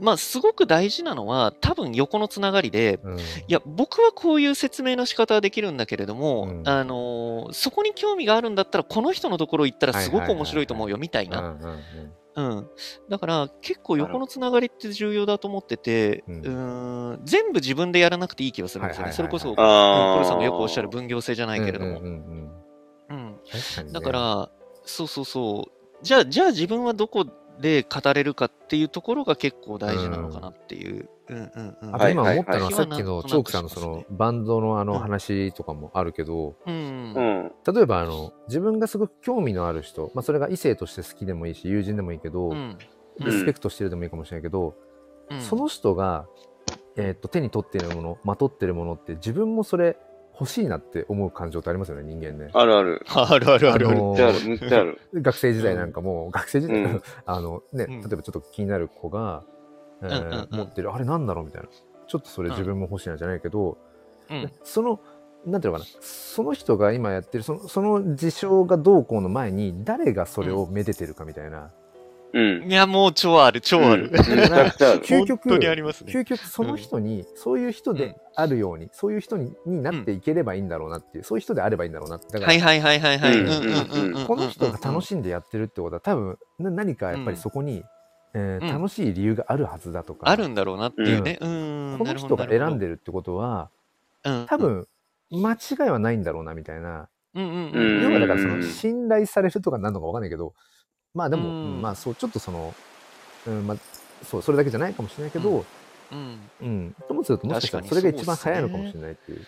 S3: まあ、すごく大事なのは、多分横のつながりで、
S1: うん
S3: いや、僕はこういう説明の仕方はできるんだけれども、
S1: うん
S3: あのーそこに興味があるんだったら、この人のところ行ったらすごく面白いと思うよ、みたいな。
S1: うんうんうん
S3: うん、だから結構横のつながりって重要だと思ってて、う
S1: なるほど
S3: ーん、全部自分でやらなくていい気がするんですよね。
S1: はい
S3: そ
S1: はい
S3: れ
S1: はいはい
S3: こそ、うん
S2: あ
S3: 黒
S2: あ。
S3: さんがよくおっしゃる分業制じゃないけれど
S1: う
S3: も
S1: ん。うんうんうん
S3: うん、
S1: 確かにね
S3: だから、そうそうそう。じゃあ、じゃあ自分はどこで語れるかっていうところが結構大事なのかなっていう。うんうんうん。
S1: あ
S2: は
S1: と
S2: い
S1: 今思ったのは
S3: はい
S1: さっきのチョークさんのそのバンドのあの話とかもあるけど、
S3: うん
S2: う。ん。
S1: 例えばあの自分がすごく興味のある人、まあ、それが異性として好きでもいいし友人でもいいけど、
S3: うん。
S1: リスペクトしてるでもいいかもしれないけど、
S3: うん
S1: その人が、えーっと手に取っているものまとっているものって自分もそれ欲しいなって思う感情ってありますよね人間ね。
S2: あるある。
S3: あるあるあるあ
S1: あ
S3: る。
S1: の
S2: むっちゃある、むっちゃある。
S1: 学生時代なんかも、学生時代、
S2: うん
S1: あのね、
S3: うん
S1: 例えばちょっと気になる子が、えー
S3: うんうんうん
S1: 持ってるあれなんだろうみたいなちょっとそれ自分も欲しいなじゃないけど、
S3: うん
S1: そのなんていうのかなその人が今やってるそのその事象がどうこうの前に誰がそれをめでてるかみたいな、
S2: うん。
S3: いや、もう超ある、超ある。
S2: めちゃくちゃある。
S1: 究
S3: 本
S1: 極
S3: 当にありますね。
S1: 究極その人に、そういう人であるように、そういう人にになっていければいいんだろうなっていう、そういう人であればいいんだろうなってだから、
S3: はいはいはいはいはい。
S2: うん
S3: うんうんうんうん
S1: この人が楽しんでやってるってことは多分な何かやっぱりそこに、えー
S3: うん
S1: 楽しい理由があるはずだとか、
S3: あるんだろうなっていうね。うん。
S1: この人が選ん
S3: で、
S1: でるってことは
S3: うん
S1: 多、分間違いはないんだろうなみたいな、
S3: うんうん
S2: う
S3: うん
S2: ん
S1: 要はだからそ
S2: うん
S1: の信頼されるとかなんのかわかんないけどまあでも、
S3: うん
S1: うんまあそうちょっとその、うんまあ、そうそれだけじゃないかもしれないけど、
S3: うん
S1: うん、ともするともしかしたらそれが一番早いのかもしれないっていう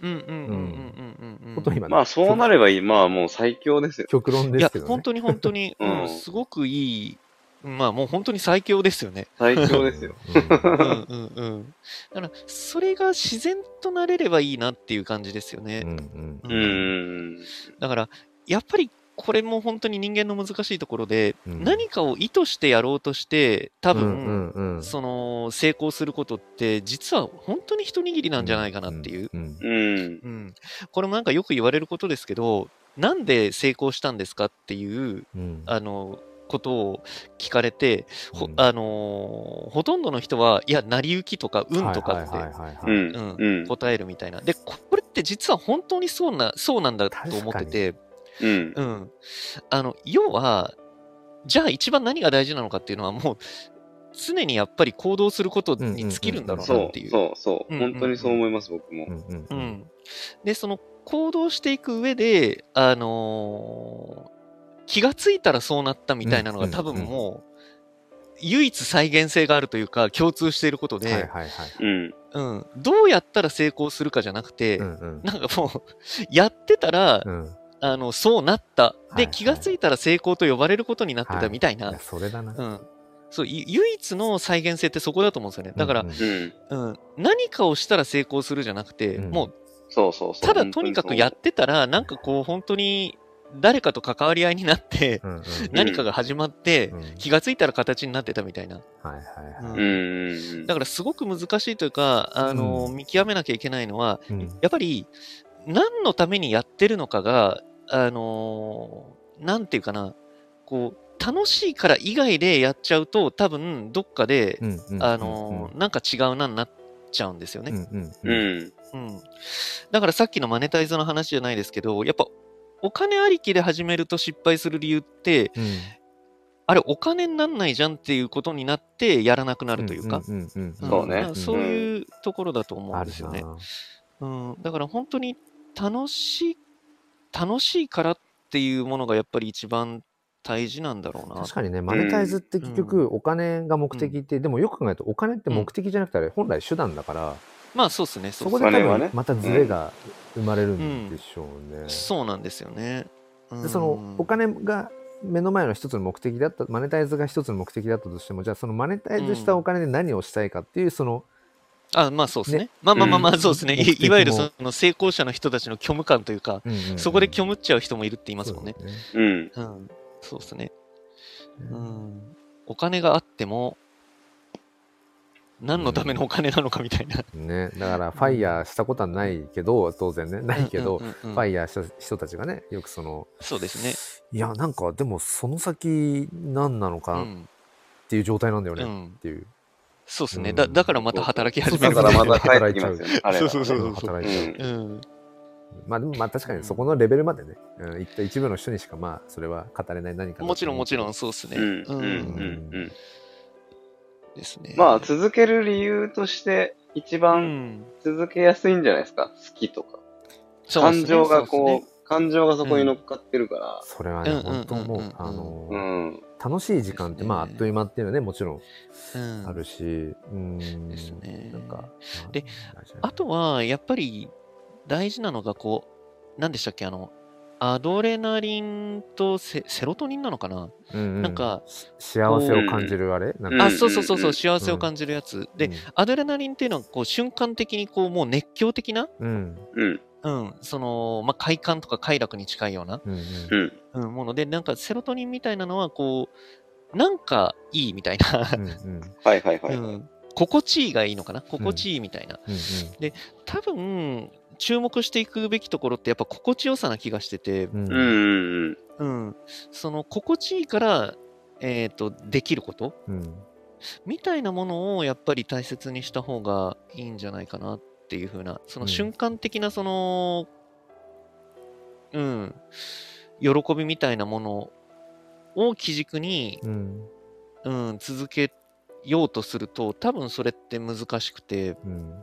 S3: うんうんうんうんうんうん。
S1: ことを今、
S2: まあそうなればいい。まあもう最強ですよ。
S1: 極論ですけ
S3: い
S1: ど
S3: や、
S1: ね。
S3: 本当に本当に、
S2: うん
S3: うんすごくいい、まあもう本当に最強ですよね。
S2: 最強ですよ。
S1: うん
S3: うんうんうん。だから、それが自然となれればいいなっていう感じですよね
S1: う。んうん
S2: う。ん。
S3: だから、やっぱりこれも本当に人間の難しいところで、
S1: うん
S3: 何かを意図してやろうとして、多分、
S1: うんうんうん
S3: その成功することって、実は本当に一握りなんじゃないかなっていう。
S1: うんうん
S2: うん。
S3: うん、これもなんかよく言われることですけど、なんで成功したんですかっていう
S1: うん
S3: あのことを聞かれて、ほ
S1: うん
S3: あのーほとんどの人は、いや、成り行きとか、運とか
S1: はいはい
S3: っ
S1: はいは
S2: う
S1: いはい
S2: ん。うん
S3: て。答えるみたいな。で、ここれって実は本当にそうなそうなんだと思ってて、
S2: うん。
S3: うん、あの要は、じゃあ一番何が大事なのかっていうのは、もう常にやっぱり行動することに尽きるんだろうな
S2: そ、
S3: っていうう。
S2: そう、そう。
S3: うんうんうん
S2: 本当にそう思います、僕も
S1: う。ん
S3: う
S1: うん
S3: ん、でその行動していく上で、あのー気がついたらそうなったみたいなのが
S1: うん
S3: 多分
S1: うん
S3: もう唯一再現性があるというか共通していることで、
S1: はいはいはい
S2: うん。
S3: うん、どうやったら成功するかじゃなくて、
S1: うんうん
S3: なんかもうやってたら、
S1: うん
S3: あのそうなった
S1: はいは
S3: で、
S1: い
S3: 気がついたら成功と呼ばれることになってたみたいな、
S1: いやそれだな
S3: うん、そうい唯一の再現性ってそこだと思うんですよねだから、
S1: うんうん
S2: うん。
S3: うん、何かをしたら成功するじゃなくて、
S1: うん
S3: もう
S2: そうそうそう。
S3: ただとにかくやってたら、なんかこう、本当に誰かと関わり合いになって、
S1: うんうん
S3: 何かが始まって
S1: う、ん
S3: 気がついたら形になってたみたいな。
S1: はいはいはい
S2: 本当にそう。うん。
S3: だからすごく難しいというか、あの、
S1: うん
S3: 見極めなきゃいけないのは、
S1: うん
S3: やっぱり、何のためにやってるのかが、あのー、なんていうかな、こう、楽しいから以外でやっちゃうと、多分、どっかで、
S1: うんうん
S3: あのー、なんか違うなになっちゃうんですよね
S1: う。んうん
S2: う
S1: うん
S2: ん。
S3: うん、だからさっきのマネタイズの話じゃないですけど、やっぱお金ありきで始めると失敗する理由って、
S1: うん
S3: あれ、お金になんないじゃんっていうことになってやらなくなるというか、
S1: んんんん
S2: そうね
S3: んそういうところだと思うん
S1: あ
S3: で
S1: る
S3: す
S1: な
S3: よね。うん、だから本当に楽しい、楽しいからっていうものがやっぱり一番大事なんだろうな。
S1: 確かにねマネタイズって結
S3: う
S1: 局お金が目的ってでもよく考えるとお金って目的じゃなくてあれ本来手段だから
S3: まあそうですね、そ
S1: そうこ
S3: っ
S1: です多
S3: ね
S2: お金はね
S1: 分またズレが生まれるんでしょうね
S3: そうなんですよね。うん
S1: でそのお金が目の前の一つの目的だったマネタイズが一つの目的だったとしてもじゃあそのマネタイズしたお金で何をしたいかっていうその、
S3: あまあそうですね
S1: ね
S3: まあまあまあまあそうですね、
S1: 目的
S3: い
S1: も
S3: いわゆるその成功者の人たちの虚無感というか、そこで虚
S1: 無
S3: 無っちゃう人もいるって言いますもんね。
S2: うん。
S3: うん、そうですね、
S1: うん
S3: うん。お金があっても、何のためのお金なのかみたいな。
S1: ねだからファイヤーしたことはないけど当然ねないけど、
S3: うんうんうんうん
S1: ファイヤーした人たちがねよくその
S3: そうです
S1: い
S3: ね。
S1: やなんかでもその先何なの
S3: う
S1: かっ
S3: ん
S1: ていう状態なんだよね、
S3: う
S1: っ
S3: ん、
S1: ていう
S3: そうですね、だ。だからまた働き始
S2: だ
S3: める
S2: か
S3: みた
S2: らまた帰
S3: いな。
S2: ってきますよね。あれ
S3: そ
S2: ら
S3: うそうそうそう
S1: 働いちゃう、
S2: うん
S3: うん
S1: まあでもまあ確かにそこのレベルまでね、うん、一一部の人にしかまあそれは語れない何かだと思う
S3: もちろんもちろん
S1: け
S3: そうですね。
S2: うんうんうんうん。
S3: ですね。
S2: まあ、続ける理由として、一
S3: う
S2: 番
S3: ん、
S2: 続けやすいんじゃないですか。好きとか。
S3: そうっす
S2: 感
S3: ね
S2: 情が
S3: そうっ
S2: こ
S3: すね
S2: う、感情がそこに乗っかってるか
S1: どそれはね、
S3: うんうんうんうん
S1: 本当もう、あのー
S2: ら。うん。
S1: 楽しい時間って、まああ
S3: で
S1: っ
S3: すね
S1: という間っていうのはねもちろん
S3: うん
S1: あるし、うん、
S3: ですね
S1: なんか
S3: で
S1: ま
S3: あとは、やっぱり大事なのが、こう、何でしたっけ、あの、アドレナリンとセセロトニンなのかな、
S1: うう
S3: なんか
S1: し幸せを感じるあれ、なんか
S2: う
S3: あ、
S2: ん
S3: そうそうそうそうう、
S2: ん
S3: 幸せを感じるやつ。
S1: う
S3: で
S1: ん、
S3: アドレナリンっていうのは、こう、瞬間的に、こう、もう熱狂的な、
S1: うん
S2: うん。
S3: うん、その、まあ、快感とか快楽に近いような、
S1: うんうん
S2: うん。
S3: うん、もので、なんかセロトニンみたいなのは、こう、なんかいいみたいな、
S1: うんうん
S2: はいはいは
S3: う
S2: い。
S3: ん、心地いいがいいのかな、心地いいみたいな。
S1: うん
S3: 多分、注目していくべきところって、やっぱ心地よさな気がしてて、
S1: うんうん
S2: うんうん
S3: うん、その心地いいからえっ、と、できること
S1: うん。
S3: みたいなものをやっぱり大切にした方がいいんじゃないかなっていう風な、その
S1: うん
S3: 瞬間的なその、うん、喜びみたいなものを基軸に、
S1: うん。
S3: うん、続けようとすると、多分それって難しくて、
S1: うん。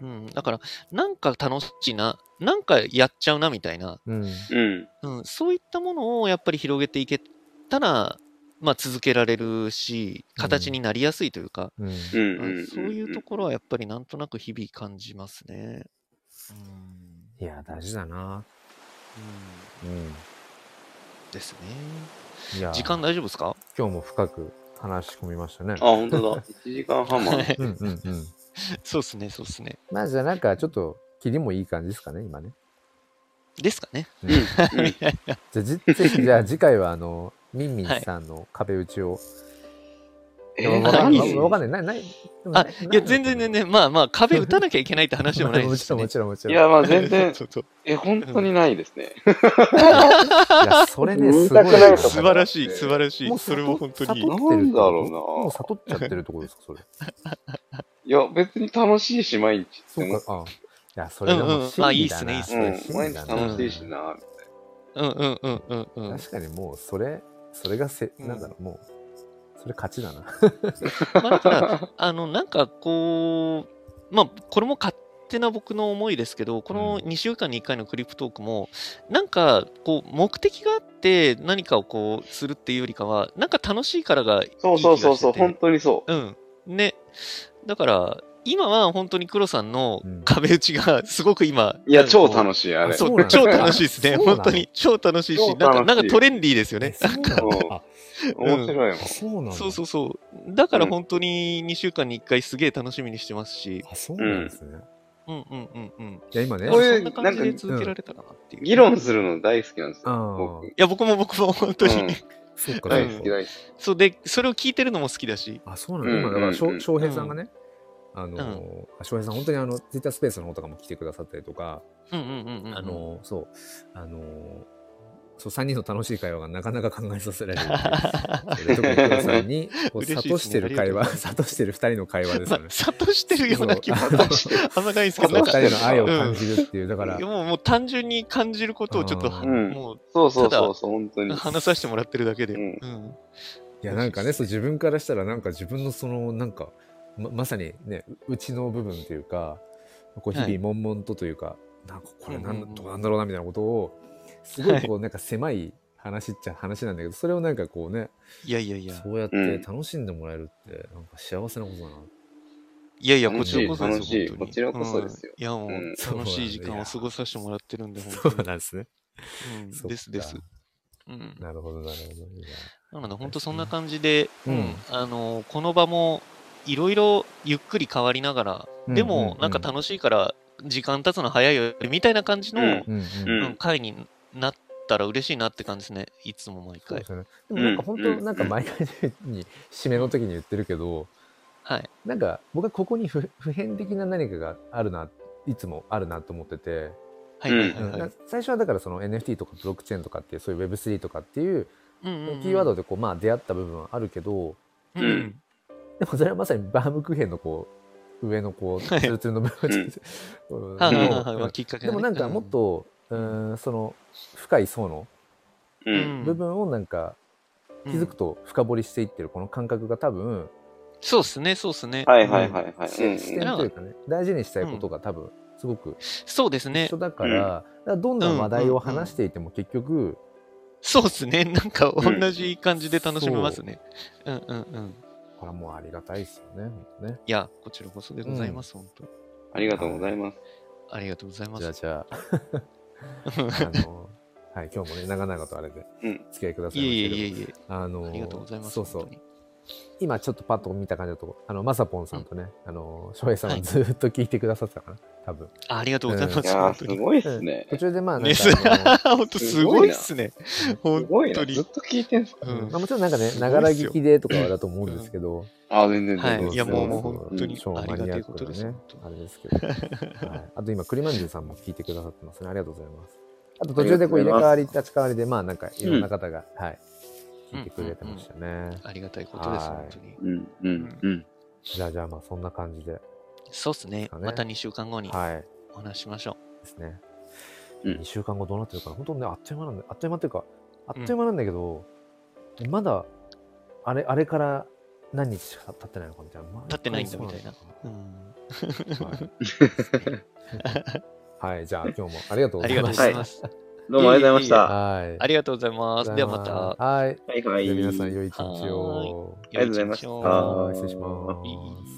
S3: うん、だから、なんか楽しいな、なんかやっちゃうなみたいな、
S1: うん。
S2: うん。
S3: うん、そういったものをやっぱり広げていけたら、まあ続けられるし、形になりやすいというか、
S1: うん。
S2: うん。
S3: あ
S2: うん。
S3: そういうところはやっぱりなんとなく日々感じますね。
S5: いや、大事だな。うん。
S3: ですね。
S1: いや、
S3: 時間大丈夫ですか
S1: 今日も深く話し込みましたね。
S2: あ、本当だ。1時間半もある。
S1: うんうんうん。
S3: そうですね、そうですね。
S1: まあじゃあなんかちょっと、切りもいい感じですかね、今ね。
S3: ですかね。
S1: うん
S2: うん。うん
S1: じゃあ、じぜひ、じゃあ次回は、あの、ミンミンさんの壁打ちを。
S2: え
S1: いや
S2: ー、
S1: わかんない。
S2: 何
S1: わかんない。ない、ない。でもな
S3: あ、いや、全然全。然、まあまあ、壁打たなきゃいけないって話で も
S1: な
S3: ないい
S1: も
S3: で
S1: ち
S3: す
S1: ろん、
S3: ね
S1: も。ちろん、もち
S2: い
S1: ろん。い
S2: や、まあ全然、
S3: そうそう
S2: え、本当にないですね。
S1: や、それね、
S2: 言い
S1: すご
S2: た
S1: い
S2: くない
S1: な。
S2: と
S3: 素晴らしい、素晴らし
S1: もう
S3: い。それも本当に
S1: 悟。ってるってこと
S2: なんだろうな
S1: もう悟っちゃってるところですか、それ。
S2: いや、別に楽しいし、毎日って
S1: そう
S2: 思っ
S1: か、あいや、それで
S3: うんう
S1: も
S3: ん
S1: 真
S3: あいい
S1: 理
S3: っ
S1: だ
S3: す
S1: な、
S3: ねいいっ
S2: う
S3: す
S2: ん
S1: それ、
S2: 毎
S1: 真理だ
S2: 日
S1: な
S2: 楽しいしな。
S3: うんうんうんうんうん。
S1: 確かにもう、それ、それがせ、
S3: うん
S1: なんだろう、もう、それ勝ちだな。
S3: まあだから、あの、なんかこう、まあ、これも勝手な僕の思いですけど、この2週間に1回のクリプトークも、なんかこう、目的があって何かをこう、するっていうよりかは、なんか楽しいからがいい気がしてて
S2: そうそうそうそう、本当にそう。
S3: うん。ね。だから、今は本当に黒さんの
S1: うん
S3: 壁打ちがすごく今、
S2: いや、超
S3: し
S2: 楽しい、あれ。
S1: そう
S3: そう、超楽しいですね。
S1: そうなの
S3: 本当に超楽しいし、
S2: 超楽しい
S3: なんかなんかトレンディーですよね。
S1: そうなんだ
S2: うん
S1: あ
S2: 面白いもん。
S1: そうなんだ。
S3: そうそうそう。だから
S2: うん
S3: 本当に2週間に1回すげえ楽しみにしてますし、
S1: あ、そうなんですね。
S3: うんうんうんうん。
S1: いや、今ね
S3: そ
S2: こう、いう
S3: そんな感じ
S2: な
S3: で
S2: んか
S3: 続けられたらなっていう。
S2: 議論するの大好きなんです
S1: あー
S2: よ。僕。うん
S3: いや、僕も僕も本当に、
S1: そっか、
S2: 大
S1: そ
S2: 好
S1: っ
S2: き、
S1: か
S2: 大好
S3: そうで、それを聞いてるのも好きだし。
S1: あ、そうなんだ。今、だか
S2: うん
S1: ら、しょ
S2: うん
S1: 翔平さんがね、あの、翔平さん、本当にあの、ツイッタースペースの方とかも来てくださったりとか、
S3: うんうんうんうん。
S1: あ、 の、そう、あの、そう、3人の楽しい会話がなかなか考えさせられる っていう。それ特に黒さんに、こう、
S3: 嬉しいで
S1: 諭し
S3: すね
S1: てる会話、
S3: ありがとうございます
S1: 諭してる2人の会話ですよ
S3: まあ
S1: ね、。
S3: 悟してるような気も
S1: そう
S3: 私あんまないですけ
S1: そ
S3: ど、
S1: の
S3: なんか、
S1: 2人の愛を感じるっていう、だから、
S3: もうもう単純に感じることをちょっと、
S1: あー
S2: うん
S3: もう
S2: そうそう
S3: ただ
S2: そうそう、本当に。
S3: 話させてもらってるだけで。
S2: うん
S3: うん
S1: いやなんかねそう自分からしたらなんか自分のそのなんかままさにねううちの部分というかこう
S3: はい
S1: 日々悶々とというか、なんかこれなん,、
S3: うんうんうん
S1: どうなんだろうなみたいなことをすごいこうなんか狭い話っちゃ話なんだけどそれをなんかこうね
S3: いやいやいや、
S1: そうやっ
S2: う
S1: て
S2: ん
S1: 楽しんでもらえるってなんか幸せなことだな、
S3: いやいや、こ
S2: 楽
S3: ち
S2: し
S3: ら
S2: い
S3: こそです
S2: 楽
S3: よ。
S2: しい
S3: 本当に
S2: こちらこそですよ
S3: うんいや、もう
S2: うん
S3: 楽しい時間を過ごさせてもらってるんで、本当に。
S1: んですね
S3: うん
S1: そっか
S3: ですです。うん。
S1: なるほどなるほどいや
S3: なので、本当そんな感じで、
S1: うん
S3: うんあの、この場も、いろいろゆっくり変わりながら、
S1: うん
S3: で
S1: うんう
S3: も
S1: ん、
S3: なんか楽しいから、時間経つの早いよ、みたいな感じの、
S2: うん
S1: うんうん
S2: うん
S3: うん回になったら嬉しいなって感じですね。いつも毎
S1: そう
S3: 回
S1: で。すよねでもなんか本
S2: うんう
S1: 当
S2: ん
S1: なんか毎回のように締めの時に言ってるけど、
S3: はい。
S1: なんか僕はここに普普遍的な何かがあるないつもあるなと思ってて、
S3: はいはいは
S1: うん
S3: いは。
S1: ない最初はだからその NFT とかブロックチェーンとかっていうそういう Web3 とかっていうキ
S3: キ
S1: ーワードでこうまあ出会った部分はあるけど
S3: うんうん
S1: でもそれはまさにバームクーヘンのこう上のこうツ
S3: はい
S1: ルツルの部分 うん
S3: はいはいはい
S1: うん
S3: はい。きっか
S1: で
S3: けがね
S1: もなんかもっ、とうんその深い層の
S2: う。
S3: うん
S1: 部分をなんか気づくと深掘りしていってるこの感覚が多分
S3: そうですね、そうですね。
S2: はいはいはいはい。
S1: 視
S2: うん
S1: 視点というかね大事にしたいことが多分すごく
S3: そうですね
S1: 一緒。だから,、だからどんな話題を話していても結局、
S3: そうですね。なんか同じ感じで楽しめますね。うんうんうん。
S1: これはもうありがたいですよね。ほんとね
S3: いや、こちらこそでございます。本当
S2: ありがとうございます。
S3: ありがとうございま
S1: じゃあ
S3: す。
S1: じゃ あ、あのはい、今日もね、長々とあれで
S2: うん
S1: 付き合いください
S3: いえ
S1: ま
S3: いえ
S1: したけど、
S3: いえいえ。
S1: あの
S3: ありがとうございます。
S1: そうそう
S3: 本当、に
S1: 今ちょっとパッと見た感じだと、あの、まさぽんさんとね、あの、翔平さんはずっと聞いてくださってたかな、多分。
S3: あありがとうございま
S1: うん
S2: い
S3: す。
S2: やー、
S3: 本
S2: す
S3: 当に。
S2: ごいっすね
S1: 途。中でまあ、なん
S3: ね、
S1: か
S3: す
S1: あの、
S3: 本当すごいっすね。
S2: す
S3: 本
S2: ごい
S3: 当
S2: な。ずっ
S3: に。
S2: と聞いてんすか
S3: うん
S1: まあ、もちろんなんかね、
S3: すごいっ
S1: な
S3: すよ
S1: がら聞きでとかだと思うんですけど、
S2: あー、全然
S3: は
S2: 全
S3: い
S2: 然。
S3: いやもう
S1: そうそう
S3: もう本当に
S1: 超マニアックな
S3: ありがたいことです
S1: ね
S3: 本当。
S1: あれですけど。はい、あと今、栗まんじゅうさんも聞いてくださってますね。ありがとうございます。あと途中でこう
S2: あ
S1: 入
S2: り
S1: れ替
S2: がとうございます
S1: わり、立ち替わりで、まあなんかいろんな方が、はい、聞いてくれてましたね。
S3: ありがたいことです、
S1: はい
S3: 本当に。
S2: うん、うん、うん。
S1: じゃあじゃあまあそんな感じで。
S3: そうっすね。
S1: ですかね
S3: また2週間後に
S1: はい。
S3: お話ししましょ
S1: ですね。
S2: うん
S1: 2週間後どうなってるかな。本当ね、あっという間なんで、あっという間っていうか、あっという間なんだけど、まだ、あれ、あれから何日しか経ってないのかみたいな。まあ
S3: 経ってないんだ
S1: そう
S3: みたいなう。うん
S1: はい。はい、じゃあ今日もありがとうご
S3: あ
S1: ざ
S3: り
S1: い
S3: が
S1: ま
S3: とうご
S1: し
S3: ざ
S1: た。
S3: います。
S2: どうもありがとうございました。
S1: はい。
S3: ありがとうございます。ではまた。
S1: た。はい。
S2: はい、は
S1: じゃあ
S2: い。
S1: 皆さん、良い一日を。
S2: ありがとうございました
S1: はい失礼します。
S3: い